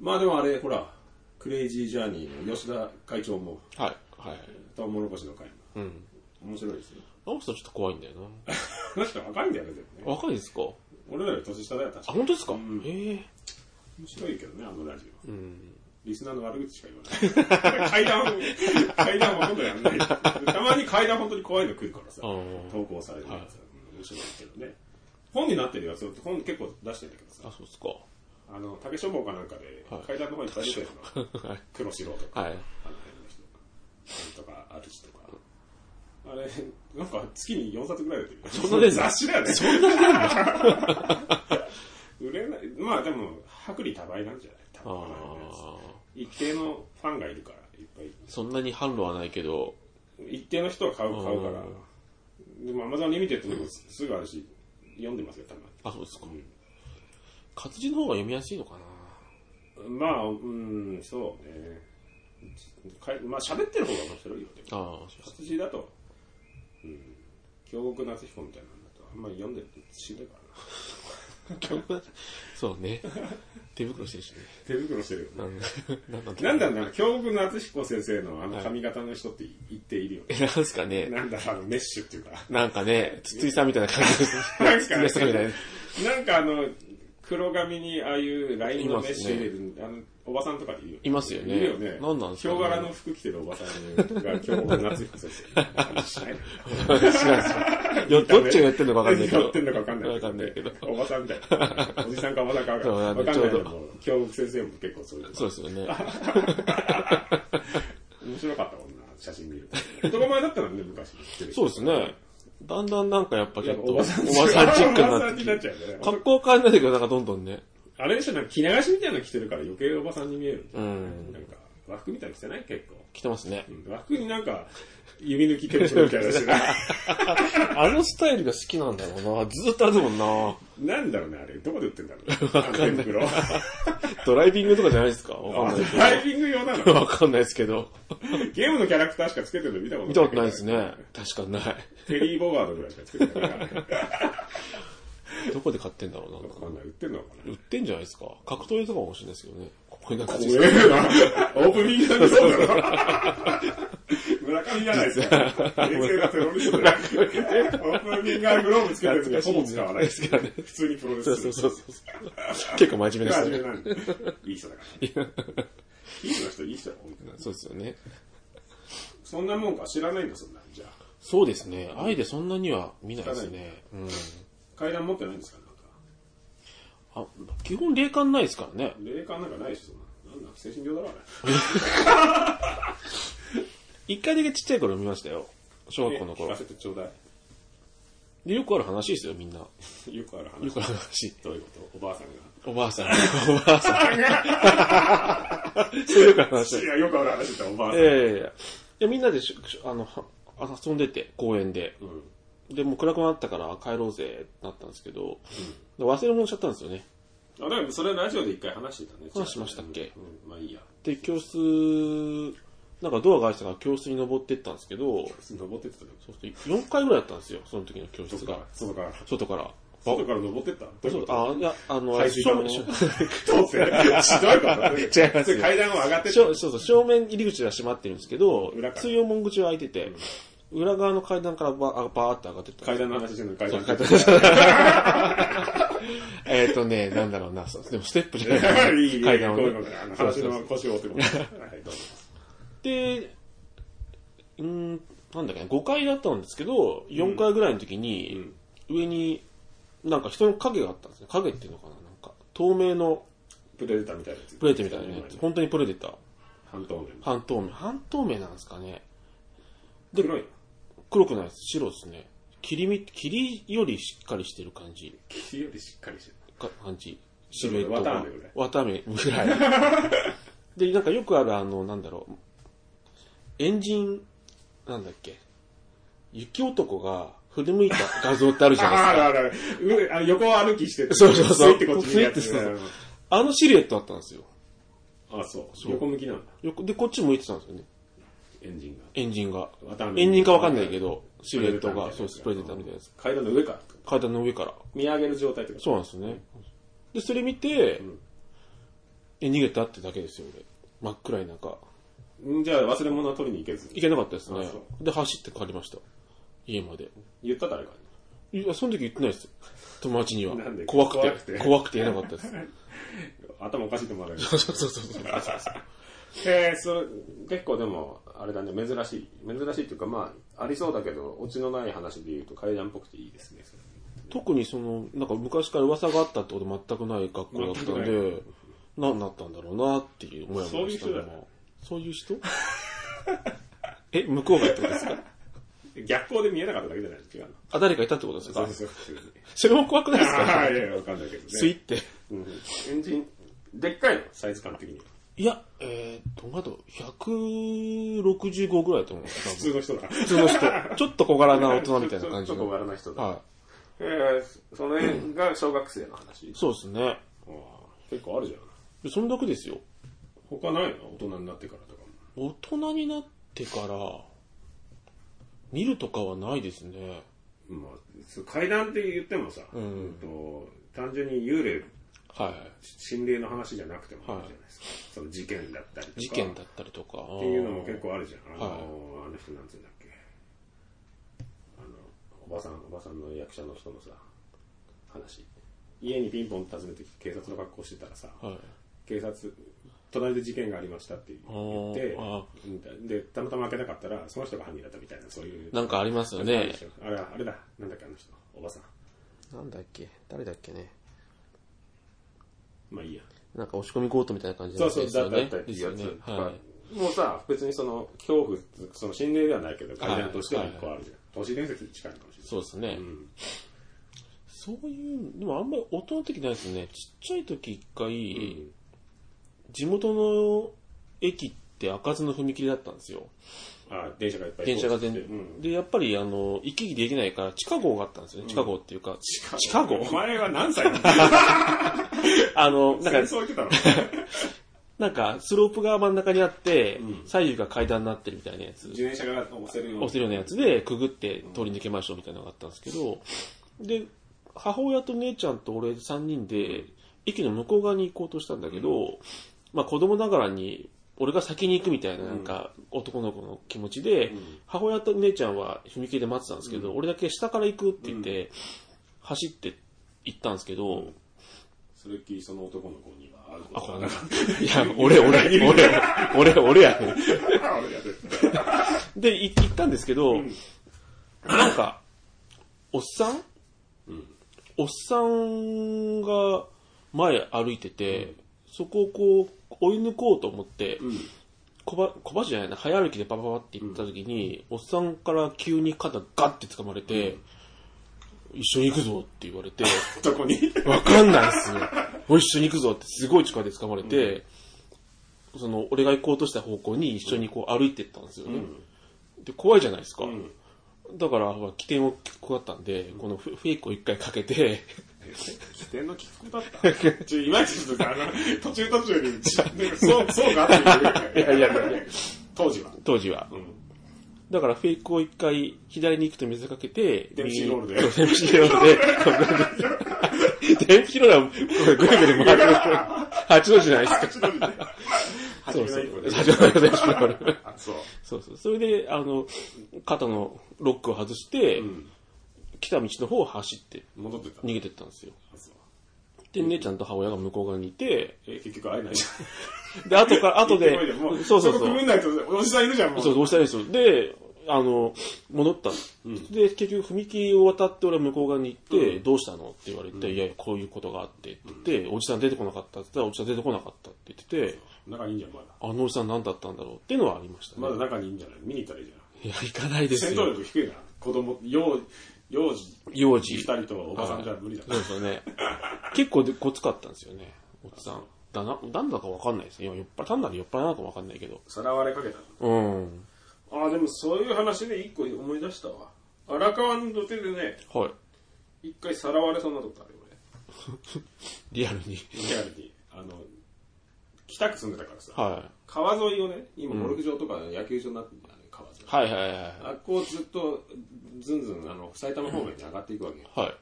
Speaker 1: まあでもあれ、ほら、クレイジージャーニーの吉田会長も、
Speaker 2: はい、はい。
Speaker 1: トウモロコシの会も、
Speaker 2: うん。
Speaker 1: 面白いですよ。
Speaker 2: あの人ちょっと怖いんだよな。
Speaker 1: この人若いんだよね、でもね。
Speaker 2: 若いですか
Speaker 1: 俺らより年下だよ、確
Speaker 2: あ、
Speaker 1: かに。
Speaker 2: 本当ですか、
Speaker 1: うん
Speaker 2: ええ
Speaker 1: 面白いけどね、あのラジオ。
Speaker 2: うん。
Speaker 1: リスナーの悪口しか言わない。階段、階段はほとんどやんない。たまに階段本当に怖いの来るからさ
Speaker 2: あ、ー
Speaker 1: 投稿されるやつは、うん面白いけどね。本になってるやつ、本結構出してるんだけど
Speaker 2: あ、
Speaker 1: さ、
Speaker 2: そうですか。
Speaker 1: あの、竹書房かなんかで
Speaker 2: はい、
Speaker 1: 階段の方にいっぱい出てるの。
Speaker 2: はい。
Speaker 1: 黒白とか、
Speaker 2: はい
Speaker 1: あの辺の人とか、とか、ある人とか。あれ、なんか月に4冊ぐらい出てる。
Speaker 2: そんな出んの
Speaker 1: 雑誌だよね。 売れない、まあでも、薄利多売なんじゃない多
Speaker 2: あ
Speaker 1: 分
Speaker 2: あ。
Speaker 1: 一定のファンがいるから、いっぱいいる。
Speaker 2: そんなに販路はないけど、
Speaker 1: 一定の人は買う、
Speaker 2: うん
Speaker 1: 買うから。でも、アマゾンリミテッドでもすぐあるし、読んでますよ、たま
Speaker 2: あ、そうですか。
Speaker 1: に。
Speaker 2: 活字の方が読みやすいのかな
Speaker 1: うんまあ、うん、そうね。かいまあ、喋ってる方が面白いよ、でも。
Speaker 2: ああ、
Speaker 1: 活字だと、うん、京極夏彦みたいなんだと、あんまり読んでるとしんどいからな。
Speaker 2: そうね。手袋してるしね。
Speaker 1: 手袋してるよね。
Speaker 2: なんなんだっけ
Speaker 1: なんだろうな、京極夏彦先生のあの髪型の人って言っているよね。
Speaker 2: え、なんすかね。
Speaker 1: なんだろう、あのメッシュっていうか。
Speaker 2: なんかね、筒井さんみたいな感じです。
Speaker 1: なんか、
Speaker 2: 筒井さんみたいな。
Speaker 1: なんかあの、黒髪にああいうラインのメッシュ入れる、あの、おばさんとかでいるよね
Speaker 2: いますよね
Speaker 1: いるよね。
Speaker 2: 何なんですかね
Speaker 1: ヒョウ柄の服着てるおばさんが今日女ついてそうですよ ね。
Speaker 2: 知らんすよどっちがやってんのかわかんないけど。
Speaker 1: やってんのかわかんない。
Speaker 2: わかんないけど。
Speaker 1: おばさんみたいな。おじさんかおばさんかわかんない。
Speaker 2: そう
Speaker 1: わかんないけ
Speaker 2: ちょう
Speaker 1: ど、教育先生も結構そういうの。
Speaker 2: そうですよね。
Speaker 1: 面白かったもんな、写真見ると。男前だったのね、昔。
Speaker 2: そうですね。だんだんなんかやっぱち
Speaker 1: やっ
Speaker 2: ょっ
Speaker 1: ぱ
Speaker 2: と、
Speaker 1: おばさん
Speaker 2: おばさんチックに
Speaker 1: おばさ
Speaker 2: なっ
Speaker 1: ん
Speaker 2: て
Speaker 1: に
Speaker 2: き。
Speaker 1: なってちゃうよね。
Speaker 2: 格好変わんないけど、なんかどんどんね。
Speaker 1: あれでしょ、なんか着流しみたいなの着てるから余計おばさんに見える。
Speaker 2: うん。
Speaker 1: なんか、和服みたいなの着てない結構。
Speaker 2: 来てますね。
Speaker 1: うん和服になんか、指抜き手袋みたいなのしてない
Speaker 2: あのスタイルが好きなんだろうな。ずっとあるもんな。
Speaker 1: なんだろうね、あれ。どこで売ってんだろう。あの手袋。
Speaker 2: ドライビングとかじゃないですかわかんないけ
Speaker 1: ドライビング用なの
Speaker 2: ど。わかんないですけど。
Speaker 1: ゲームのキャラクターしかつけてるの見たことない。
Speaker 2: 見たことないですね。確かにない。
Speaker 1: テリー・ボガードぐらいしかつけてないから。わ
Speaker 2: どこで買ってんだろうな。なんか
Speaker 1: かんない。売ってんのか
Speaker 2: 売ってんじゃないですか。格闘技とかも欲しいんですけどね。ここになんか
Speaker 1: な。
Speaker 2: 実際
Speaker 1: 怖えな。オープニングなんてそうだろ。村上じゃないですか。平成がテロリストだよオープニングはグローブつけてるのにほぼ使わないです
Speaker 2: 懐かしいね
Speaker 1: 普通にプロレ
Speaker 2: そう
Speaker 1: スする
Speaker 2: そうそうそう。結構真面目です
Speaker 1: 真
Speaker 2: ね
Speaker 1: 面。目なんでいい人だから。いい人の人、いい人だよ、本当に
Speaker 2: そうですよね。
Speaker 1: そんなもんか知らないんだ、そんなん。じゃあ。
Speaker 2: そうですね。愛でそんなには見ないですね。うん。
Speaker 1: 階段持ってないんですかなんか。
Speaker 2: あ、基本霊感ないですからね。
Speaker 1: 霊感なんかないし、そんな。なんだ、精神病だろ、あ
Speaker 2: 一回だけちっちゃい頃見ましたよ。小
Speaker 1: れ。
Speaker 2: 学校の
Speaker 1: 聞か
Speaker 2: 頃。
Speaker 1: せてちょうだ
Speaker 2: でよくある話ですよ、みんな。よ
Speaker 1: い。よくある話。
Speaker 2: くある話。
Speaker 1: どういうことおばあさんが。
Speaker 2: おばあ さん。おばあさ ん。そうよくある話。い
Speaker 1: いや、よくある話だった、おばあさん。
Speaker 2: やいやいや。いや、みんなでしょしょあの、は遊んでて、公園で。
Speaker 1: うん。
Speaker 2: で、もう暗くなったから帰ろうぜ、なったんですけど、で忘れ物しちゃったんですよね。
Speaker 1: あ、だからそれラジオで一回話してたね。
Speaker 2: 話しましたっけ
Speaker 1: うん、まあいいや。
Speaker 2: で、教室、なんかドアが開いてたから教室に登ってったんですけど、
Speaker 1: 登ってってたの
Speaker 2: そうすると4回ぐらいだったんですよ、その時の教室
Speaker 1: 外か
Speaker 2: が
Speaker 1: ら。。外から。
Speaker 2: 外から。
Speaker 1: 外から登ってったどういう
Speaker 2: そう
Speaker 1: こと
Speaker 2: あ、いや、あの、
Speaker 1: 排水
Speaker 2: 正
Speaker 1: 管
Speaker 2: 面、
Speaker 1: のど
Speaker 2: 正
Speaker 1: う せ。ひどいこと。
Speaker 2: 違いますよ
Speaker 1: 階段を上がってった
Speaker 2: 正そうそう正面入り口は閉まってるんですけど
Speaker 1: 裏、から
Speaker 2: 通用門口は開いてて、裏側の階段からバーバーって上がってった。
Speaker 1: 階段の話してるのに階段。
Speaker 2: えっ、とね、なんだろうな、そうでもステップじゃない
Speaker 1: いいいいいい
Speaker 2: 階段を
Speaker 1: ごめ
Speaker 2: ね
Speaker 1: んごめんあの
Speaker 2: そう
Speaker 1: 話
Speaker 2: そうそ
Speaker 1: の
Speaker 2: う
Speaker 1: 腰を折ってごめん。はい、どうぞ。
Speaker 2: で、うーん、なんだっけな、5階だったんですけど、4階ぐらいの時に、上に、なんか人の影があったんですね。影っていうのかななんか、透明の
Speaker 1: プレデターみたいなやつ。
Speaker 2: プレートみたいなやつ。本当にプレデター。
Speaker 1: 半透明。
Speaker 2: 半透明。半透明なんですかね。で
Speaker 1: 黒いな。
Speaker 2: 黒くないです。白ですね。霧み、霧よりしっかりしてる感じ。
Speaker 1: 木よりしっかりしてる。
Speaker 2: か感じ。シルエット
Speaker 1: わたあ
Speaker 2: が
Speaker 1: めぐらい。
Speaker 2: わたあめぐらい。 で、なんかよくある、あの、なんだろう。エンジン、なんだっけ。雪男が振り向いた画像ってあるじゃない
Speaker 1: あ
Speaker 2: です
Speaker 1: るあ
Speaker 2: か。
Speaker 1: るあるうあの横歩きしてて
Speaker 2: そうそうそ
Speaker 1: ス
Speaker 2: う
Speaker 1: イってこっち見るやつ
Speaker 2: スイってそうあのシルエットあったんですよ。
Speaker 1: あ、そう。
Speaker 2: う
Speaker 1: 横向きなんだ。
Speaker 2: よくで、こっち向いてたんですよね。
Speaker 1: エンジンが。
Speaker 2: エンジンが
Speaker 1: わたあ。め
Speaker 2: エンジンかわかんないけど、シ
Speaker 1: プ
Speaker 2: ルエ
Speaker 1: レ
Speaker 2: ッ
Speaker 1: デタ
Speaker 2: ト
Speaker 1: ーみたいなや
Speaker 2: が、
Speaker 1: つ
Speaker 2: そう、スプレー出たみたいなやつ。
Speaker 1: 階段の上から。
Speaker 2: 階段の上から。
Speaker 1: 見上げる状態ってこと
Speaker 2: そうなんですね。で、それ見て、え逃げたってだけですよ、俺。真っ暗い中。
Speaker 1: んじゃあ忘れ物は取りに行けず。
Speaker 2: 行けなかったですね
Speaker 1: あそ。
Speaker 2: で、走って帰りました。家まで。
Speaker 1: 言った誰か
Speaker 2: いや、その時言ってないです よ。友達には
Speaker 1: なんで。
Speaker 2: 怖く
Speaker 1: 怖く
Speaker 2: て。
Speaker 1: て
Speaker 2: 怖くて言えなかったです。
Speaker 1: に。頭おかしいと思われる。
Speaker 2: そうそうそう そう。
Speaker 1: へえ、それ、結構でも、あれだね、珍しい。珍しいっていうか、まあ、ありそうだけど、オチのない話で言うと階段っぽくていいですね。それ
Speaker 2: 特にその、なんか昔から噂があったってこと全くない学校だったんで、何なったんだろうなっていうもやもやした
Speaker 1: そ
Speaker 2: の
Speaker 1: ういう人だ
Speaker 2: も。そういう人 え、向こうがってことですか
Speaker 1: 逆光で見えなかっただけじゃない違うの。
Speaker 2: あ、誰かいたってことです
Speaker 1: そう
Speaker 2: か
Speaker 1: ですよ、普通に。
Speaker 2: それも怖くないですか
Speaker 1: あいやいや、わかんないけどね。
Speaker 2: スイって。
Speaker 1: うんエンジン、でっかいの、サイズ感的に。
Speaker 2: いや、えー、どんぐらいだろう ?165 ぐらいだと思う。多
Speaker 1: 普
Speaker 2: 分
Speaker 1: 通の人だ。
Speaker 2: 普通の人。ちょっと小柄な大人みたいな感じ
Speaker 1: ちょっと
Speaker 2: の。
Speaker 1: 小
Speaker 2: は
Speaker 1: 柄な人だ。
Speaker 2: い。
Speaker 1: えー、その辺が小学生の話。
Speaker 2: そうですね。
Speaker 1: あー結構あるじゃん。
Speaker 2: でそんだけですよ。
Speaker 1: 他ないの大人になってからとかも。
Speaker 2: 大人になってから、見るとかはないですね。
Speaker 1: まあ、そう階段って言ってもさ、
Speaker 2: ん
Speaker 1: うんと単純に幽霊、
Speaker 2: は
Speaker 1: 心霊の話じゃなくてもあ
Speaker 2: はい
Speaker 1: るじゃないですか。その事件だったりとか。
Speaker 2: い。事件だったりとか。っ
Speaker 1: っていうのも結構あるじゃん。あの、
Speaker 2: はい
Speaker 1: あの人なんつうんだっけ。あの、おばさん、おばさんの役者の人のさ、話。家にピンポン訪ねてきて警察の格好してたらさ、
Speaker 2: はい。
Speaker 1: 警察、隣で事件がありましたって言って
Speaker 2: あーあ、
Speaker 1: で、たまたま開けなかったら、その人が犯人だったみたいな、そういう。
Speaker 2: なんかありますよね。
Speaker 1: あれ、あれだ、なんだっけ、あの人、おばさん。
Speaker 3: なんだっけ誰だっけね。
Speaker 1: まあいいや。
Speaker 3: なんか押し込み強盗みたいな感じの
Speaker 1: そう
Speaker 3: やつ
Speaker 1: そ
Speaker 3: で
Speaker 1: う、
Speaker 3: す
Speaker 1: だ
Speaker 3: よ
Speaker 1: っただ
Speaker 3: ね
Speaker 1: った。っていうやつ
Speaker 2: ですよね
Speaker 1: とか
Speaker 2: は
Speaker 1: もうさ、別にその、恐怖、その心霊ではないけど、
Speaker 2: い
Speaker 1: 階段としては一個あるじゃん。都市伝説に近いのかもしれない。
Speaker 2: そうですね。
Speaker 1: ん
Speaker 2: そういう、でもあんまり大人の時ないですね。ちっちゃい時一回、
Speaker 1: ん
Speaker 2: 地元の駅って開かずの踏切だったんですよ。
Speaker 1: あ電車がいっぱい
Speaker 2: 電車が
Speaker 1: 通っ
Speaker 2: 全、
Speaker 1: ててうん。
Speaker 2: で、やっぱりあの、行き来できないから地下号があったんですよね。地下号っていうか、地
Speaker 1: シ
Speaker 2: 下号
Speaker 1: お前は 何歳なんだ
Speaker 2: あの、
Speaker 1: 戦
Speaker 2: なんか、
Speaker 1: 争行ってたの
Speaker 2: なんか、スロープが真ん中にあって、
Speaker 1: うん
Speaker 2: 左右が階段になってるみたいなやつ。
Speaker 1: 自転車が押せるように。
Speaker 2: 押せるようなやつでくぐって通り抜けましょうみたいなのがあったんですけど、で、母親と姉ちゃんと俺3人で、駅の向こう側に行こうとしたんだけど、まあ子供ながらに、俺が先に行くみたいな、なんか、男の子の気持ちで、
Speaker 1: ん
Speaker 2: 母親と姉ちゃんは踏切で待ってたんですけど、俺だけ下から行くって言って、走って行ったんですけど、
Speaker 1: それっきりその男の子には会う
Speaker 2: あ、
Speaker 1: こと
Speaker 2: こ
Speaker 1: が
Speaker 2: れ
Speaker 1: な
Speaker 2: なん
Speaker 1: か
Speaker 2: か
Speaker 1: っ
Speaker 2: いや、俺、俺、俺、俺、俺やね。
Speaker 1: た。 俺が出てた
Speaker 2: で、い行ったんですけど、なんか、おっさん、おっさんが前歩いてて、そこをこう、追い抜こうと思って、小ば小走りじゃないな、早歩きでパパパって行った時に、おっさんから急に肩ガッて掴まれて、一緒に行くぞって言われて、
Speaker 1: 男 に。
Speaker 2: わかんないっすね。おい一緒に行くぞってすごい力で掴まれて、その、俺が行こうとした方向に一緒にこう歩いてったんですよね。で、怖いじゃないですか。
Speaker 1: ん
Speaker 2: だから、ほら起点をこうだったんで、このフフェイクを一回かけて、
Speaker 1: 起点のきつこだった。ちょ、いまいちちょっとさ、あの、途中途中に、ちなんかそう、そうがあって。
Speaker 2: いやいやいやいや
Speaker 1: 当時は。
Speaker 2: 当時は。
Speaker 1: ん
Speaker 2: だから、フェイクを一回左に行くと見せかけて、
Speaker 1: デンプシーロールで
Speaker 2: 右に そうデンプシーロールで、 デンプシーロールはこれぐるぐる回ってる。八の字じゃないですか。
Speaker 1: 一人で。初
Speaker 2: そ
Speaker 1: めの
Speaker 2: うそう
Speaker 1: 一歩で。。
Speaker 2: 八の字デンプシーロール。
Speaker 1: あ、そう。
Speaker 2: そうそう。それで、あの、肩のロックを外して、
Speaker 1: ん
Speaker 2: 来た道の方を走って
Speaker 1: 戻ってた。
Speaker 2: 逃げてったんですよ。
Speaker 1: あそう
Speaker 2: で、姉ちゃんと母親が向こう側にいて、
Speaker 1: え、結局会えないじゃん。
Speaker 2: で、後から、後で
Speaker 1: もう、、
Speaker 2: そうそう
Speaker 1: そこ
Speaker 2: そ
Speaker 1: くぐ
Speaker 2: う。
Speaker 1: んないと、おじさんいるじゃん、もう。
Speaker 2: そう、どうしたらいいんですよ。で、あの、戻ったの、で、結局、踏切を渡って、俺は向こう側に行って、どうしたのって言われて、いやいや、こういうことがあって、って言って、おじさん出てこなかったって言ったら、おじさん出てこなかったって言ってて、
Speaker 1: 仲いいんじゃん、まだ。
Speaker 2: あのおじさん何だったんだろうっていうのはありましたね。
Speaker 1: まだ仲いいんじゃない見に行ったらいいじゃん。
Speaker 2: いや、行かないです
Speaker 1: 戦闘
Speaker 2: よ。
Speaker 1: 力低いな。子供、幼幼児
Speaker 2: 幼児。
Speaker 1: 二人とおばさんじゃ無理だ
Speaker 2: そうですよね。結構でこつかったんですよね、おっさん。だな、なんだかわかんないですね。いや酔っ払い、単なる酔っ払いなのかわかんないけど。
Speaker 1: さらわれかけたの
Speaker 2: うん。
Speaker 1: ああ、でもそういう話で一個思い出したわ。荒川の土手でね、
Speaker 2: はい。
Speaker 1: 一回さらわれそうになったことあるよ、
Speaker 2: リアルに。
Speaker 1: 俺。リアルに。あの、北区住んでたからさ、
Speaker 2: は
Speaker 1: 川沿いをね、今ゴルフ場とか野球場になってるんだよね、川沿い
Speaker 2: い。。はいはいはい。
Speaker 1: あっこをずっと、ずんずん、あの、埼玉方面に上がっていくわけよ。
Speaker 2: はい。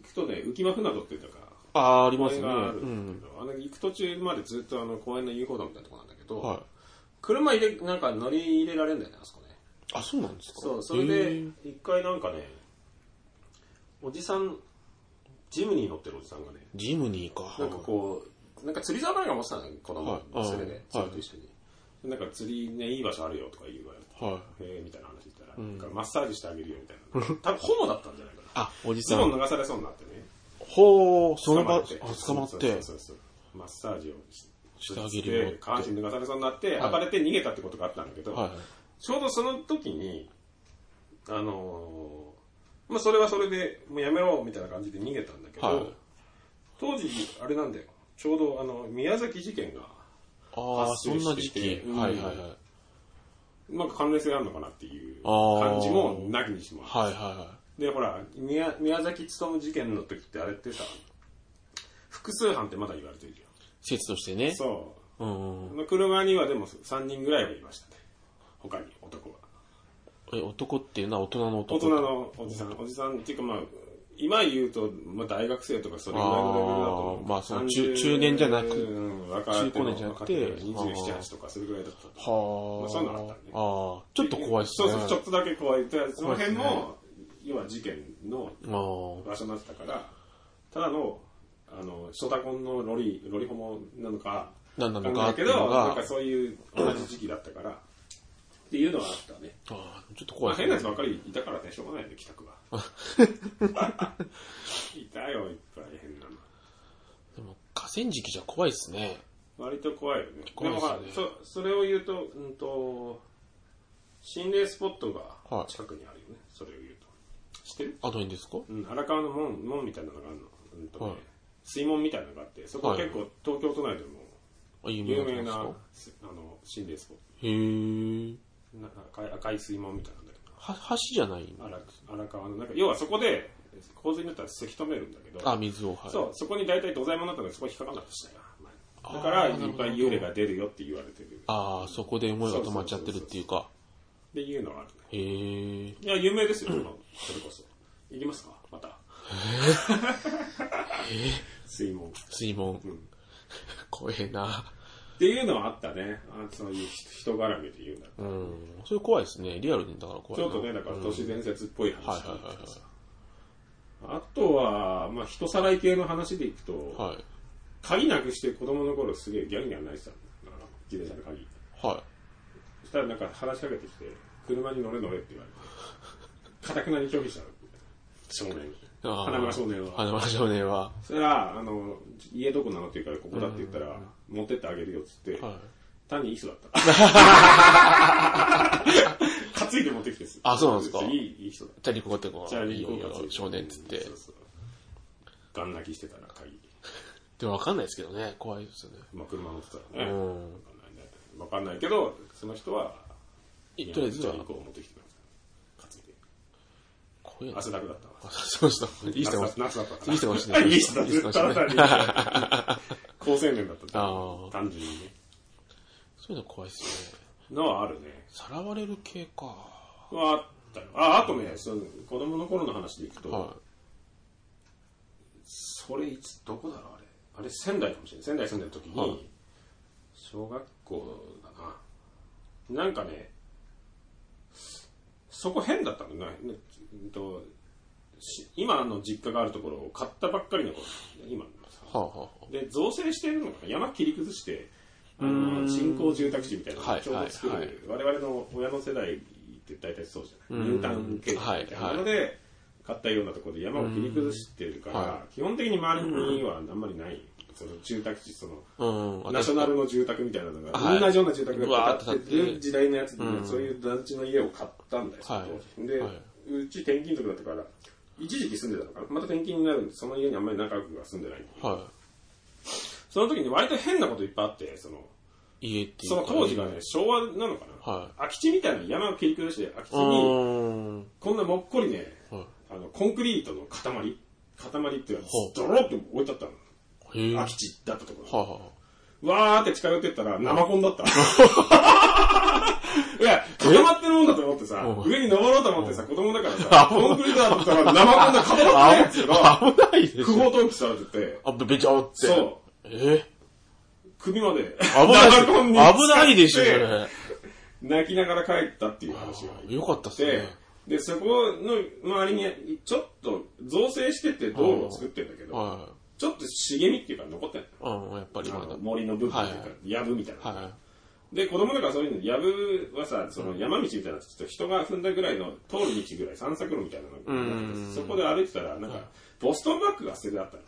Speaker 1: 行くとね、浮間船戸っていうのが、
Speaker 2: ああ、ありま
Speaker 1: 公
Speaker 2: す
Speaker 1: 園
Speaker 2: ね。う
Speaker 1: があるんだ
Speaker 2: ん。
Speaker 1: けど、あの、行く途中までずっとあの、公園の遊歩道みたいなとこなんだけど、
Speaker 2: はい。
Speaker 1: 車入れ、なんか乗り入れられんだよね、あそこね。
Speaker 2: あ、そうなんですか
Speaker 1: そう、それ
Speaker 2: へ
Speaker 1: で
Speaker 2: ー、
Speaker 1: 一回なんかね、おじさん、ジムに乗ってるおじさんがね、
Speaker 2: ジムニーか。
Speaker 1: なんかこう、なんか釣り竿かなんか持ってたのよ、子供、
Speaker 2: はい
Speaker 1: 連れで、
Speaker 2: はい
Speaker 1: 連れと一緒に。なんか釣りね、いい場所あるよとか言われて、
Speaker 2: はい。
Speaker 1: へえみたいな話言ったら、なんかマッサージしてあげるよみたいな。多分ホモだったんじゃないかな。
Speaker 2: あ、おじ
Speaker 1: ズ
Speaker 2: さ
Speaker 1: ボン
Speaker 2: ん。
Speaker 1: 流されそうになってね。
Speaker 2: ほう、その場、あ、
Speaker 1: 捕
Speaker 2: 捕
Speaker 1: ま
Speaker 2: ま
Speaker 1: っ。
Speaker 2: って
Speaker 1: そ
Speaker 2: て
Speaker 1: う。そうそうマッサージをし
Speaker 2: してあげるよって
Speaker 1: 下半身脱がされそうになって、暴れて逃げたってことがあったんだけど、
Speaker 2: はい。
Speaker 1: ちょうどその時に、あのーまあ、それはそれで、もうやめろ、みたいな感じで逃げたんだけど、
Speaker 2: はい
Speaker 1: 当時、あれなんだよ、ちょうど、あの、宮崎事件が、
Speaker 2: ああ、
Speaker 1: 発
Speaker 2: そ
Speaker 1: 生
Speaker 2: んな
Speaker 1: して
Speaker 2: 時
Speaker 1: きて
Speaker 2: 期。
Speaker 1: うん
Speaker 2: はいはいはい。はい
Speaker 1: なんか関連性あるのかなっていう
Speaker 2: あー
Speaker 1: 感じもなきにしもあらず
Speaker 2: はいは
Speaker 1: で、ほら、宮宮崎勤事件の時ってあれってさ、複数犯ってまだ言われてるじゃ
Speaker 2: い。説としてね
Speaker 1: ん。。そ
Speaker 2: うんうん。
Speaker 1: う。車にはでも3人ぐらいはいましたね。他に男は。
Speaker 2: え、男っていうのは大人の男。
Speaker 1: 大人のおじさん、おじさんっていうかまあ、今言うと、まあ大学生とかそれぐらいのレベルだと思う。
Speaker 2: あーまあその
Speaker 1: 30
Speaker 2: 中中年じゃなく
Speaker 1: うん、若手の
Speaker 2: 中高年じゃなくて
Speaker 1: 若手の27、
Speaker 2: あー
Speaker 1: 8とかそれぐらいだったと思う。
Speaker 2: はあ、
Speaker 1: まあそういうのあったね
Speaker 2: ああ、ちょっと怖いっすね。
Speaker 1: そうそう、ちょっとだけ怖い。でその辺
Speaker 2: 怖いっ
Speaker 1: も、要は事件の
Speaker 2: あ
Speaker 1: 場所になってたから、ただのあの、ショタコンのロリ、ロリホモなのか、
Speaker 2: 何な
Speaker 1: わか
Speaker 2: の
Speaker 1: んな
Speaker 2: か
Speaker 1: い
Speaker 2: っ
Speaker 1: け
Speaker 2: ていうの
Speaker 1: ど、なん
Speaker 2: が
Speaker 1: か、そういう同じ時期だったから、っていうのはあったね。
Speaker 2: あーちょっと
Speaker 1: ま
Speaker 2: 怖
Speaker 1: あ、
Speaker 2: いで
Speaker 1: 変
Speaker 2: す
Speaker 1: な
Speaker 2: ね
Speaker 1: やつばっかりいたからね、しょうがないよね、帰宅 は。いたよ、いっぱい変なの。
Speaker 2: でも、河川敷じゃ怖いですね。
Speaker 1: 割と怖いよね。
Speaker 2: 怖い
Speaker 1: で
Speaker 2: で
Speaker 1: も
Speaker 2: す
Speaker 1: ま
Speaker 2: よ
Speaker 1: あ
Speaker 2: ね
Speaker 1: そ、それを言うと、うんと、心霊スポットが
Speaker 2: はい
Speaker 1: 近くにあるよね、それを言うと。知ってる
Speaker 2: あとにですか
Speaker 1: うん、荒川の門、門みたいなのがあるの。うんとね
Speaker 2: はい
Speaker 1: 水門みたいなのがあって、そこ
Speaker 2: はい
Speaker 1: 結構東京都内でも
Speaker 2: あ、有
Speaker 1: 有
Speaker 2: 名
Speaker 1: 名
Speaker 2: な
Speaker 1: な、
Speaker 2: んですか
Speaker 1: すあの、心霊スポッ
Speaker 2: へえ。
Speaker 1: ト。な赤い赤い水門みたいなんだけど。
Speaker 2: は、橋じゃない
Speaker 1: 荒荒川の中、要はそこで洪水になったらせき止めるんだけど、
Speaker 2: あ、水を、はい。
Speaker 1: そう、そこに大体土左衛門だったのでそこに引っかかんなくしたよ。
Speaker 2: あー
Speaker 1: だから、いっ
Speaker 2: なるほど
Speaker 1: ぱい幽霊が出るよって言われてる。
Speaker 2: ああ、そこで思いが止まっちゃってるっていうか。
Speaker 1: っていうのはあるね。
Speaker 2: へえ。
Speaker 1: いや、有名ですよ、そのそれこそ。行きますかまた。 水門。
Speaker 2: 水門
Speaker 1: う。ん
Speaker 2: 怖えな。
Speaker 1: っていうのはあったね。あそういう人絡みで言うんだ
Speaker 2: うん。それ怖いですね。リアルにだから怖
Speaker 1: ち
Speaker 2: い
Speaker 1: ょ
Speaker 2: な。
Speaker 1: っとね、だから都市伝説っぽい話
Speaker 2: はいはいはいはい
Speaker 1: あとは、まあ、人さらい系の話でいくと、
Speaker 2: はい。
Speaker 1: 鍵なくして子供の頃すげえギャンギャン泣いてたんだよな自転車の鍵。
Speaker 2: は
Speaker 1: そしたらなんか話しかけてきて、車に乗れ乗れって言われて、かたくなに拒否したの。少年。
Speaker 2: い。あー
Speaker 1: 花村少年は。
Speaker 2: 花村少年は。
Speaker 1: そしたら、あの、家どこなのって言うから、ここだって言ったら、持ってってあげるよって言って、
Speaker 2: はい。
Speaker 1: 単にいい人だ った。担いで持ってきてす。
Speaker 2: あそうなんですか
Speaker 1: いい、いい人だっ
Speaker 2: チャリコってこ
Speaker 1: た。
Speaker 2: う、いいよいいよ少年っつって
Speaker 1: そ。うそうガン泣きしてたら、鍵。
Speaker 2: でもわかんないですけどね。怖いですよね。
Speaker 1: まあ、車乗ってた
Speaker 2: う
Speaker 1: らね。わ
Speaker 2: ん。
Speaker 1: かんないねわかんないけど、その人は、
Speaker 2: いとりあえずは
Speaker 1: チャリ、ンコを持ってきてください。担いで。
Speaker 2: 怖いな。
Speaker 1: 汗だくだったわ。
Speaker 2: そうそう。いい人も
Speaker 1: 夏夏だったか
Speaker 2: いい人かもしれない
Speaker 1: いい人だ
Speaker 2: いい人かもしれない
Speaker 1: ただ単に高青年だった。
Speaker 2: あー
Speaker 1: 単純にね。
Speaker 2: そういうの怖いっすよね。
Speaker 1: のはあるね。
Speaker 2: さらわれる系か。
Speaker 1: はあったよ。あ、あとね、その子供の頃の話でいくと、
Speaker 2: は
Speaker 1: それいつ、どこだろうあれ。あれ仙台かもしれない。仙台住んでる時に、
Speaker 2: はい
Speaker 1: 小学校だな。なんかね、そこ変だったのね。ねうんとし今の実家があるところを買ったばっかりの頃、今のさ
Speaker 2: い。はあはあはあ。
Speaker 1: で造成してるのかな山切り崩してあの新興住宅地みたいなの
Speaker 2: は
Speaker 1: を
Speaker 2: い
Speaker 1: ちょうど作る、
Speaker 2: はい
Speaker 1: 我々の親の世代って大体そうじゃない入管経済みたいなもので、買ったようなところで山を切り崩してるから、
Speaker 2: うんは
Speaker 1: 基本的に周りにはあんまりないその住宅地その
Speaker 2: うん。
Speaker 1: ナショナルの住宅みたいなのが、同じような住宅が建ってる時代のやつで、そういう団地の家を買ったんだよ、で、うち転勤族だったから、一時期住んでたのかな。また転勤になるんで、その家にあんまり仲良くは住んでない。
Speaker 2: は
Speaker 1: その時に割と変なこといっぱいあって、その、
Speaker 2: い。家っていう
Speaker 1: そ
Speaker 2: か
Speaker 1: の当時がね、昭和なのかな。
Speaker 2: は
Speaker 1: 空き地みたいな山を切り崩して、空き地
Speaker 2: う
Speaker 1: に、
Speaker 2: ーん。
Speaker 1: こんなもっこりね、
Speaker 2: は
Speaker 1: あの、コンクリートの塊、塊っていうのが
Speaker 2: ほう、
Speaker 1: ドロッと置いてあったの。
Speaker 2: い。へえ。
Speaker 1: 空
Speaker 2: は
Speaker 1: き地だったところ。
Speaker 2: あはあ。
Speaker 1: わーって近寄ってったら、生コン だった。いや、固まってるもんだと思ってさ、
Speaker 2: うん
Speaker 1: 上に登ろうと思ってさ、子供だからさ、コンクリートだと思ったら、生コンだ固まってないやつが、
Speaker 2: 危ないです
Speaker 1: 不
Speaker 2: よ。
Speaker 1: 法投棄されてて、
Speaker 2: あ、べちゃおって。
Speaker 1: そ
Speaker 2: え
Speaker 1: う、首まで、
Speaker 2: 危ないで す
Speaker 1: 生コ
Speaker 2: よ。
Speaker 1: ンに
Speaker 2: 危ないでしょ、そ
Speaker 1: 使って
Speaker 2: れ。
Speaker 1: 泣きながら帰ったっていう話があ
Speaker 2: よかったっす
Speaker 1: て
Speaker 2: ね。、
Speaker 1: で、そこの周りに、ちょっと造成してて道路を作ってんだけど、
Speaker 2: は
Speaker 1: ちょっと茂みっていうか残ってんの
Speaker 2: い。うん、やっぱりま
Speaker 1: あ
Speaker 2: だ
Speaker 1: の。森の部分っていう
Speaker 2: は
Speaker 1: か、やぶみたいな。
Speaker 2: は
Speaker 1: で、子供だからそういうの、やぶはさ、その山道みたいな、ちょっと人が踏んだぐらいの通る道ぐらい、散策路みたいなのがあって
Speaker 2: うん
Speaker 1: そこで歩いてたら、なんか、ボストンバッグが捨ててあったの。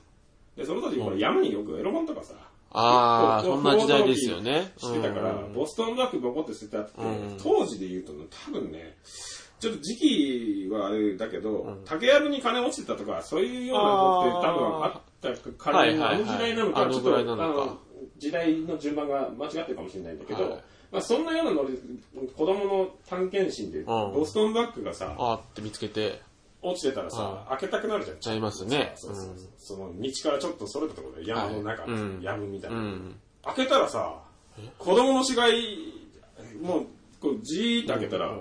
Speaker 1: で、その時、これ山によくエロ本とかさ、
Speaker 2: い。ああ、
Speaker 1: こ
Speaker 2: そう
Speaker 1: こうん
Speaker 2: な時代ですよね。
Speaker 1: してたから
Speaker 2: う、ん
Speaker 1: ボストンバッグボコって捨ててあって
Speaker 2: うん、
Speaker 1: 当時で言うとね、多分ね、ちょっと時期はあれだけど、竹やぶに金落ちてたとか、そういうようなことって多分あったから、
Speaker 2: はいはいはい
Speaker 1: あの時代なのか、
Speaker 2: あの
Speaker 1: ちょっ
Speaker 2: ぐ
Speaker 1: と、
Speaker 2: ら
Speaker 1: あ
Speaker 2: いなのか
Speaker 1: の、時代の順番が間違ってるかもしれないんだけ
Speaker 2: は
Speaker 1: ど
Speaker 2: い、
Speaker 1: まあそんなようなノリ、子供の探検心で、ボストンバッグがさ、
Speaker 2: あーって見つけて。
Speaker 1: 落ちてたらさ、開けたくなるじゃん。
Speaker 2: ちゃいますね
Speaker 1: そうそうそうその道からちょっとそれたところで、山の中
Speaker 2: はいうん、
Speaker 1: やぶみたいうな。
Speaker 2: ん。
Speaker 1: 開けたらさ、子供の死骸、もう、こうじーっと開けたら、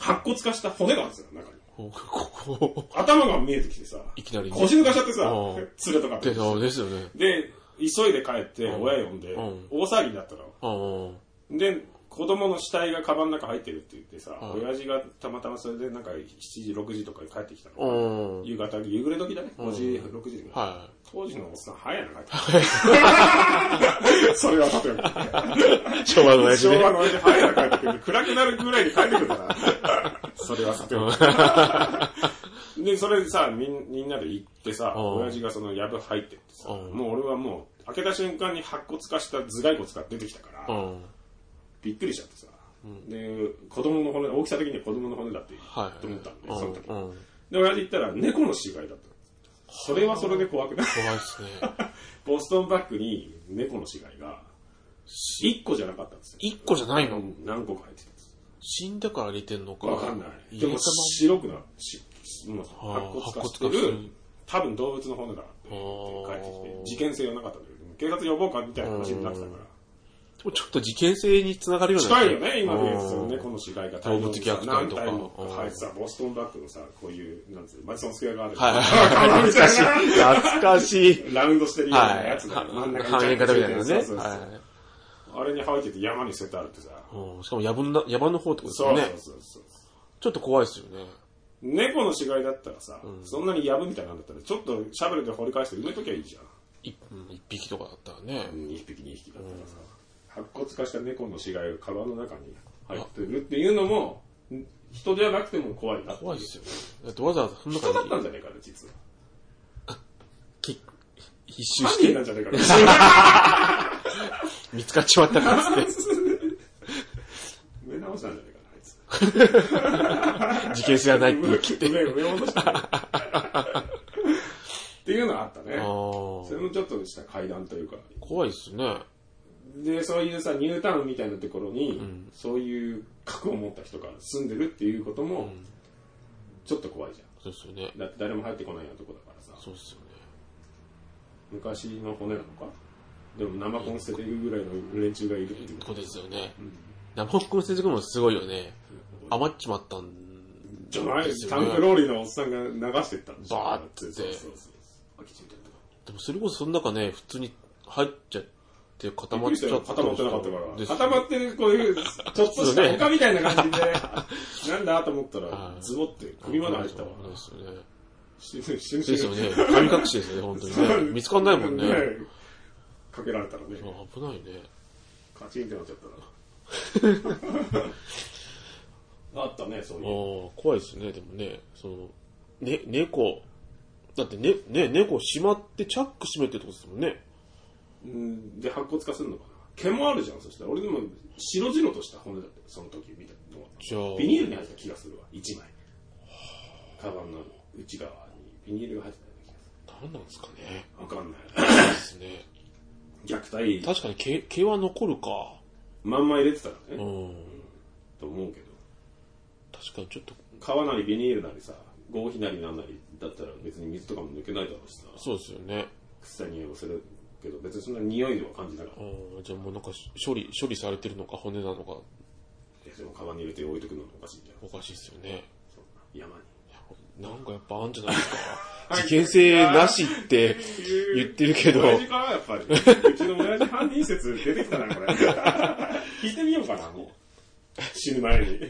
Speaker 1: 白骨化した骨があるんですよ、中に。
Speaker 2: ここ、こ
Speaker 1: 頭が見えてきてさ、
Speaker 2: いきなりね
Speaker 1: 腰抜かしちゃってさ、
Speaker 2: うん
Speaker 1: 連れとかっ
Speaker 2: で
Speaker 1: て。
Speaker 2: そうですよね。
Speaker 1: で、急いで帰って、親呼んで、
Speaker 2: うん
Speaker 1: 大騒ぎになったの。
Speaker 2: うん。
Speaker 1: で、子供の死体がカバンの中入ってるって言ってさ、
Speaker 2: うん
Speaker 1: 親父がたまたまそれでなんか7時、6時とかに帰ってきた
Speaker 2: う
Speaker 1: の。
Speaker 2: ん。はい。
Speaker 1: 夕方、夕暮れ時だね。5時、6時ぐらい。当時のおっさん早いな、帰って それは例えば。
Speaker 4: 昭和の親父
Speaker 1: 昭
Speaker 4: ね。
Speaker 1: 和の親父早く帰ってくる。暗くなるぐらいに帰ってくるから。それはさておき。 で、それでさ、みんみんなで行ってさ、
Speaker 2: うん
Speaker 1: 親父がそのやぶ入ってってさ、
Speaker 2: うん
Speaker 1: もう俺はもう、開けた瞬間に白骨化した頭蓋骨が出てきたから、
Speaker 2: うん。
Speaker 1: びっくりしちゃってさ、で、子供の骨、大きさ的には子供の骨だって、
Speaker 2: はい。
Speaker 1: と思ったんで、
Speaker 2: うん
Speaker 1: その時。
Speaker 2: うん。
Speaker 1: で、親父行ったら猫の死骸だった。それはそれで怖くない
Speaker 2: 怖いっすね。
Speaker 1: ボストンバッグに猫の死骸が、1個じゃなかったんですよ。
Speaker 2: 一個じゃないの
Speaker 1: 何個か入ってたんです
Speaker 2: 死んだから入れてんのか。
Speaker 1: わかんない。で
Speaker 2: 入れ
Speaker 1: も
Speaker 2: た
Speaker 1: 白くな、し、もう
Speaker 2: ま
Speaker 1: 白
Speaker 2: はあ
Speaker 1: 骨化
Speaker 2: 白
Speaker 1: して
Speaker 2: 骨化
Speaker 1: る
Speaker 2: する、
Speaker 1: 多分動物の骨だって言って帰ってき
Speaker 2: あ
Speaker 1: て
Speaker 2: ー、
Speaker 1: 事件性はなかったんだけど、警察呼ぼうかみたいな話になってたから。
Speaker 2: でもちょっと事件性につながるような。
Speaker 1: 近いよね、今
Speaker 2: う
Speaker 1: ね、
Speaker 2: ん
Speaker 1: その猫の死骸が
Speaker 2: 動物虐待とか
Speaker 1: 何体も入ってさ、ボストンバッグのさ、こういう、なんつうの、マジソンスクエアガーデン。
Speaker 2: はい
Speaker 1: はい、
Speaker 2: 懐かしい。懐か しい。
Speaker 1: ラウンドしてるような
Speaker 2: はい。
Speaker 1: やつが真ん中に
Speaker 2: 半円形みたいなの
Speaker 1: そう
Speaker 2: ね。
Speaker 1: そうそう
Speaker 2: はい。
Speaker 1: あれに入ってて山に捨ててあるってさ。
Speaker 2: うんしかも野蛮な、野蛮の方ってことです
Speaker 1: そ
Speaker 2: よ
Speaker 1: う
Speaker 2: ね
Speaker 1: そう。そうそう。
Speaker 2: ちょっと怖いですよね。
Speaker 1: 猫の死骸だったらさ、そんなにやぶみたいなんだったら、ちょっとシャベルで掘り返して埋めときゃいいじゃん。
Speaker 2: 一うん一匹とかだったらね。
Speaker 1: 2匹2匹だったらさ、白骨化した猫の死骸がカバンの中に入ってるっていうのも、人ではなくても怖いなっていう
Speaker 2: 怖いですよね。だってわざわざその中
Speaker 1: 人だっ
Speaker 2: に
Speaker 1: たんじゃねえかな、実は。
Speaker 2: き一周
Speaker 1: 犯
Speaker 2: し
Speaker 1: 人なんじ
Speaker 2: て
Speaker 1: ゃねえかな。
Speaker 2: 見つかっちまったからっつっ
Speaker 1: 目直したんじゃねえかな、あいつ。
Speaker 2: て。事件性はないって言い切って。
Speaker 1: 上、上、上戻したんじゃねえかな。 っていうのはあったね
Speaker 2: あ。
Speaker 1: そ
Speaker 2: ー
Speaker 1: れもちょっとした階段というか。
Speaker 2: 怖いですね。
Speaker 1: で、そういうさ、ニュータウンみたいなところに、そういう核を持った人が住んでるっていうことも、ちょっと怖いじゃ
Speaker 2: そうですよね。
Speaker 1: ん。だって誰も入ってこないようなとこだからさ。
Speaker 2: そうですよね。
Speaker 1: 昔の骨なのかでも生コン捨ててるぐらいの連中がいるっていう
Speaker 2: こうですよね。生ホックの接続もすごいよね。余っちまったん
Speaker 1: じゃない
Speaker 2: です
Speaker 1: タ
Speaker 2: よ
Speaker 1: ンク
Speaker 2: ね。
Speaker 1: ローリーのおっさんが流してったんでしょ
Speaker 2: バーって
Speaker 1: そうそうそうそう飽きちゃったとか
Speaker 2: でもそれこそその中ね、普通に入っちゃって固まっちゃった
Speaker 1: 固まってなかったか
Speaker 2: で
Speaker 1: ら
Speaker 2: すよ
Speaker 1: 固まってるこういうちょっとし
Speaker 2: そう
Speaker 1: た
Speaker 2: ね
Speaker 1: 丘みたいな感じ でなんだと思ったら
Speaker 2: はい
Speaker 1: ズボって首まで入ったわ
Speaker 2: そうですよね。
Speaker 1: 死ぬ死ぬ死
Speaker 2: で
Speaker 1: ぬ
Speaker 2: すよね。神隠しですよね、本当にね。見つかんないもんね。
Speaker 1: かけられたらね
Speaker 2: あ危ないね。
Speaker 1: カチンってなっちゃ ったらあったねそういう
Speaker 2: ああ、怖いですね、でもね。その、ね、猫。だってね、ね、猫しまって、チャック閉めてってことですもんね。
Speaker 1: うんで白骨化するのかな毛もあるじゃんそしたら俺でも白々とした骨だってその時見たのは
Speaker 2: じゃあ、
Speaker 1: ビニールに入った気がするわ1枚カバンの内側にビニールが入ってたような気が
Speaker 2: 何なんですかね。
Speaker 1: するわかんない
Speaker 2: ですね。
Speaker 1: 虐待
Speaker 2: 確かに毛、毛は残るか。
Speaker 1: まんま入れてたら
Speaker 2: う
Speaker 1: ね
Speaker 2: ん。
Speaker 1: と思うけど
Speaker 2: 確かにちょっと、
Speaker 1: 皮なりビニールなりさ合皮なりなんなりだったら別に水とかも抜けないだろうしさ
Speaker 2: そうですよね。
Speaker 1: 臭い匂いをするけど別にそんな匂いは感じなかった
Speaker 2: うん。じゃあもうなんか、処理、処理されてるのか、骨なのか、
Speaker 1: いやでもカバンに入れて置いとくのもおかしいじゃん
Speaker 2: おかしいですよね。
Speaker 1: そんな山に
Speaker 2: なんかやっぱあんじゃないですか。事件性なしって言ってるけど、
Speaker 1: 親父かやっぱり。うちの親父犯人説出てきたな、これ。聞いてみようかな、もう。死ぬ前に。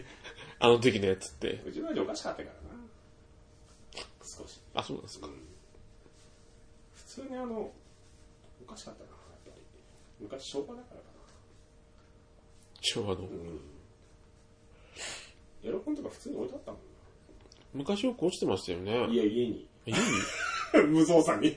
Speaker 2: あの時のやつって。
Speaker 1: うちの親父おかしかったからな。少し。
Speaker 2: あ、そうなんですか。
Speaker 1: 普通にあの、おかしかったな、やっぱり。昔昭和だからか
Speaker 2: 昭和
Speaker 1: な。
Speaker 2: の。
Speaker 1: うん。エロ本とか普通に置いてあったも
Speaker 2: 昔よく落ちてましたよね
Speaker 1: ん。い。や、家に。
Speaker 2: いい
Speaker 1: 無造作に。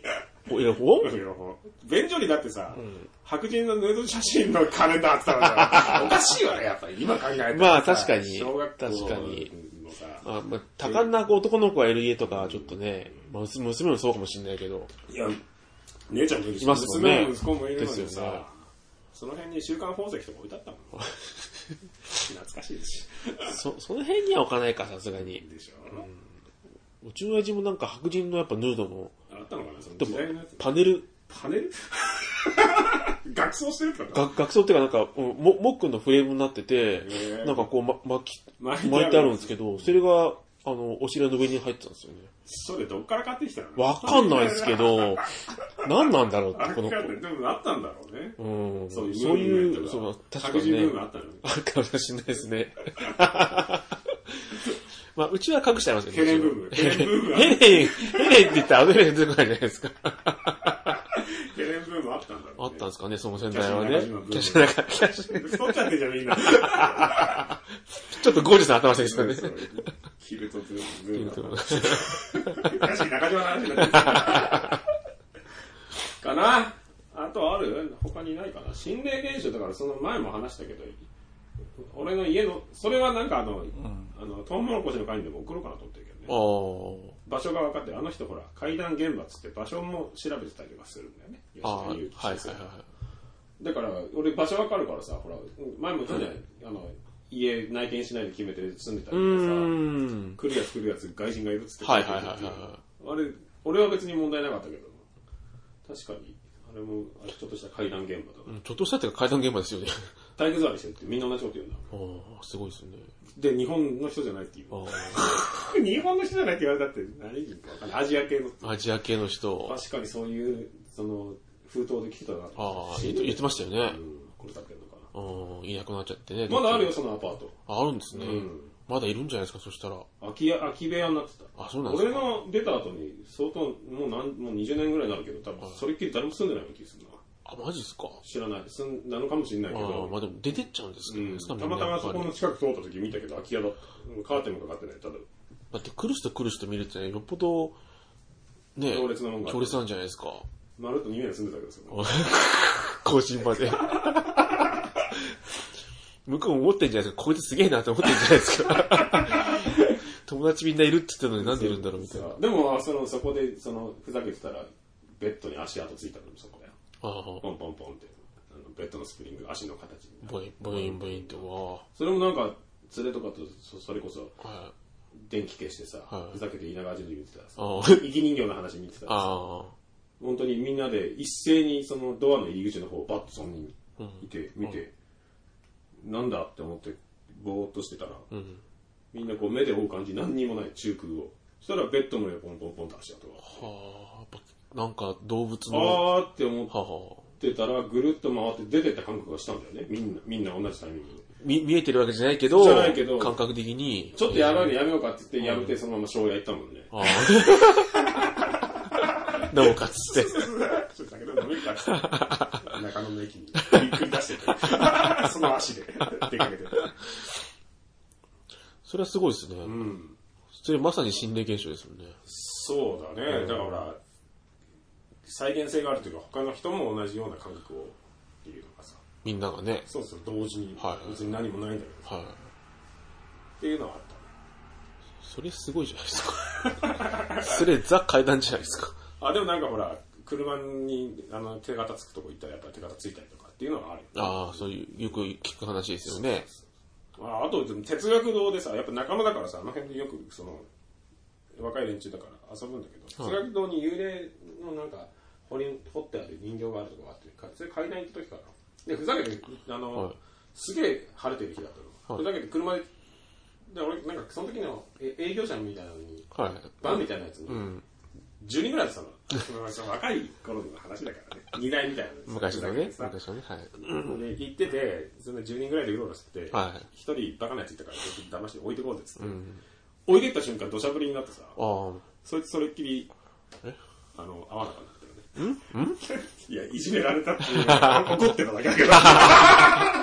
Speaker 2: お、エロ本
Speaker 1: エロ本。便所にだってさ、白人のヌード写真のカレンダーあってた から、おかしいよね、やっぱり。今考えたらさ。
Speaker 2: まあ確かに
Speaker 1: 小学校
Speaker 2: 確かに
Speaker 1: のさ、
Speaker 2: あ、まあ、多感な男の子がいる家とかはちょっとね、まあ、娘娘もそうかもしれないけど、
Speaker 1: いや、姉ちゃんもいるし、
Speaker 2: いますもん
Speaker 1: 娘
Speaker 2: ね
Speaker 1: も息子もいるのに
Speaker 2: です
Speaker 1: さ、
Speaker 2: よね
Speaker 1: その辺に週刊宝石とか置いてあ ったもん。懐かしいし。
Speaker 2: そ、その辺には置かないか、さすがに。
Speaker 1: でしょ、
Speaker 2: うちの親父もなんか白人のやっぱヌードの
Speaker 1: あったのかなその時代のやつ。
Speaker 2: パネル、
Speaker 1: パネル 学装してるからな
Speaker 2: が学装っていうかなんか、うんも、モックのフレームになってて
Speaker 1: へー、
Speaker 2: なんかこう、ま、巻き、
Speaker 1: 巻いてある
Speaker 2: 巻いてあるんですけど、それがあの、お尻の上に入ってたんですよね。
Speaker 1: それどっから買ってきたの
Speaker 2: わかんないです けど、何なんだろうっ
Speaker 1: あか
Speaker 2: て、こ
Speaker 1: ん
Speaker 2: の子
Speaker 1: な。いでもあったんだろうね。
Speaker 2: うん。
Speaker 1: そ
Speaker 2: そう
Speaker 1: い
Speaker 2: う
Speaker 1: うムーブメント
Speaker 2: い
Speaker 1: が
Speaker 2: う、そう、確か
Speaker 1: 白
Speaker 2: に
Speaker 1: 人ブーム
Speaker 2: ね。
Speaker 1: あったのね。
Speaker 2: あるかもしれないですね。 まあ、うちは隠してありますよね。
Speaker 1: ヘレンブーム。ヘレンブームあ
Speaker 2: ヘレン、ヘレンって言ったらあのヘレン出てこないじゃないですか。
Speaker 1: ヘレンブームあったんだろうね。
Speaker 2: あったんですかね、その先代は
Speaker 1: キ
Speaker 2: ね
Speaker 1: ャシーの。
Speaker 2: キャシーなんか、キャシー
Speaker 1: 太っちゃってんじゃんみんな。
Speaker 2: ちょっとゴージャスな頭してるんですよね。
Speaker 1: キルトブーム。
Speaker 2: キルト
Speaker 1: 確かに中島の話になってるかなあとある他にないかな心霊現象だからその前も話したけど、俺の家の、それはなんかあの、あの、トウモロコシの会にでも送ろうかなと思ってるけどね。
Speaker 2: あー
Speaker 1: 場所が分かってるあの人ほら階段現場っつって場所も調べてたりとかするんだよね吉
Speaker 2: あー、はい
Speaker 1: 祐
Speaker 2: はい
Speaker 1: 樹先
Speaker 2: はいはい。
Speaker 1: 生だから俺場所分かるからさほら前も言ったじゃないあの家内見しないで決めて住んでたりとか
Speaker 2: う
Speaker 1: さ
Speaker 2: ーん。
Speaker 1: 来るやつ来るやつ外人がいるっつって
Speaker 2: はいはいはいはいはい
Speaker 1: あれ俺は別に問題なかったけど確かにあれもあれちょっとした階段現場とか
Speaker 2: うんちょっとしたっていうか階段現場ですよね。
Speaker 1: 体育座りしてるってみんな同じこと言うんだ
Speaker 2: ああ、すごいですね。
Speaker 1: で日本の人じゃないっていう
Speaker 2: あ
Speaker 1: 日本の人じゃないって言われたって何人か分かんないアジア系の
Speaker 2: あ、アジア系の人。
Speaker 1: 確かにそういうその封筒で来てたなと
Speaker 2: ああ、言って言ってましたよ
Speaker 1: う
Speaker 2: ね。
Speaker 1: ん、これだってんのか
Speaker 2: うん、いなくなっちゃってね。
Speaker 1: なまだあるよそのアパート
Speaker 2: あ。あるんですね
Speaker 1: うん。
Speaker 2: まだいるんじゃないですか、そしたら。
Speaker 1: 空き家空き部屋になってた
Speaker 2: あ、そうなんです
Speaker 1: 俺
Speaker 2: か。
Speaker 1: の出た後に相当もうなんもう20年ぐらいになるけど多分それっきり誰も住んでないような気がするな
Speaker 2: あ、マジですか。
Speaker 1: 知らない住んなのかもしれないけ
Speaker 2: ああ、ま
Speaker 1: ど
Speaker 2: あでも出てっちゃうんです
Speaker 1: う
Speaker 2: けど
Speaker 1: ん
Speaker 2: ね。
Speaker 1: たまたまそこの近く通った時見たけど空き家だったうんカーテンもかかってないただ
Speaker 2: だって来る人来る人見るってね、よっぽど、ね、
Speaker 1: 強烈なもんがある
Speaker 2: 強烈なんじゃないですか。
Speaker 1: まるっと2年住んでたけどそこ
Speaker 2: 更新まで。 向こうも思ってんじゃないですか。こいつすげえなって思ってんじゃないですか。 友達みんないるって言ってたのになんでいるんだろうみたいな。あ
Speaker 1: さでもそのそこでそのふざけてたらベッドに足跡ついたのもそこだよ
Speaker 2: あ、
Speaker 1: ポンポンポンってあのベッドのスプリング足の形に
Speaker 2: ボイン、ボイン、ボインって、わ
Speaker 1: それもなんか連れとかとそそれこそ
Speaker 2: あ。はい。
Speaker 1: 電気消してさ、
Speaker 2: はい
Speaker 1: ふざけて稲川淳二見てたらさ
Speaker 2: ああ
Speaker 1: 生き人形の話見てたらさ
Speaker 2: あ
Speaker 1: 本当にみんなで一斉にそのドアの入り口の方をバッと3人いて、見て、なんだって思ってぼーっとしてたら、みんなこう目で追う感じ何にもない中空をそしたらベッドの上ポンポンポンと足跡が
Speaker 2: あ。はあ。やっぱなんか動物の、は
Speaker 1: あーって思っ
Speaker 2: あはあ。
Speaker 1: てたらぐるっと回って出てった感覚がしたんだよねみんなみんな同じタイミングで
Speaker 2: み見えてるわけじゃないけど、
Speaker 1: じゃないけど
Speaker 2: 感覚的に。
Speaker 1: ちょっとやばいのやめようかって言ってやめてそのまま庄屋行ったもんね
Speaker 2: あ あ。なおかつって。
Speaker 1: それだけど飲めるから。中野の駅 にひっくり出してて、その足で出かけて。
Speaker 2: それはすごいですね。
Speaker 1: うん。
Speaker 2: それまさに心霊現象ですもんね。
Speaker 1: そうだね。だから、再現性があるというか、他の人も同じような感覚をっていうのがさ、
Speaker 2: みんながね。
Speaker 1: そうそう、同時に、
Speaker 2: はい
Speaker 1: 別に何もないんだけど、
Speaker 2: はい。
Speaker 1: っていうのはあったね。
Speaker 2: それすごいじゃないですか。 それザ階段じゃないですか。
Speaker 1: あ、でもなんかほら、車にあの手形つくとこ行ったらやっぱり手形ついたりとかっていうのはあるよ。
Speaker 2: ああ、そういう、よく聞く話ですよね。
Speaker 1: ああと、でも哲学堂でさ、やっぱ仲間だからさ、あの辺でよく、その、若い連中だから遊ぶんだけど、哲学堂に幽霊のなんか、掘り、掘ってある人形があるとこがあって、かそれ階段行った時かな。で、ふざけて、あの、
Speaker 2: はい
Speaker 1: すげえ晴れてる日だったの。
Speaker 2: はい
Speaker 1: ふざけて車で、で、俺、なんかその時のえ営業者みたいなのに、
Speaker 2: はい。
Speaker 1: バンみたいなやつに、
Speaker 2: うん。
Speaker 1: 10人ぐらいでたの。まあその若い頃の話だからね。荷台みたいなのに。
Speaker 2: 昔の
Speaker 1: ふざけ
Speaker 2: ね
Speaker 1: て。さ
Speaker 2: 昔のね。はい。
Speaker 1: で行ってて、その10人ぐらいでうろうろしてて、
Speaker 2: はい
Speaker 1: 一人バカなやついたから、騙して置いてこうぜっつって、置いてった瞬間、土砂降りになってさ、
Speaker 2: あ
Speaker 1: そいつそれっきり
Speaker 2: え、
Speaker 1: あの、会わなかったよね。ん いや、いじめられたっていう、怒ってただけだけど、
Speaker 2: あ。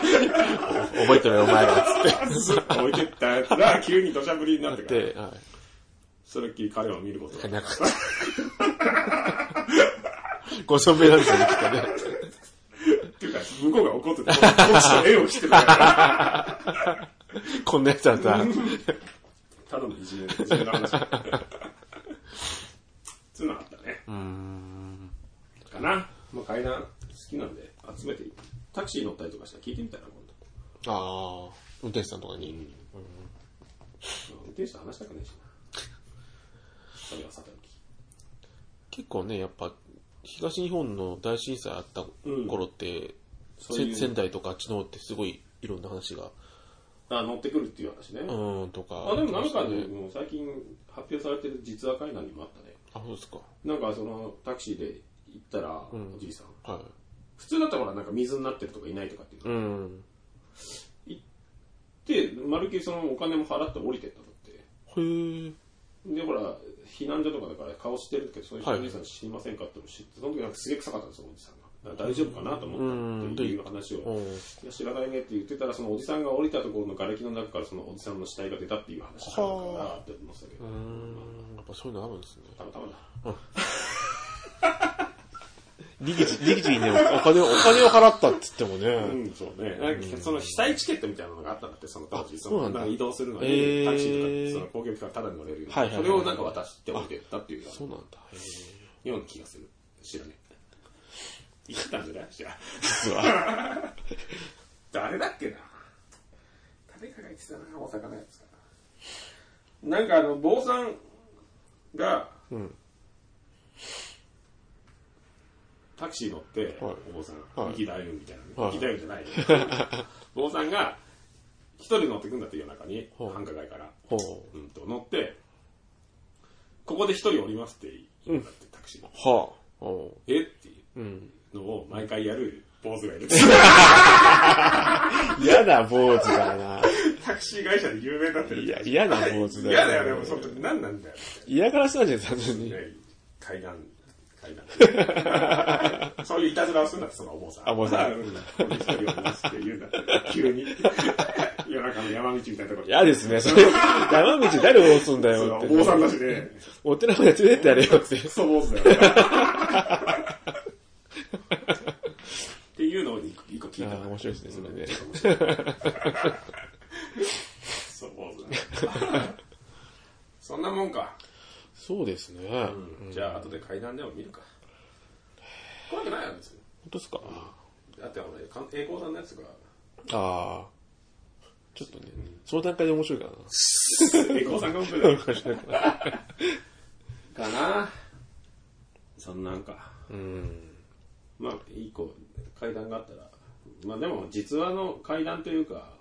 Speaker 2: 覚えてるよ、お前ら。
Speaker 1: ずっと置いてったやつが、急に土砂降りになってから、
Speaker 2: で、は
Speaker 1: それっきり彼を見ること
Speaker 2: い。
Speaker 1: が
Speaker 2: なかった。 ご存命なんですよね、きっとね。
Speaker 1: っていうか、向こうが怒ってた。こっちの絵を着てた から、
Speaker 2: こんなやつだったら。
Speaker 1: ただのいじめ、いじめの話。そういうのあったね。
Speaker 2: うん。
Speaker 1: かな。まあ、階段好きなんで、集めて、タクシー乗ったりとかしたら聞いてみたら、今度。
Speaker 2: ああ。運転手さんとかに。
Speaker 1: 運転手と話したくないしな。それはさておき。
Speaker 2: 結構ね、やっぱ、東日本の大震災あった頃って、
Speaker 1: そういう
Speaker 2: せ仙台とかあっちの方ってすごいいろんな話が
Speaker 1: あ乗ってくるっていう話ね。
Speaker 2: うん、とか。
Speaker 1: あでもなんかね、もう最近発表されてる実話会談にもあったね。
Speaker 2: あ、そうですか。
Speaker 1: なんかそのタクシーで行ったら、おじいさん。
Speaker 2: は
Speaker 1: 普通だったらほらなんか水になってるとかいないとかっていう
Speaker 2: い。うん。
Speaker 1: で、まるっきりそのお金も払って降りてったとって。
Speaker 2: へえ。
Speaker 1: で、ほら、避難所とかだから顔してるけど、そういう
Speaker 2: はい
Speaker 1: おじさん死にませんかって知って、その時なんかすげえ臭かったんですよ、おじさんが。だから大丈夫かなと思ったっていう話を。
Speaker 2: うん。
Speaker 1: いや知らないねって言ってたら、そのおじさんが降りたところの瓦礫の中からそのおじさんの死体が出たっていう話だったのかなって思ってたけど、
Speaker 2: うん。やっぱそういうのあるんですね。
Speaker 1: たまたまだ。
Speaker 2: リギジ、リギジにね、お金を、お金を払ったって言っても
Speaker 1: う
Speaker 2: ね。
Speaker 1: ん、そうね。なんかその被災チケットみたいなのがあったんだって、その当時。
Speaker 2: そうなんだ
Speaker 1: か移動するのに、
Speaker 2: へー
Speaker 1: タクシーとか、その公共機関タダで乗れるように、
Speaker 2: はいはいはい
Speaker 1: それをなんか渡しておいてったっていうよ
Speaker 2: そうなんだ。へえ
Speaker 1: うな気がする。知らねえ。言ってたんじゃないじゃあ。
Speaker 2: 実は。
Speaker 1: 誰だっけな誰かが言ってたな大阪のやつかななんかあの坊さんが、タクシー乗って、
Speaker 2: はい
Speaker 1: お坊さん
Speaker 2: はい
Speaker 1: 生きだみたいな
Speaker 2: は
Speaker 1: ね生
Speaker 2: い
Speaker 1: きだゆんじゃないよ 坊さんが一人乗ってくんだって夜中に
Speaker 2: はい
Speaker 1: 繁華街から、
Speaker 2: ほう。
Speaker 1: うん、と乗ってここで一人降りますって言うんだって、タクシーの
Speaker 2: はあ。お。
Speaker 1: えっていう
Speaker 2: うん。
Speaker 1: うのを毎回やる坊主がい る
Speaker 2: 嫌な坊主だな。
Speaker 1: タクシー会社で有名になってる
Speaker 2: いや、嫌な坊主だ
Speaker 1: 嫌だよね、もうその時何なんだよ。
Speaker 2: 嫌がらせなんじゃない単純に。
Speaker 1: 階段、階 段。そういういたずらをするんだって、そのお坊さん。
Speaker 2: あお坊さん
Speaker 1: うこの一人を見ますって言うんだって、急に。夜中の山道みたいなところ
Speaker 2: 嫌ですね。それ、山道誰を押すんだ
Speaker 1: そ
Speaker 2: よ
Speaker 1: の
Speaker 2: って
Speaker 1: お。坊さんだしね、
Speaker 2: お寺まで連れてってやれよって。
Speaker 1: クソ坊主だよね。っていうのを一個一個聞い
Speaker 2: あ
Speaker 1: た
Speaker 2: あ、面白いですね、それね。
Speaker 1: クソ坊主だなそんなもんか。
Speaker 2: そうですね。本
Speaker 1: じゃあ、後で階段でも見るか。怖くないんですよ。
Speaker 2: 当ですか
Speaker 1: だって、俺、かん栄光さんのやつが、
Speaker 2: ああ。ちょっとね、その段階で面白いからな。
Speaker 1: 栄光さんが面白い
Speaker 2: 面白いかな
Speaker 1: かなそんなんか
Speaker 2: うん。
Speaker 1: まあ一個階段があったらまあでも実話の階段というか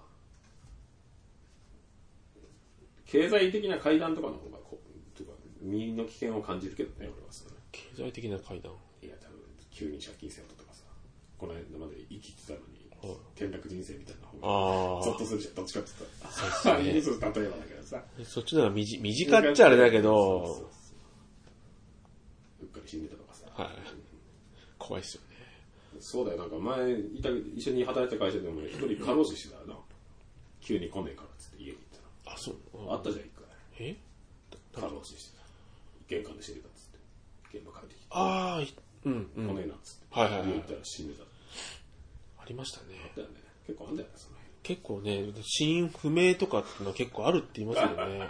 Speaker 1: 経済的な階段とかの方がこというか身の危険を感じるけどね俺はそれ
Speaker 2: 経済的な階段。
Speaker 1: いや多分急に借金せよとかさこの間まで生きてたのに
Speaker 2: はい
Speaker 1: 転落人生みたいな方が
Speaker 2: あ
Speaker 1: ゾッとするじゃんどっちかって言ったらそう
Speaker 2: ですね
Speaker 1: 例えばだけどさ
Speaker 2: あ。そっちなら身近身近っちゃあれだけ
Speaker 1: そうそうそ
Speaker 2: ど、
Speaker 1: ううっかり死んでたとかさ
Speaker 2: はい。怖いっすよね。
Speaker 1: そうだよ、なんか前いた、一緒に働いてた会社でも一人過労死してたよな。急に来ねえからっつって家に行っ
Speaker 2: あ、そう。
Speaker 1: たら。あったじゃん、一
Speaker 2: え
Speaker 1: 回。過労死してた。玄関で死んでたっつって。現場帰ってきて。
Speaker 2: ああ、いうん、う
Speaker 1: 来ね
Speaker 2: ん。
Speaker 1: えなっつって。
Speaker 2: はいはいはい
Speaker 1: 家行ったら死んでた。
Speaker 2: ありましたね。
Speaker 1: だよね。結構あんだよね、その
Speaker 2: 結構ね、死因不明とかっていうのは結構あるって言いますよ ね。
Speaker 1: 辺。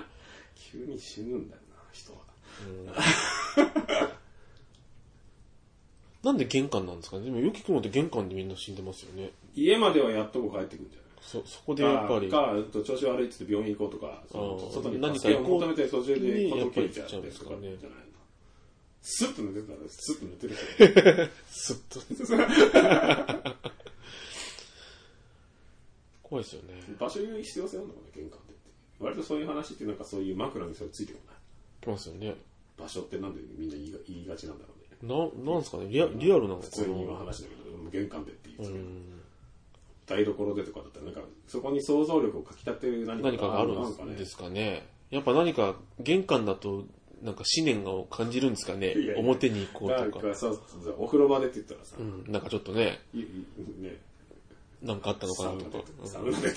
Speaker 1: 急に死ぬんだよな、人は。
Speaker 2: なんで玄関なんですかねでもよく聞くのって玄関でみんな死んでますよね。
Speaker 1: 家まではやっとこう帰ってくんじゃない
Speaker 2: そ、そこでやっぱり。
Speaker 1: か、かと調子悪いっつって病院行こうとか、その
Speaker 2: あー
Speaker 1: 外に
Speaker 2: 何か
Speaker 1: 助け
Speaker 2: 行
Speaker 1: を
Speaker 2: こう
Speaker 1: 求めて途中で
Speaker 2: ね
Speaker 1: 事
Speaker 2: やっぱ
Speaker 1: 切
Speaker 2: り
Speaker 1: れちゃって
Speaker 2: 行っちゃうんです
Speaker 1: と
Speaker 2: か
Speaker 1: か
Speaker 2: ね
Speaker 1: じゃないの。スッと寝てたら、スッと寝てるから。
Speaker 2: すっと。 怖いですよね。
Speaker 1: 場所に必要性あるのかな、玄関でって。割とそういう話ってなんかそういう枕にそれついてこない。
Speaker 2: 来ますよね。
Speaker 1: 場所ってなんでみんな言いが言いがちなんだろうね。
Speaker 2: な、なんですかねリアリアルなのか
Speaker 1: 普通に今
Speaker 2: な
Speaker 1: 話だけど、うん玄関でって言ってる。台所でとかだったら、なんかそこに想像力をかきたてる何か
Speaker 2: 何かがある
Speaker 1: の
Speaker 2: んですかね。やっぱ何か、玄関だと、なんか思念を感じるんですかね
Speaker 1: いやいや
Speaker 2: 表に行こ
Speaker 1: なん
Speaker 2: う
Speaker 1: か
Speaker 2: と
Speaker 1: ね。な
Speaker 2: か。
Speaker 1: んかさ、お風呂場でって言ったらさ、
Speaker 2: うん、なんかちょっとね、
Speaker 1: いいね、
Speaker 2: なんかあったのか
Speaker 1: サ
Speaker 2: な
Speaker 1: ウナ
Speaker 2: と
Speaker 1: で
Speaker 2: か。、
Speaker 1: サウナでって言っ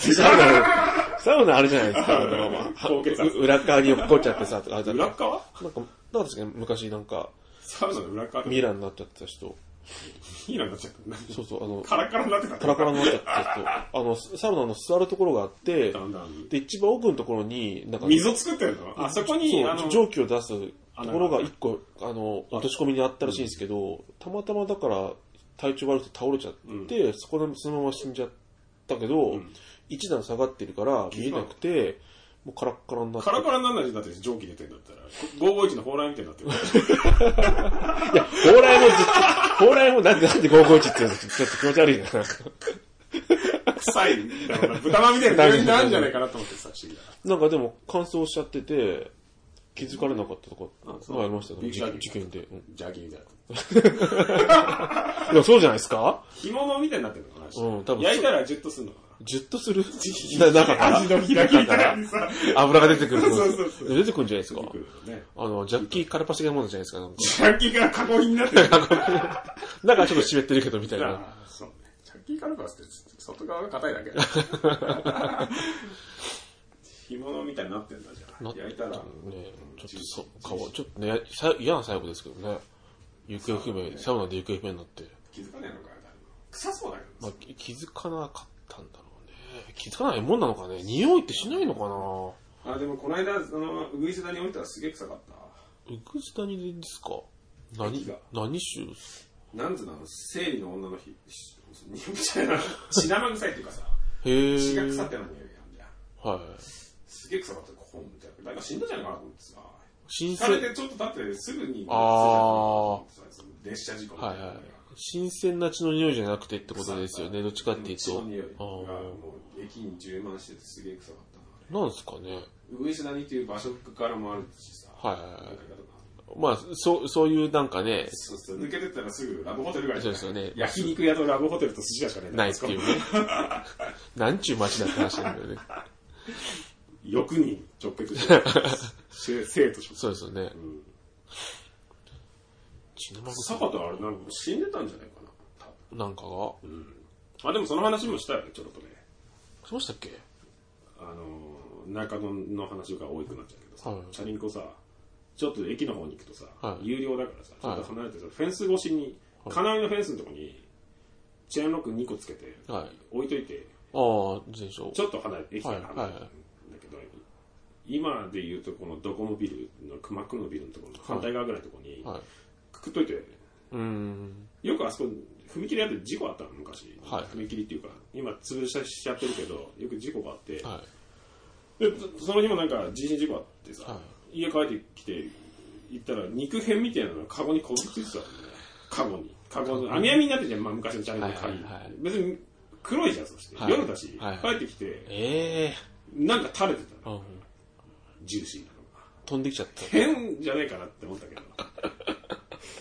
Speaker 2: サウナあるじゃないですか。あの
Speaker 1: 高血圧
Speaker 2: う裏側に落っこっちゃってさ、とかあるじ
Speaker 1: た
Speaker 2: ゃ
Speaker 1: ら、
Speaker 2: な
Speaker 1: 裏
Speaker 2: い
Speaker 1: 側
Speaker 2: なんか、なんですかね、昔なんか、
Speaker 1: サウナの裏側
Speaker 2: ミイラになっちゃってた人。
Speaker 1: ヒーラーになっちゃった。何
Speaker 2: そうそう、あの、
Speaker 1: カラカラになってた。
Speaker 2: カラカラになっちゃってた人。あの、サウナの座るところがあって、
Speaker 1: だんだん。
Speaker 2: で、一番奥のところに、なんか、
Speaker 1: 水を作ってるのあそこに、あ
Speaker 2: そう
Speaker 1: の、
Speaker 2: 蒸気を出すところが一個、あの、落とし込みにあったらしいんですけど、たまたまだから体調悪くて倒れちゃって、そこでそのまま死んじゃったけど、一段下がってるから見えなくて、もうカラッカラになって
Speaker 1: カ、ラカラにならないだって蒸気出てんだったら、551の蓬莱みたいになってる。
Speaker 2: いや、蓬莱もずっと、蓬莱もなんでなんで551って言うんですかちょっと気持ち悪いな。
Speaker 1: 臭いんだろうな。豚まんみたいな匂いになるんじゃないかなと思ってさ、不思議だ
Speaker 2: なんかでも乾燥しちゃってて、気づかれなかったとか、
Speaker 1: あそう
Speaker 2: ありましたよ
Speaker 1: ビーフジャーキ
Speaker 2: 事
Speaker 1: ー
Speaker 2: 事件で。うん
Speaker 1: な。ジャーキーみたいな。
Speaker 2: いや、そうじゃないですか
Speaker 1: 干物みたいになってるのかな、
Speaker 2: うん多分
Speaker 1: 焼いたらジュッとするのか
Speaker 2: じゅっと するな中
Speaker 1: な。
Speaker 2: から
Speaker 1: 味の開きみたいにさ、
Speaker 2: 油が出てくると思
Speaker 1: そうそうそうそう
Speaker 2: 出てくるんじゃないですか。
Speaker 1: 来るのね。
Speaker 2: あの、ジャッキーカルパシゲモンじゃないですか。なんか
Speaker 1: ジャーキーから加工品になってる。
Speaker 2: なんかちょっと湿ってるけどみたいな。
Speaker 1: ああそうね。ジャッキーカルパスって外側が硬いだけ。干物みたいになってんだじゃ。
Speaker 2: なん
Speaker 1: 焼いたら。
Speaker 2: ねちょっとそう、顔、ちょっとね、さ嫌な最後ですけどね。行方不明、サウナで行方不明になって。
Speaker 1: 気づかないのかよ誰も臭そうだけど
Speaker 2: まあ、き気づかなかったんだろうね。気づかないもんなのかね。匂いってしないのか
Speaker 1: あでもこの間そのウグイスダに置いたらすげえ臭かった
Speaker 2: なウグスタニですか何
Speaker 1: 息が、
Speaker 2: 何種
Speaker 1: なんつうのあの生理の女の日しみたいな血生臭いっていうかさ
Speaker 2: へ
Speaker 1: 血が
Speaker 2: え。
Speaker 1: 腐ってるのに匂いがあるじゃん
Speaker 2: はい。
Speaker 1: すげえ臭かったここみたいな誰か死んだんじゃないかなと思ってさ
Speaker 2: 新
Speaker 1: 疲れて
Speaker 2: 鮮、
Speaker 1: ちょっと経ってすぐに
Speaker 2: あ
Speaker 1: その列車事故みた
Speaker 2: はいい
Speaker 1: な
Speaker 2: はい。新鮮な血の匂いじゃなくてってことですよね。どっちかっていう
Speaker 1: 血の匂いが
Speaker 2: と。あ
Speaker 1: もう駅に充満しててすげえ臭かったな
Speaker 2: あ。なんですかね。
Speaker 1: ウグイスダニっていう場所からもあるしさ
Speaker 2: はいはいはい
Speaker 1: なんかやだな
Speaker 2: まあ、そう、そういうなんかね、
Speaker 1: そうそう、抜けてったらすぐラブホテルがある
Speaker 2: そうですよね
Speaker 1: 焼肉屋とラブホテルと寿司屋しかねえんだ
Speaker 2: な いっていうね。なんちゅう街だって話なんだよね。
Speaker 1: 欲に直結してる生生と食
Speaker 2: そうですよね。
Speaker 1: うん
Speaker 2: 血のま
Speaker 1: 坂田あれなんか死んでたんじゃないかな多
Speaker 2: ぐなんかが、
Speaker 1: 分あでもその話もしたよねちょろっとね
Speaker 2: そうでしたっけ
Speaker 1: あのー中野の話が多くなっちゃうけどさ、
Speaker 2: はい
Speaker 1: チャリンコさちょっと駅の方に行くとさ、
Speaker 2: はい
Speaker 1: 有料だからさちょ
Speaker 2: はい
Speaker 1: っと離れてさ、フェンス越しに金網のフェンスのとこにチェーンロック2個つけて、
Speaker 2: はい
Speaker 1: 置いといて
Speaker 2: ああ、全勝。
Speaker 1: ちょっと離れて、駅から離れて
Speaker 2: はいはい
Speaker 1: だけど、今で言うとこのドコモビルの熊区のビルのところの反対側ぐらいのところに、
Speaker 2: はい。
Speaker 1: くくっといて、
Speaker 2: うーん。
Speaker 1: よくあそこ、踏切あって事故あったの、昔。
Speaker 2: はい
Speaker 1: 踏切っていうか、今潰しちゃってるけど、よく事故があって、
Speaker 2: は
Speaker 1: でその日もなんか人身事故あってさ、
Speaker 2: は
Speaker 1: 家帰ってきて、行ったら肉片みたいなのがカゴにこびりついてたのね。カゴに。カゴの、網網になってるじゃん、まあ、昔のチャンネルの鍵、
Speaker 2: はいはいはい
Speaker 1: 別に黒いじゃん、そして。
Speaker 2: はい
Speaker 1: 夜だし、
Speaker 2: はい
Speaker 1: 帰ってきて
Speaker 2: い。、ええ
Speaker 1: なんか垂れてたの。
Speaker 2: ー。うん。
Speaker 1: ジューシーなのが。
Speaker 2: 飛んできちゃった。
Speaker 1: 変じゃねえかなって思ったけ ど。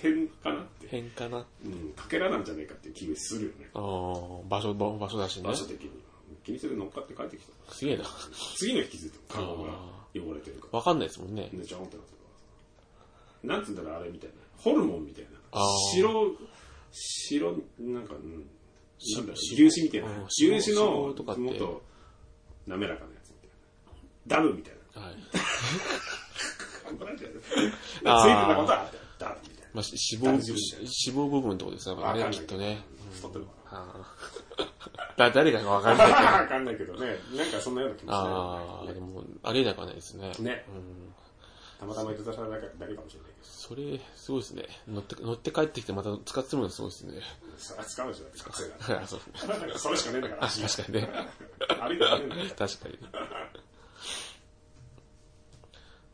Speaker 1: 変かなって。
Speaker 2: 変かな。
Speaker 1: うん、かけらなんじゃねえかっていう気がするよね。
Speaker 2: ああ、場所、場場所だしね
Speaker 1: 場。所的に。気にせず乗っかって帰ってきた。
Speaker 2: すげえな。
Speaker 1: 次の日気づいた。カゴが汚れてるか
Speaker 2: わかんないですもんね
Speaker 1: ら。。で、ちょんってなってるからなんつうんだろう、あれみたいな。ホルモンみたいな
Speaker 2: あー。
Speaker 1: 白、白、なんか、うん
Speaker 2: し
Speaker 1: なんだろう
Speaker 2: し
Speaker 1: 粒子みたいな
Speaker 2: うん。
Speaker 1: 粒子の、
Speaker 2: 脂肪とかって
Speaker 1: もっと滑らかなやつみたいな。ダムみ たいな。
Speaker 2: はい。
Speaker 1: 怒られちゃうよ。ついてたことは、ダムみたいな。
Speaker 2: まあ、し脂肪、
Speaker 1: 単純に
Speaker 2: 脂肪部分ってことですね。あ
Speaker 1: わかんな
Speaker 2: れ
Speaker 1: い
Speaker 2: きっとね。
Speaker 1: 太ってるの かな
Speaker 2: あー だ誰かがわか んないけど。
Speaker 1: わかんないけどね。なんかそんなような気もし
Speaker 2: ああ、でも、ありえなくはないですね。
Speaker 1: ない。ね。
Speaker 2: うん。
Speaker 1: たまたまいただされなかっただけかもしれないけ
Speaker 2: それ、すごいですね。乗って、乗って帰ってきてまた使ってるのがすごいですね。
Speaker 1: ど。さあ、使うでしょ、学生だ。
Speaker 2: あそう
Speaker 1: それしかねえんだから。
Speaker 2: 確かにね。
Speaker 1: 歩いてねえんだから。
Speaker 2: 確かに。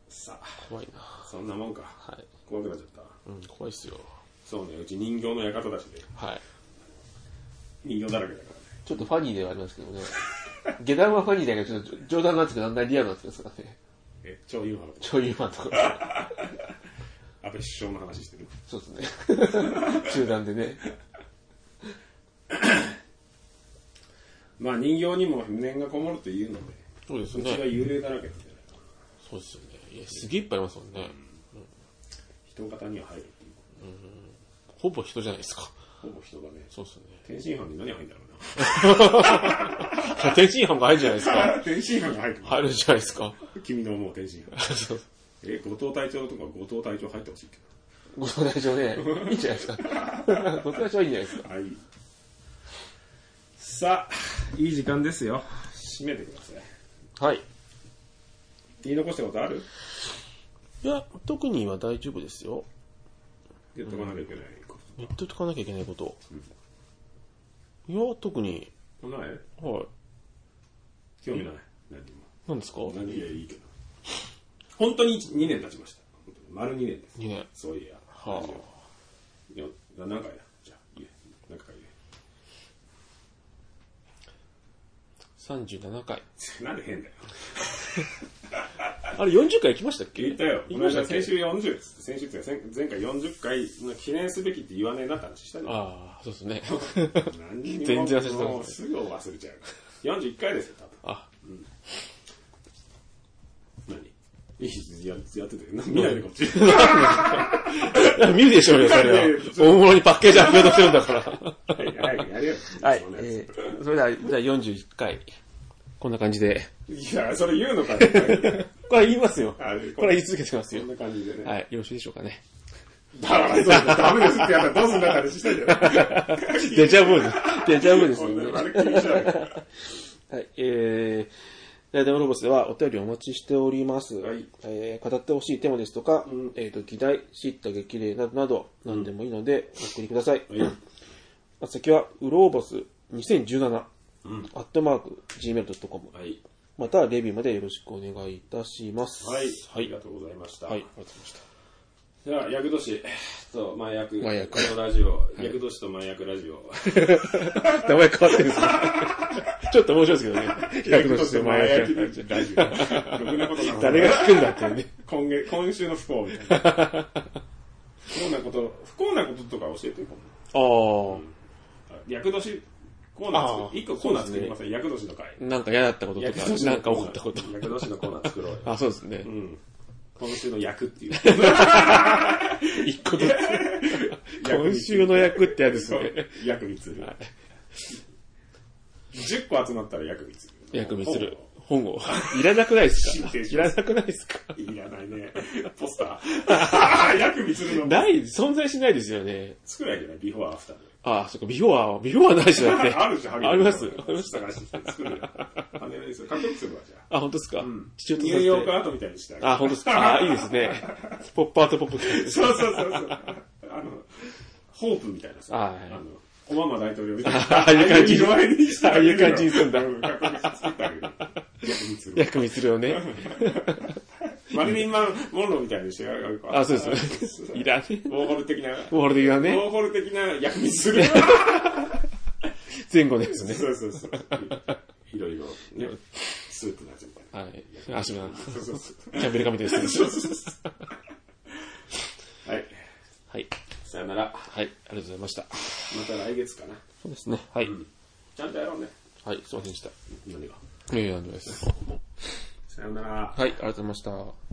Speaker 1: さあ、
Speaker 2: 怖いな。
Speaker 1: そんなもんか。
Speaker 2: はい。
Speaker 1: 怖くなっちゃった。
Speaker 2: うん、怖いっすよ。
Speaker 1: そうね、うち人形の館だしね。
Speaker 2: はい。
Speaker 1: 人形だらけだからね。
Speaker 2: ちょっとファニーではありますけどね。下段はファニーだけど、ちょっと冗談なんですけど、だんだんリアルなんですけどね。
Speaker 1: え、超今のこと。
Speaker 2: 超優マンとか。
Speaker 1: 安倍首相の話してる。
Speaker 2: そうですね。 中段でね。
Speaker 1: まあ人形にも念がこもるというので、
Speaker 2: そうです
Speaker 1: うちは。幽霊だらけなんじゃないかな。
Speaker 2: そうですよね。いや、すげえいっぱいいますもんね。
Speaker 1: 人型には入るっていう。
Speaker 2: ほぼ人じゃないですか。
Speaker 1: ほぼ人がね。
Speaker 2: そうですよね。
Speaker 1: 天津飯に何入るんだろ
Speaker 2: 天津飯が入るじゃないです
Speaker 1: う
Speaker 2: か。
Speaker 1: な。 天津飯が入るの
Speaker 2: 入るじゃないですか。
Speaker 1: 君の思う天津飯。
Speaker 2: そう。
Speaker 1: え、後藤隊長とか後藤隊長入ってほしいけ
Speaker 2: ご相談所ね、いいんじゃないですか。 ご相談所はいいんじゃないですか。
Speaker 1: ど。はい。さあ、いい時間ですよ。締めてください。
Speaker 2: はい。
Speaker 1: 言い残したことある
Speaker 2: いや、特には大丈夫ですよ。
Speaker 1: 言っとかなきゃいけないこ
Speaker 2: 言っといてかなきゃいけないこと。いや、特に、
Speaker 1: と。ない
Speaker 2: はい。
Speaker 1: 興味ない。何にも。
Speaker 2: 何ですか ?2
Speaker 1: 何がいいけど。本当に2年経ちました。本当に丸2年です。
Speaker 2: 年。
Speaker 1: そういや。
Speaker 2: はあ
Speaker 1: ラジオよ何回だじゃあ、言え。何回か言え。
Speaker 2: 37回。
Speaker 1: なんで変だよ。
Speaker 2: あれ40回行きましたっけ
Speaker 1: 聞いた よ。こ
Speaker 2: 行き
Speaker 1: の
Speaker 2: ました
Speaker 1: 間
Speaker 2: っけ
Speaker 1: 先週40っつって、先週っていうか先前回40回の記念すべきって言わねえなって話したの。
Speaker 2: ああ、そうですね。
Speaker 1: 何にも
Speaker 2: 全然忘れてた
Speaker 1: もうすぐ忘れちゃうから。41回ですよ、多分。
Speaker 2: あ、
Speaker 1: 何 いいややってて、 見ないでこっち。い
Speaker 2: 見るでしょうよ、そ れは。大物にパッケージアップデートしてるんだから。
Speaker 1: や早くやれよ。
Speaker 2: はい
Speaker 1: そん。なや
Speaker 2: えー、それでは、じゃあ41回。こんな感じで。
Speaker 1: ついや、それ言うのかね。
Speaker 2: これ言いますよ。
Speaker 1: あ
Speaker 2: これは言い続けてます
Speaker 1: そ
Speaker 2: よ
Speaker 1: ん。な感じでね。
Speaker 2: はい。よろしいでしょうかね。
Speaker 1: だから、そうだダメですってやったらどうすんだって話したじゃない。
Speaker 2: デジャブです。デジャブ です
Speaker 1: そ
Speaker 2: よ
Speaker 1: んな
Speaker 2: ね。
Speaker 1: の丸っきりじゃないから。
Speaker 2: はい、えー、ライダーロボスではお便りをお待ちしております。
Speaker 1: はい
Speaker 2: えー語ってほしいテーマですとか、
Speaker 1: うん
Speaker 2: えっ、と、議題、知った激励などなど、何でもいいので、お送りください。
Speaker 1: はい
Speaker 2: あ先は、うろうぼす2017、
Speaker 1: うん
Speaker 2: アットマーク、gmail.com、
Speaker 1: はい。
Speaker 2: またはレビューまでよろしくお願いいたします。
Speaker 1: はい。あ
Speaker 2: はい。
Speaker 1: りが
Speaker 2: はい、
Speaker 1: とうございました。
Speaker 2: ありがとうございました。
Speaker 1: じゃあ、役年と、麻薬、
Speaker 2: 麻薬
Speaker 1: このラジオ、役年と麻薬ラジオ。
Speaker 2: 名前変わってるんです ね。ちょっと面白いですけどね。100の
Speaker 1: と
Speaker 2: 前やっ
Speaker 1: 麻
Speaker 2: て
Speaker 1: 薬ラジオ。ろくなことなの
Speaker 2: 誰が聞くんだっていうね。
Speaker 1: 今月、今週の不幸みたいな。不幸なこと、不幸なこととか教えてよ。
Speaker 2: ああ、
Speaker 1: 役年コーナー
Speaker 2: あ
Speaker 1: 作
Speaker 2: ー
Speaker 1: る。一個コーナー作りません。役年の回。
Speaker 2: なんか嫌だったことと
Speaker 1: 役
Speaker 2: か、
Speaker 1: 年
Speaker 2: なんか起こったこと。
Speaker 1: 役年のコーナー作ろうよ。
Speaker 2: あ、そうですね
Speaker 1: う。ん。今週の役っていう。
Speaker 2: 一個ずつ。今週の役ってやつですね。
Speaker 1: 役にする。10個集まったら役にする。
Speaker 2: 役見する。本を。 いらなくないですか
Speaker 1: 神経質
Speaker 2: いらなくないですか
Speaker 1: いらない ね。ポスター。役にするのも
Speaker 2: ない、存在しないですよね。
Speaker 1: 作らないじゃないビフォーアフターで。
Speaker 2: あ、そっか、ビフォーは、ビフォーはないですよだ って。
Speaker 1: あるじゃん、
Speaker 2: あります。あり
Speaker 1: 探
Speaker 2: まし
Speaker 1: して
Speaker 2: た。
Speaker 1: きて 作るよ。あれですよ。かっこよくするわ、じゃあ。
Speaker 2: あ、本当ですか地
Speaker 1: ニ
Speaker 2: 中
Speaker 1: ューヨー
Speaker 2: と
Speaker 1: ク
Speaker 2: さ
Speaker 1: アートみたいにしてあ
Speaker 2: せて。あ、本当ですかあ、いいです ね。ポップアートポップ。
Speaker 1: そうそうそうそう。あの、ホープみたいなさ、
Speaker 2: はい
Speaker 1: あの、オバマ大統領みたいな。
Speaker 2: ああいう感じ
Speaker 1: 色合いにしてあげるよ
Speaker 2: ああいう感じにすんだ
Speaker 1: うかっこよく作ってあげる。逆にする。
Speaker 2: 役見するをね。
Speaker 1: マリリンマン・モンローみたいにしてあげる
Speaker 2: あ、そうです。いらね
Speaker 1: ウォーホル的な、ウ
Speaker 2: ウォールディが
Speaker 1: ォ
Speaker 2: ね、
Speaker 1: ーホル的な役にする。
Speaker 2: 前後のやつね。
Speaker 1: そうそうそう。いろいろ、ね、スープの味みたいな。
Speaker 2: はい。足が、
Speaker 1: そうそうそう。
Speaker 2: キャンベルカメです。
Speaker 1: そうそうそう。はい。
Speaker 2: はい。
Speaker 1: さよなら。
Speaker 2: はい、ありがとうございました。
Speaker 1: また来月かな。
Speaker 2: そうですね。はい。
Speaker 1: ちゃんとやろうね。
Speaker 2: はい、すいませんでした。
Speaker 1: 何が。
Speaker 2: いやいや、大丈夫です。
Speaker 1: さよなら。
Speaker 2: はい、ありがとうございました。